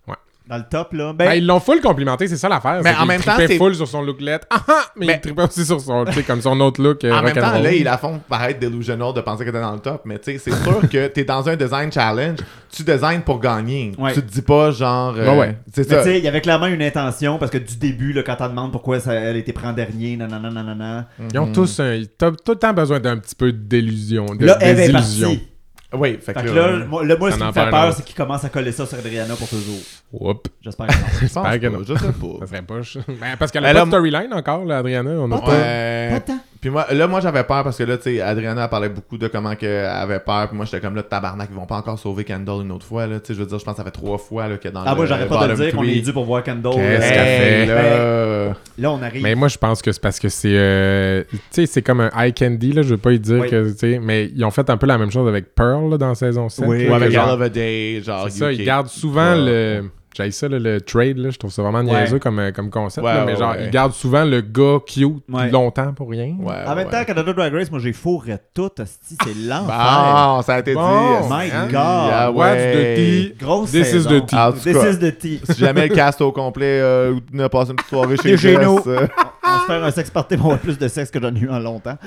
Ouais. Dans le top, là. Ben, Ben, ils l'ont full complimenté, c'est ça l'affaire. Mais c'est en qu'il même temps, trippait c'est- full sur son looklet. Ah ah! Mais, Mais- il trippait aussi sur son, tu sais, comme son autre look. euh, en même temps, là, ils la font paraître delusional de penser que t'es dans le top, mais tu sais, c'est sûr que t'es dans un design challenge, tu designes pour gagner. Ouais. Tu te dis pas genre. euh, Ouais, ouais. C'est mais ça. tu sais, il y avait clairement une intention parce que du début, là, quand t'en demandes pourquoi ça, elle était pris en dernier, nanana, nanana. Mm. Ils Hmm. ont tous un. T'as tout le temps besoin d'un petit peu de d'illusion. De Là, elle est désillusion. partie. Oui, fait, Fait que que là. là, moi, le, moi Ça ce qui en me perd fait un peur, autre. c'est qu'il commence à coller ça sur Adriana pour toujours. Oups. J'espère que non. je pense J'espère que pas, non. Je sais Ça pas. serait pas. ch- Ben, parce qu'elle Elle a pas a- de storyline encore, là, Adriana. On a Pas pas. Ouais. Pas tant. Puis moi, là, moi, j'avais peur parce que là, tu sais, Adriana elle parlait beaucoup de comment qu'elle avait peur. Puis moi, j'étais comme là, tabarnak, ils vont pas encore sauver Kendall une autre fois, là. Tu sais, je veux dire, je pense que ça fait trois fois, là, que dans Ah, le. moi, j'arrête pas de le bottom dire qu'on three. est dû pour voir Kendall. Qu'est-ce euh, qu'elle Hey, fait? là. Là, on arrive. Mais moi, je pense que c'est parce que c'est. euh, tu sais, c'est comme un eye candy, là. Je veux pas y dire Oui. que. Tu sais, mais ils ont fait un peu la même chose avec Pearl, là, dans saison 7. Oui. Ou là, que avec genre- Hell of a Day, genre. C'est ça, UK. ils gardent souvent Ouais. le. J'aille ça, là, le trade, là, je trouve ça vraiment Ouais. niaiseux comme, euh, comme concept. Ouais, là, mais ouais, genre, ouais. ils gardent souvent le gars cute Ouais. longtemps pour rien. Ouais, en même ouais. temps, Canada Drag Race, moi, j'ai fourré tout. hostie, C'est l'enfer. Bon, ça a été Bon, dit. my Hein? God. Ah What's ouais. the tea? Grosse This is saison. the tea. En tout This cas. is the tea. Si jamais le cast au complet euh, ne passe une petite soirée Et chez chez Jess, nous. euh, On se fait un sexe party, mais on a plus de sexe que j'en ai eu en longtemps.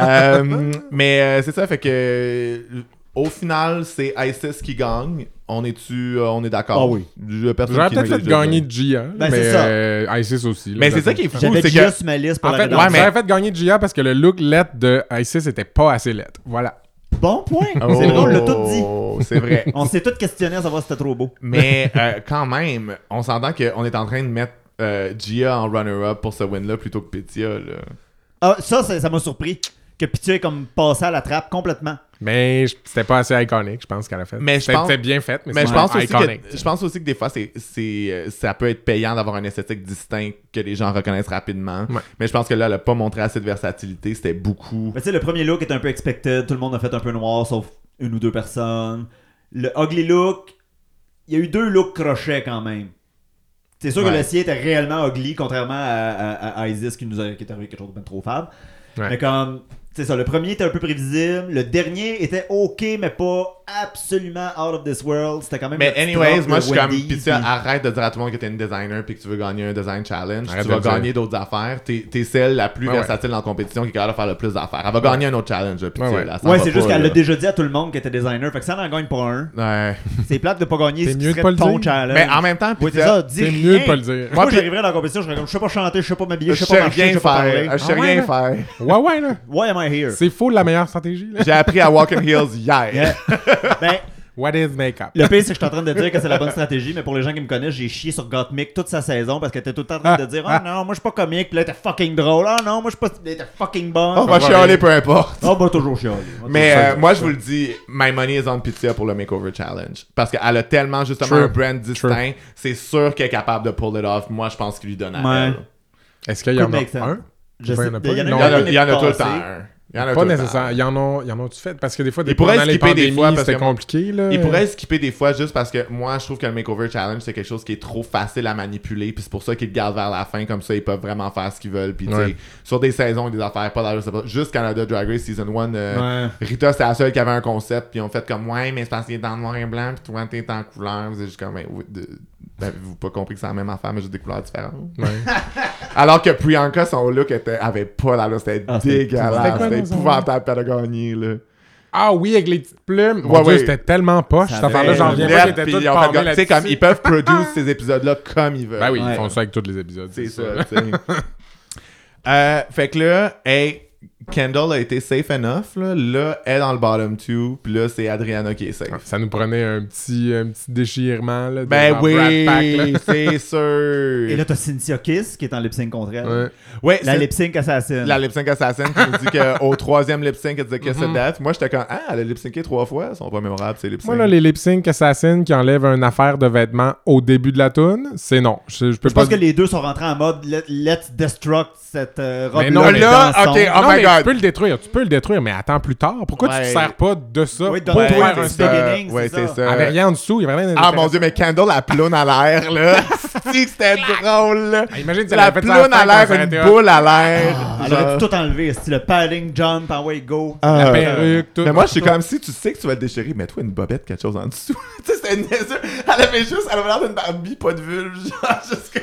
euh, mais euh, c'est ça, fait que euh, au final, c'est ISIS qui gagne. On est-tu, euh, on est d'accord. Ah oui. Je- personne J'aurais qui- peut-être fait je- gagner Gia, là, Ben, c'est mais ça. euh, Isis aussi. là, Mais c'est j'avoue. ça qui est fou, J'avais c'est déjà que sur ma liste pour En la fait, rédemption. ouais, mais... j'aurais fait gagner Gia parce que le look lettre de Isis était pas assez lettre. Voilà. Bon point. Oh, C'est vrai, on l'a tout dit. C'est vrai. On s'est tous questionnés à savoir si c'était trop beau. Mais euh, quand même, on s'entend qu'on est en train de mettre euh, Gia en runner-up pour ce win-là plutôt que Pitya. Là. Ah, ça, ça ça m'a surpris. Que Pitya est comme passé à la trappe complètement. Mais je- c'était pas assez iconique, je pense qu'elle a fait. Mais je C'était pense- c'était bien fait, mais, Mais c'est je pas pense, aussi iconique. que, je pense aussi que des fois, c'est, c'est, euh, ça peut être payant d'avoir un esthétique distinct que les gens reconnaissent rapidement. Ouais. Mais je pense que là, elle a pas montré assez de versatilité. C'était beaucoup. Mais tu sais, le premier look est un peu expected. Tout le monde a fait un peu noir, sauf une ou deux personnes. Le ugly look, il y a eu deux looks crochets quand même. C'est sûr que Ouais. le sien était réellement ugly, contrairement à, à- à Isis qui nous a qui est arrivé quelque chose de ben trop fable. Ouais. Mais comme, c'est ça, le premier était un peu prévisible, le dernier était ok, mais pas absolument out of this world. C'était quand même. Mais le petit anyways, drop moi de je suis comme Wendy's, pizza, euh, puis- arrête de dire à tout le monde que t'es une designer puis que tu veux gagner un design challenge, Arrête tu de vas le dire. gagner d'autres affaires, t'es t'es celle la plus Ouais, ouais. versatile en compétition qui est capable de faire le plus d'affaires. Elle va gagner un autre challenge, là, pitié, Ouais, ouais. là, ça Ouais, va c'est pas, juste qu'elle là. l'a déjà dit à tout le monde qu'elle était designer. Fait que ça n'en gagne pas un. Ouais. C'est plate de pas gagner C'est ce mieux qui de pas serait le ton dire. challenge. Mais en même temps, Oui, c'est pizza, ça, dis C'est mieux de rien. pas le dire. Moi, Moi, j'arriverais à la compétition, je serais comme, je sais pas chanter, je sais pas m'habiller, je je sais pas sais marcher, je rien sais pas faire, parler. je sais Ah ouais, rien là. faire. Ouais, ouais, là. Why am I here? C'est faux la meilleure stratégie, là. J'ai appris à walk in heels hier. Ben, What is makeup? le pire, c'est que je suis en train de dire que c'est la bonne stratégie, mais pour les gens qui me connaissent, j'ai chié sur Gottmik toute sa saison parce qu'elle était tout le temps en train de dire, oh non, moi je suis pas comique, puis là, t'es fucking drôle, oh non, moi je suis pas. T'es fucking bonne. On Oh, va va chialer aller. peu importe. Oh, bah, toujours chialer. Mais euh, moi, je vous le dis, my money is on Pizza pour le makeover challenge. Parce qu'elle a tellement justement True. un brand distinct, c'est sûr qu'elle est capable de pull it off. Moi, je pense qu'il lui donne à Ouais. elle. Est-ce qu'il y en Could a make sense. un? Je Il y sais, en a il y en a pas. Il y en a, l'année il y en a tout le temps passée. un. Il y en a tout Pas le temps nécessaire. Il y en a, il y en a-tu fait? Parce que des fois, des Ils pourraient pendant les skipper des pandémies, fois parce c'était que- compliqué, là. Il pourrait skipper des fois juste parce que moi, je trouve que le makeover challenge, c'est quelque chose qui est trop facile à manipuler. Puis c'est pour ça qu'ils le gardent vers la fin. Comme ça, ils peuvent vraiment faire ce qu'ils veulent. Puis tu sais, Ouais. sur des saisons et des affaires, pas d'argent, c'est pas- Juste Canada Drag Race Season 1, euh, Ouais. Rita, c'était la seule qui avait un concept. Puis on fait comme, ouais, mais c'est parce qu'il est en noir et blanc. Puis toi, t'es en couleur. Vous êtes juste comme, mais oui, de- ben, vous pas compris que c'est la même affaire, mais juste des couleurs différentes. Ouais. Alors que Priyanka, son look était, avait pas la C'était Ah, c'était épouvantable. dégueulasse. C'était C'était quoi, épouvantable. Puis elle a gagné, là. Ah oui, avec les petites plumes. Mon Ouais, Dieu, ouais. c'était tellement poche. Ça Cette affaire-là, avait j'en une reviens Bref, pas qu'elle puis était toute ils ont fait comme- parmée tu sais, là-dessus. comme ils peuvent produire ces épisodes-là comme ils veulent. Ben oui, Ouais. ils font ça avec tous les épisodes. C'est ça, tu sais. Euh, fait que là, hey, Kendall a été safe enough, là. Là, elle est dans le bottom two, puis là, c'est Adriana qui est safe. Ça nous prenait un petit, un petit déchirement, là. de Ben genre oui, Brat Pack, là. c'est sûr. Et là, t'as Cynthia Kiss qui est en lip sync contre elle. Ouais. ouais, La c'est- lip sync assassin. la lip sync assassin qui nous dit qu'au troisième lip sync, elle disait que c'est Mhm. date. Moi, j'étais comme, ah, elle a lip syncé trois fois, ils sont pas mémorables, ces lip syncs. Moi, là, les lip sync assassins qui enlèvent une affaire de vêtements au début de la toune, c'est non. Je, je peux Je pas. pense que les deux sont rentrés en mode let- Let's destruct cette euh, robe. Mais non, ah. mais Ah, là, dansante. ok, Non, Oh my mais God. tu peux le détruire, tu peux le détruire, mais attends plus tard. Pourquoi tu Ouais. te sers pas de ça Oui, de pour la- faire ouais, un c'est style? beginning, ouais, c'est c'est ça. ça. Avec rien en dessous, il y avait rien Ah mon dieu, mais Kendall, la ploune à l'air, là. si que c'était drôle, là. Ah, imagine si elle la avait fait ça à la ploune à fin quand ça l'air, aurait une été boule à l'air. Ah, Elle genre. aurait dû tout enlever, style le padding, jump, away, go. La Ah. perruque, Euh, tout. Mais moi, je suis comme si tu sais que tu vas le déchirer, mets-toi une bobette, quelque chose en dessous. tu sais, c'était niaiseux. Elle avait juste, elle avait l'air d'une Barbie, pas de vulve, genre, jusque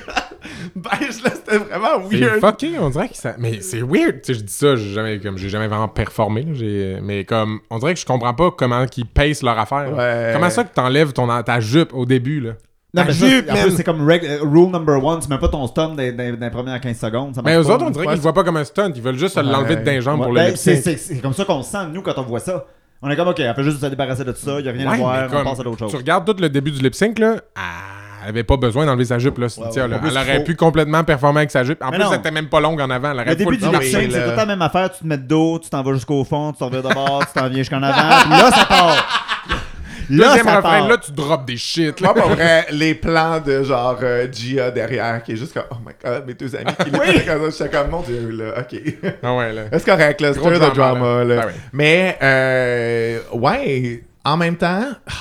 beige, là, c'était vraiment C'est weird. fucking, on dirait que ça. Mais c'est weird, tu sais, je dis ça, j'ai jamais, comme, j'ai jamais vraiment performé, là, j'ai- mais comme, on dirait que je comprends pas comment ils pacent leur affaire. là. Ouais. Comment ça que t'enlèves ton, ta jupe au début, là? Non, Ah, mais ça, jupe, c'est- en plus, man. c'est comme reg- euh, rule number one, tu mets pas ton stun dans, dans- dans les premières 15 secondes. Ça Mais marche eux pas. autres, on dirait Ouais, qu'ils le voient pas comme un stunt, ils veulent juste se l'enlever de d'un jambe Ouais, pour ben, le lip c'est- sync. c'est- C'est comme ça qu'on se sent, nous, quand on voit ça. On est comme, ok, elle fait juste se débarrasser de tout ça, y a rien à Ouais, mais voir, on comme, passe à d'autres choses. Tu regardes tout le début du lip sync, là, elle avait pas besoin d'enlever sa jupe, là, Cynthia, ouais. là. En plus, Elle aurait faut- pu complètement performer avec sa jupe. En Mais plus, non. elle était même pas longue en avant. Elle aurait Le début full- du Non, lip mais sync, c'est le- tout la même affaire. Tu te mets de dos, tu t'en vas jusqu'au fond, tu t'en reviens de bord, tu t'en viens jusqu'en avant, puis là, ça part. Là, Deuxième ça refrain, part. là, tu drops des shit, là. Moi, pour vrai, les plans de genre euh, Gia derrière, qui est juste comme, oh my god, mes deux amis qui l'étaient comme ça, j'étais comme, mon dieu, là, ok. Ah ouais, là. C'est correct, là. C'est Gros un drama, de drama, là. là. Ah ouais. Mais, euh, ouais, en même temps, ah,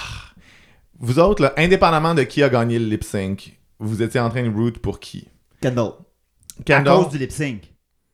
vous autres, là, indépendamment de qui a gagné le lip sync, vous étiez en train de root pour qui Kendall. À Kendall. cause du lip sync.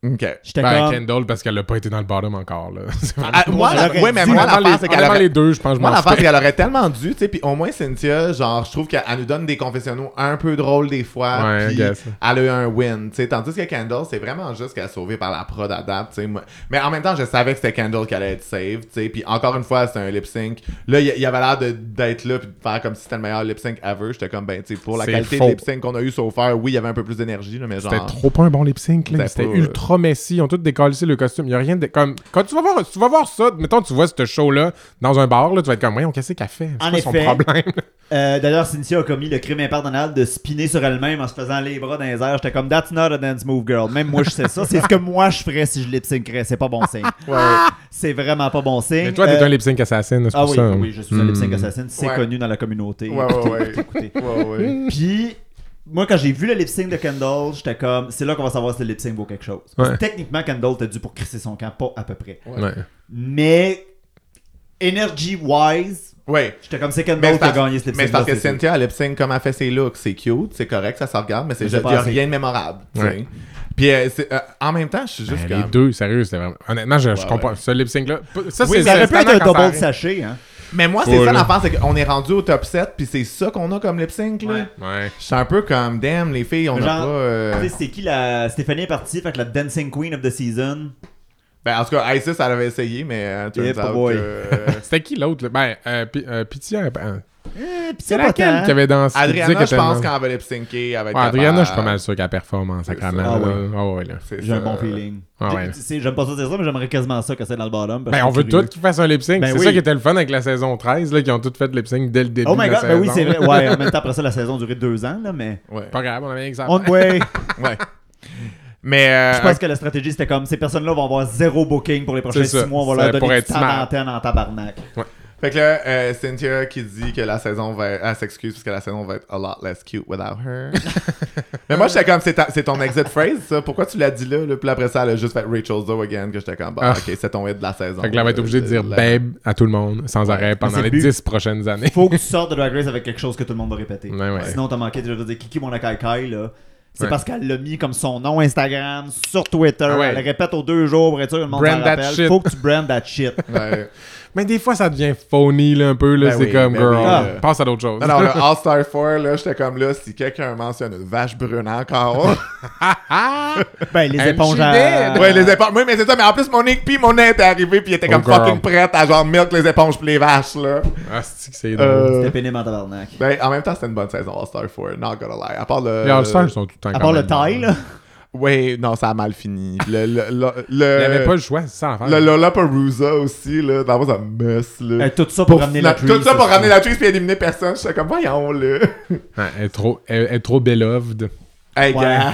Ok. J'étais Ben, comme. Kendall, parce qu'elle a pas été dans le bottom encore, là. C'est vraiment- Ah, moi, la- j'aurais ouais, mais dit, moi, Enlevant l'affaire, c'est les, qu'elle enlevant aurait... les deux, je pense que je Moi, m'en l'affaire, foutais. c'est qu'elle aurait tellement dû, tu sais, puis au moins, Cynthia, genre, je trouve qu'elle nous donne des confessionnaux un peu drôles des fois, Ouais, I puis guess. elle a eu un win, tu sais, tandis que Kendall, c'est vraiment juste qu'elle est sauvée par la prod à date, tu sais, moi. Mais en même temps, je savais que c'était Kendall qui allait être save, tu sais, puis encore une fois, c'était un lip-sync. Là, il y- il y avait l'air de- d'être là, puis de faire comme si c'était le meilleur lip-sync ever, j'étais comme, ben, tu sais, pour la C'est qualité faux. de lip-sync qu'on a eu sauf faire, oui, il y avait un peu plus d'énergie, là, mais genre... C'était trop pas euh, un bon lip sync, là. C'était C'était pas, ultra messy. Ils ont tous décalissé le costume. Il y a rien de. Comme, quand tu vas voir, tu vas voir ça, mettons, tu vois ce show-là dans un bar, là, tu vas être comme, voyons, qu'est-ce qu'elle fait? En C'est quoi son effet. problème? Euh, D'ailleurs, Cynthia a commis le crime impardonnable de spinner sur elle-même en se faisant les bras dans les airs. J'étais comme, that's not a dance move, girl. Même moi, je sais ça. C'est ce que moi, je ferais si je lip syncerais. C'est pas bon signe. Ah! C'est vraiment pas bon signe. Mais toi, t'es Euh, un Hmm. lip sync assassin, c'est pour Ah oui, ça. oui, je suis un lip sync assassin. C'est Ouais. connu dans la communauté. Ouais, ouais, ouais. Écoutez. Ouais, ouais. Puis, moi, quand j'ai vu le lip sync de Kendall, j'étais comme, c'est là qu'on va savoir si le lip sync vaut quelque chose. Parce que Ouais. Techniquement, Kendall t'a dû pour crisser son camp, pas à peu près. Ouais. Mais energy-wise, Ouais. j'étais comme second goal Mais c'est qui a parce, gagné ce lip mais c'est parce que sync-là, Cynthia, elle lip sync comme elle fait ses looks, c'est cute, c'est correct, ça se regarde, mais c'est Mais juste, c'est il n'y a pas rien de mémorable. tu sais. Ouais. Puis euh, c'est- euh, en même temps, je suis juste Ben, comme. les deux, sérieux, c'était vraiment. Honnêtement, je, je Ouais, comprends. ouais. Ce lip sync là. Ça, Oui, c'est mais ça aurait pu c'est être un quand ça double arrive. sachet, hein. Mais moi, c'est Ouais, ça là. l'affaire, c'est qu'on est rendu au top 7, puis c'est ça qu'on a comme lip sync, là. Ouais. Ouais. Je suis un peu comme, damn, les filles, on n'a Genre, pas. euh, Tu sais, c'est qui la. Stéphanie est partie, fait que la Dancing Queen of the Season. Ben, en tout cas, Isis, elle avait essayé, mais euh, turns Yeah, out boy. que, euh, C'était qui l'autre là? Ben, euh, P- euh, Pitié, euh, euh, Euh, pis C'est laquelle qui avait dansé qui disait Adriana, qu'elle je était pense dans- qu'elle va lip syncer. elle va être Ouais, Adriana, je suis pas capable. mal sûr qu'elle performe en sacrament. Ah là. ouais. Ah ouais, là. C'est J'ai un ça. bon feeling. Ah J'ai- ouais. tu sais, J'aime pas ça dire ça, mais j'aimerais quasiment ça que c'est dans le bottom. parce Ben, que on je suis veut curieux. tous qu'ils fassent un lip sync. Ben c'est oui. ça qui était le fun avec la saison 13, là, qui ont tous fait le lip sync dès le début. Oh my de la god, ben oui, saison. c'est vrai. Ouais, en même temps, après ça, la saison a duré deux ans, là, mais. Ouais. Pas grave, on avait un exemple. On... Ouais, ouais. Mais. euh, je pense que la stratégie c'était comme ces personnes-là vont avoir zéro booking pour les prochains six C'est ça. mois, on Ça va leur pourrait donner une être smart. antenne en tabarnak. Fait que là, euh, Cynthia qui dit que la saison va être... Elle s'excuse parce que la saison va être a lot less cute without her. Mais moi, j'étais comme, c'est ta- c'est ton exit phrase, ça. Pourquoi tu l'as dit là? là? Puis après ça, elle a juste fait Rachel Zoe again, que j'étais comme, bah, Ah. ok, c'est ton hit de la saison. Euh, Fait que là, on va être obligé de dire ben. Là. babe à tout le monde, sans arrêt, pendant c'est les le but. 10 prochaines années. Faut que tu sortes de Drag Race avec quelque chose que tout le monde va répéter. Ouais, ouais. Sinon, t'as manqué, je veux dire, Kiki Monakai là. C'est Ouais. parce qu'elle l'a mis comme son nom Instagram, sur Twitter. Ah ouais. Elle le répète aux deux jours pour être sûr que le monde Brand s'en that rappelle. shit. Faut que tu brandes that shit. Ouais. Mais des fois, ça devient phony, là, un peu. Là, Ben c'est oui, comme, ben girl, oui, là. passe à d'autres choses. Non, non, le All-Star 4, là, j'étais comme là, si quelqu'un mentionne une vache brune encore. Ah! Ben, les And éponges she à... did. ouais, les éponges. Oui, mais c'est ça, mais en plus, Monique puis Monet était arrivé puis était Oh, comme girl. fucking prête à genre milk les éponges pis les vaches, là. Ah, c'est que c'est Euh, drôle. C'était pénible en tabarnak. Ben, en même temps, c'était une bonne saison All-Star 4, not gonna lie. À part le. Les All-Stars sont tout le temps. euh, À quand part même le taille, là. Oui, non, ça a mal fini. Le, le, le, le, Il n'y avait pas le choix, c'est ça l'affaire. Euh, le Lollapalooza aussi, là, that was a mess, là. Euh, tout ça pour, ramener la Tout ça pour Trees, ramener la triste puis éliminer personne. J'étais comme, voyons, là. Ouais, Hein, elle, est trop, elle, elle est trop beloved. Hey, Ouais. gars.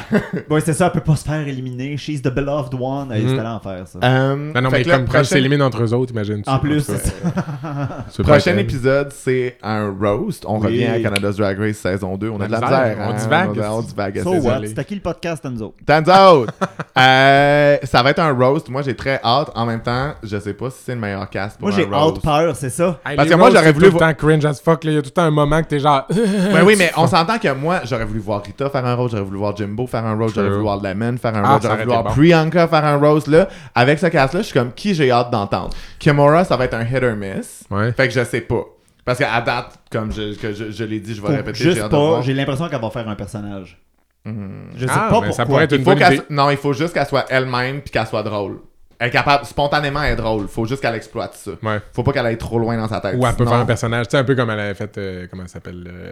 Ouais, c'est ça, elle peut pas se faire éliminer. She's the beloved one. Elle, C'était l'enfer, ça. Euh, Ben Non, non, fait mais que là, comme quand ils prochain, s'éliminent entre eux autres, imagine. en plus, c'est ça. prochain euh, épisode, c'est un roast. On Oui. revient à Canada's Drag Race saison 2. On a de la misère. On hein. divague. On, on divague. So c'est what? ça. C'était qui le podcast, à nous autres? Time's out! Euh, ça va être un roast. Moi, j'ai très hâte. En même temps, je sais pas si c'est le meilleur cast pour Moi, un j'ai roast. hâte peur, c'est ça. Parce Parce que moi, j'aurais voulu tout le temps cringe as fuck. là. Il y a tout le temps un moment que t'es genre. Ben oui, mais on s'entend que moi, j'aurais voulu voir Rita faire un roast, j'aurais voulu voir Jimbo faire un roast, j'aurais True. voulu voir Lemon faire un Ah, roast, ça j'aurais voulu aurait voir été bon. Priyanka faire un roast. Là, avec ce cast-là, je suis comme qui j'ai hâte d'entendre. Kimora, ça va être un hit or miss. Ouais. Fait que je sais pas. Parce qu'à date, comme je, que je, je l'ai dit, je vais Faut répéter. j'ai juste hâte de voir. pas, j'ai l'impression qu'elle va faire un personnage. Je sais pas Ah, ben, pourquoi. ça pourrait être Il une faut bonne qu'elle idée. so- Non, il faut juste qu'elle soit elle-même puis qu'elle soit drôle. Elle est capable, spontanément, elle est drôle. Faut juste qu'elle exploite ça. Ouais. Faut pas qu'elle aille trop loin dans sa tête. Ou elle peut sinon- faire un personnage. Tu sais, un peu comme elle avait fait. euh, comment ça s'appelle euh,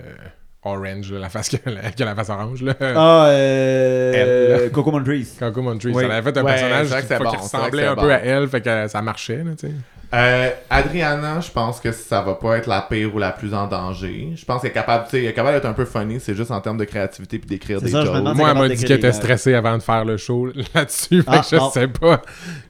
Orange, là, la face que la, que la face orange. Là. Ah, euh, Elle, là. Coco Montrese. Coco Montrese, Oui. elle avait fait un Ouais, personnage c'est vrai qui, que c'est qui bon, c'est vrai que ressemblait c'est un bon. peu à elle, fait que ça marchait. Là, tu sais. Euh, Adriana, je pense que ça va pas être la pire ou la plus en danger. Je pense qu'elle est capable, tu sais, elle est capable d'être un peu funny, c'est juste en termes de créativité puis d'écrire C'est des ça, je me jokes. demande- Moi, elle m'a capable dit d'écrire qu'elle des était gags. stressée avant de faire le show là-dessus. fait Ah, que je bon. sais pas.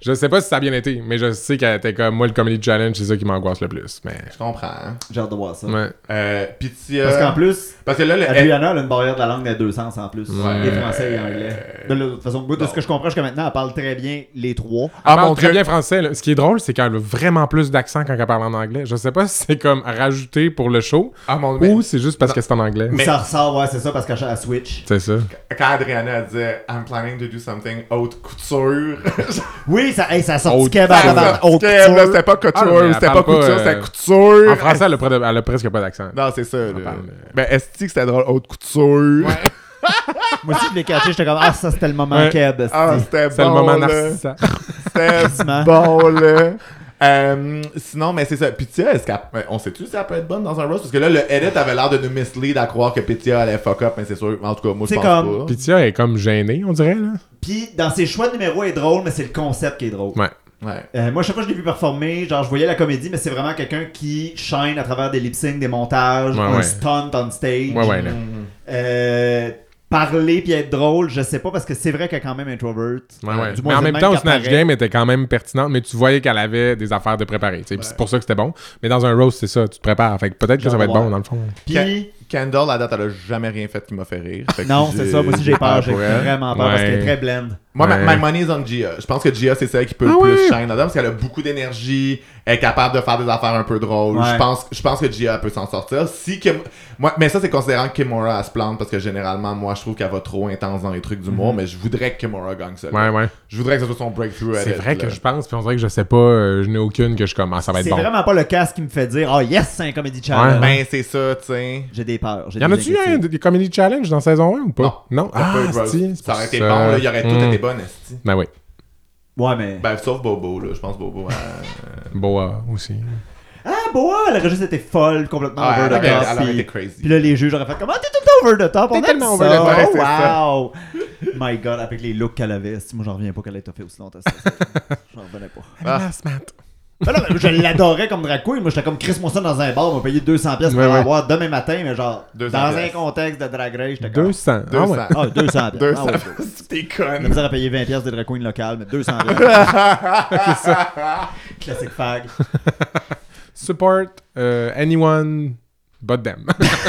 Je sais pas si ça a bien été, mais je sais qu'elle était comme moi, le comedy challenge, c'est ça qui m'angoisse le plus. Mais. Je comprends. hein. J'ai hâte de voir ça. Ouais. Euh, Pitya- Parce qu'en plus, parce que là, le Adriana, elle a une barrière de la langue des deux sens en plus. Ouais. Les français et anglais. De toute façon, de ce que je comprends jusqu'à maintenant, elle parle très bien les trois. Ah, Elle parle mon très Dieu. bien français. là. Ce qui est drôle, c'est qu'elle a vraiment plus d'accent quand elle parle en anglais. Je sais pas si c'est comme rajouté pour le show Ah, mon- ou c'est juste parce que c'est en anglais. Ou Mais- ça ressort, ouais, c'est ça, parce qu'elle elle switch. C'est ça. quand Adriana disait I'm planning to do something haute couture, Oui, ça, hey, ça a Oh, sorti ça kebab avant Eh sortait, ben, haute là, couture. c'était pas couture, Ah, mais elle c'était pas parle pas, couture, euh, c'était couture. En français, elle a, pre- elle a presque pas d'accent. Non, c'est ça. là. parle, euh, Ben, est-ce que c'était drôle, haute couture? Moi aussi, je l'ai catché, j'étais comme, ah, ça, c'était le moment Ouais. keb. Ah, c'est- c'était bon. C'est le moment là. narcissant. C'était Quasiment. bon, là. Euh, sinon, mais c'est ça. Pitya, est-ce qu'elle. ouais, On sait-tu si elle peut être bonne dans un roast? Parce que là, le edit avait l'air de nous mislead à croire que Pitya allait fuck up, mais c'est sûr. En tout cas, moi, C'est je pense comme- pas. Pitya est comme gênée, on dirait. Là. Puis dans ses choix de numéros, elle est drôle, mais c'est le concept qui est drôle. Ouais. Ouais. Euh, moi, chaque fois que je l'ai vu performer, genre, je voyais la comédie, mais c'est vraiment quelqu'un qui shine à travers des lip syncs, des montages, Ouais, un ouais. stunt on stage. Ouais, ouais. Là. Euh, parler puis être drôle, je sais pas, parce que c'est vrai qu'elle est quand même introvert. Ouais, ouais. Euh, du Mais moins, en c'est même le temps, au qu'elle Snatch paraît. Game était quand même pertinente, mais tu voyais qu'elle avait des affaires de préparer. tu sais, puis C'est pour ça que c'était bon. Mais dans un roast, c'est ça, tu te prépares. Fait que peut-être que ça va être Genre, bon ouais. dans le fond. Puis, Kendall, à date, elle a jamais rien fait qui m'a fait rire. Fait que non, j'ai- c'est ça, moi aussi j'ai peur, j'ai pour elle. vraiment peur parce Ouais. qu'elle est très blende. Moi, ma- Ouais. my money is on Gia. Je pense que Gia, c'est celle qui peut Ah le plus ouais? shine là-dedans parce qu'elle a beaucoup d'énergie, elle est capable de faire des affaires un peu drôles. Ouais. Je, pense, je pense que Gia peut s'en sortir. Si Kim... moi, mais ça, c'est considérant que Kimura elle se plante parce que généralement, moi, je trouve qu'elle va trop intense dans les trucs d'humour, mais je voudrais que Kimura gagne ça. Mhm. Ouais, ouais. Je voudrais que ce soit son breakthrough. à C'est elle, vrai là. que je pense, puis on dirait que je sais pas, euh, je n'ai aucune que je commence, ça va être C'est bon. vraiment pas le casque qui me fait dire Oh yes, c'est un comedy challenge. Ben, c'est ça, tu sais. J'ai des peurs. j'ai Y en des a-tu eu un inquiétudes. des des Comedy Challenge dans saison 1 ou pas? Non. T'as Ah, pas eu Rose. si, c'est ça pour aurait été bon, là, il y aurait tout Hmm. été bon, esti. Ben oui. Ouais, mais. Ben, sauf Bobo, là, je pense Bobo. elle- Boa aussi. Ah, boah, elle aurait juste été folle, complètement Ouais, over elle, the aurait- elle top. aurait puis- été crazy. Puis là, les juges auraient fait comme Ah, t'es tout le temps over the top. T'es On aime tellement ça. over the top, c'est ça. Oh, wow. My God, avec les looks qu'elle avait. Si moi, j'en reviens pas qu'elle ait toffé aussi longtemps. ça, ça, J'en revenais pas. Ah. Last mat. Ben non, mais je l'adorais comme drag queen. Moi, j'étais comme Chris Monson dans un bar. On m'a payé 200 pièces pour Ouais, ouais. l'avoir demain matin, mais genre, 200 dans un pièces. contexte de drag race, j'étais comme. 200. Ah 200. ouais. Ah, 200 pièces. 200. Ah, ouais. T'es La conne. misère à payer 20 pièces des drag queens locales, mais 200 pièces. Classique fag. Support euh, anyone but them.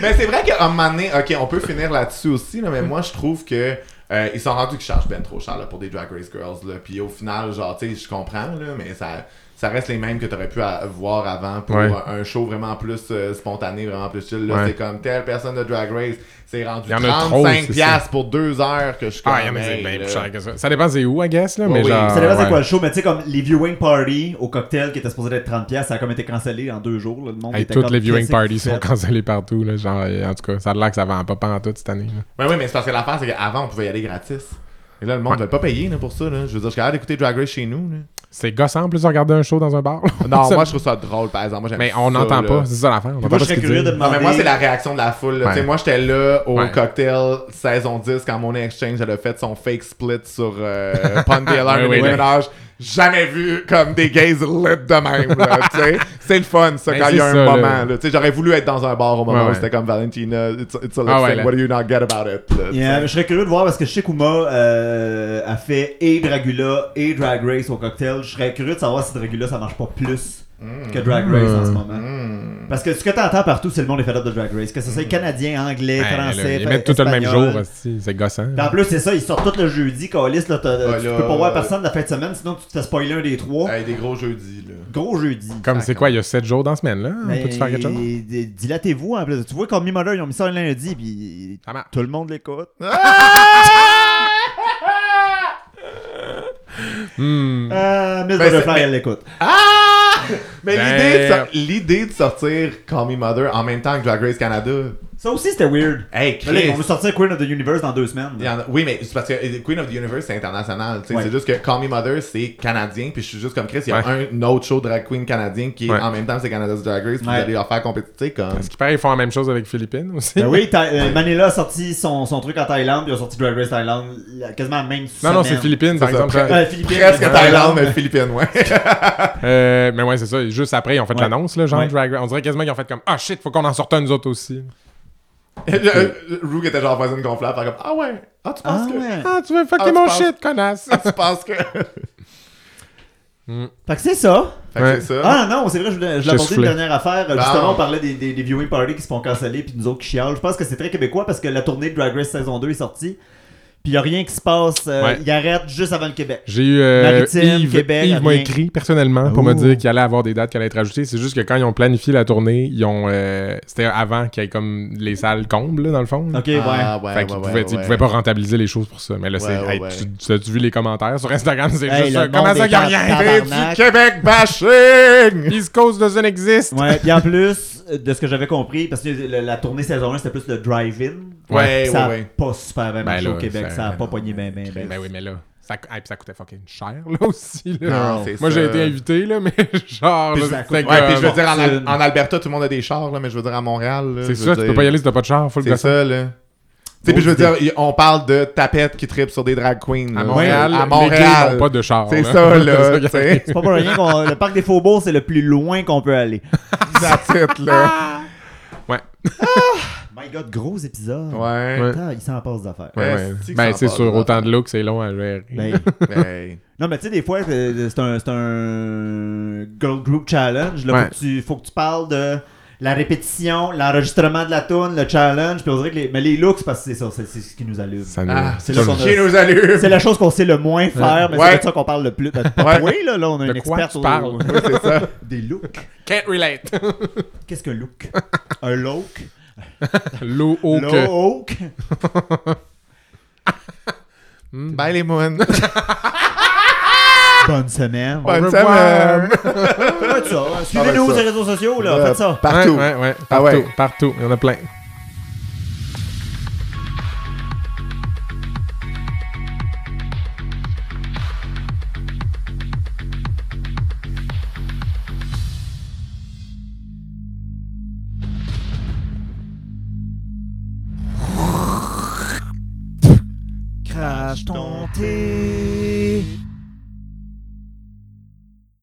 Mais c'est vrai qu'à un moment donné, ok, on peut finir là-dessus aussi, là, Hmm. mais moi je trouve que euh, ils sont rendus qu'ils chargent ben trop cher là, pour des Drag Race Girls. Là. Puis au final, genre, tu sais, je comprends, là, mais ça, ça reste les mêmes que t'aurais pu a- voir avant pour Ouais. un un show vraiment plus euh, spontané, vraiment plus chill. Là, Ouais. c'est comme telle personne de Drag Race, c'est rendu Il y en a trop, 35$ c'est piastres pour deux heures que je suis ah, il y en a comme, des hey, bien là. plus cher que ça. Ça dépend c'est où, I guess, là, Ouais, mais oui. genre... Ça dépend c'est Ah, ouais. quoi le show, mais tu sais, comme les viewing parties au cocktail qui était supposé être 30$, piastres, ça a comme été cancellé en deux jours. là. Le monde Hey, était toutes comme, les viewing Qu'est-ce que vous parties sont faites? cancellées partout. Là, genre, et en tout cas, ça a l'air que ça vend pas pantoute cette année. là. Ben Oui, oui, mais c'est parce que l'affaire, c'est qu'avant, on pouvait y aller gratis. Et là, le monde ne veut pas payer là, pour ça. Là. Je veux dire, je suis capable d'écouter Drag Race chez nous. là. C'est gossant en plus de regarder un show dans un bar. là. Non, Ça- moi, je trouve ça drôle, par exemple. Moi, j'aime Mais on ça, n'entend là. pas, c'est ça l'affaire. on Moi, entend pas je ce serais qu'ils curieux de disent. Non, mais moi, demander- c'est la réaction de la foule. là. Ouais. Tu sais, Moi, j'étais là au Ouais. cocktail saison 10 quand Money Exchange elle a fait son fake split sur euh, Pond Taylor Ouais, et ouais, Nicki ouais. Minaj. Jamais vu comme des gays lit de même. là, tu sais. c'est le fun, ça, Mais quand il y a c'est un ça, moment. là. là. Tu sais, J'aurais voulu être dans un bar au moment Ouais, où ouais. c'était comme Valentina. It's, it's a lip Ah, ouais, sync, là. What do you not get about it? là, tu Yeah, sais. mais je serais curieux de voir parce que je sais qu'Ouma euh, a fait et Dragula et Drag Race au cocktail. Je serais curieux de savoir si Dragula ça marche pas plus que Drag Race en ce Mm. moment. Parce que ce que t'entends partout, c'est le monde est fait up de Drag Race. Que ce soit canadien, anglais, Ben, là, français, Ils fa- mettent tout le même espagnol. jour, hostie, c'est gossant. Puis En plus, c'est ça, ils sortent tout le jeudi, Calis. Là, t'as- Ouais, tu là, peux pas euh, voir personne la fin de semaine, sinon tu te fais spoiler un des trois. Hey, des gros jeudis. Là. Gros jeudi. Comme c'est quoi, il y a 7 jours dans la semaine, là? On peut-tu faire quelque chose? Mais d- Dilatez-vous en plus. Tu vois, comme Mother, ils ont mis ça le lundi, puis Ça marche. tout le monde l'écoute. Hmm. Euh, Miss Ben, Butterfly, c'est- elle l'écoute. Ah! Mais Ben- l'idée de sor- l'idée de, sortir Call Me Mother en même temps que Drag Race Canada. Ça aussi, c'était weird. Hey, Mais là, ils Chris! vont nous sortir Queen of the Universe dans deux semaines. Il y en a- Oui, mais c'est parce que euh, Queen of the Universe, c'est international. tu sais. Ouais. C'est juste que Call Me Mother, c'est canadien. Puis je suis juste comme Chris, il y a Ouais. un autre show drag queen canadien qui est Ouais. en même temps, c'est Canada's Drag Race. Puis Ouais. vous allez leur faire compétiter comme. Parce qu'il paraît qu'ils font la même chose avec Philippines aussi. Ben oui, Tha- euh, Manila a sorti son, son truc en Thaïlande, puis ils ont sorti Drag Race Thaïlande la- quasiment la même Non, semaine. non, c'est Philippines, par C'est ça, exemple. presque- Euh, Philippines, Presque Manila. Thaïlande, mais Philippines, ouais. Euh, mais ouais, c'est ça. Juste après, ils ont fait Ouais. l'annonce, là, genre Ouais. Drag Race. On dirait quasiment qu'ils ont fait comme Ah shit, faut qu'on en sorte un nous autres aussi. Euh, Rue qui était genre voisine gonflable, faire comme Ah ouais, ah tu Ah penses que. ouais. Ah, tu veux Ah, fucker tu mon penses- shit, connasse. Ah, tu penses que. Fait que c'est ça. Fait que Ouais. c'est ça. Ah non, c'est vrai, je voulais je J'ai voulais aborder une soufflé. dernière affaire. Bah, Euh, Non. Justement, on parlait des, des, des viewing parties qui se font canceller, puis nous autres qui chialent. Je pense que c'est très québécois parce que la tournée de Drag Race saison 2 est sortie, puis il a rien qui se passe. euh, Ouais. Ils arrêtent juste avant le Québec. J'ai eu euh, Maritime, Yves, Québec, Yves m'a rien. écrit personnellement pour me Ouh. dire qu'il allait avoir des dates qui allaient être ajoutées. C'est juste que quand ils ont planifié la tournée, ils ont euh, c'était avant qu'il y ait comme les salles combles là, dans le fond. là. Ok, ouais. Ah, ouais, fait qu'ils pouvaient, tu sais, ils pouvaient pas rentabiliser les choses pour ça. Mais là, Ouais, c'est. ouais, hey, ouais. tu- Tu, as-tu vu les commentaires sur Instagram? C'est Hey, juste le ça. Comment monde ça, est qu'il n'y en a rien? tabarnak. C'est du Québec bashing! East Coast doesn't exist! Ouais, puis en plus euh, de ce que j'avais compris, parce que le- la tournée saison 1 c'était plus le drive-in. Ouais, ouais, ça a ouais. pas super bien Eh Ben marché au là, Québec, ça- ça a pas non, pogné bien, bien, bien. Ben oui, mais là. Ça, hey, puis ça coûtait fucking cher, là aussi. Là. Non, c'est Moi, ça. j'ai été invité, là, mais genre. Puis là, ça c'était coûte- comme- Ouais, puis je veux dire, en, Al- Fortune. en Alberta, tout le monde a des chars, là, mais je veux dire, à Montréal. là, C'est je ça, veux tu dire- peux pas y aller si t'as pas de char, faut le C'est gossin. ça, là. Tu sais, puis je veux dire, y- on parle de tapette qui tripe sur des drag queens. À là. Montréal, Ouais, à les gays Montréal. n'ont pas de char. C'est ça, là. qu'il tu y a- sais. C'est pas pour rien qu'on- le parc des Faubourgs c'est le plus loin qu'on peut aller. That's it, là. Ouais. My God, gros épisode. Ouais. Putain, il s'en passe des affaires. Ouais, Est-ce que ouais. Ben, ça c'est passe, sûr, là? autant de looks, c'est long à gérer. Ben, Hey. non, mais tu sais, des fois, euh, c'est c'est un, c'est un girl group challenge. Là, Ouais. faut, que tu, faut que tu parles de la répétition, l'enregistrement de la tune, le challenge, puis on dirait que les, mais les looks, parce que c'est ça, c'est c'est ce qui nous allume. Ça Ah, nous- c'est c'est là le qu'on a- qui nous allume. C'est la chose qu'on sait le moins faire, mais Ouais. c'est de ça qu'on parle le plus. Ben, pas Ouais. toi, là, là, on a De une quoi experte tu au- parles? Oui, c'est ça. des looks. Can't relate. Qu'est-ce qu'un look Un look L'eau au que. Look Bye les moines. Bonne semaine. Bonne Au semaine. revoir. Faites ça. Suivez-nous ça. sur les réseaux sociaux, là. Euh, Faites ça. Partout. Ouais, ouais, ouais. Partout, Ah ouais. partout. Il y en a plein. Crash ton thé.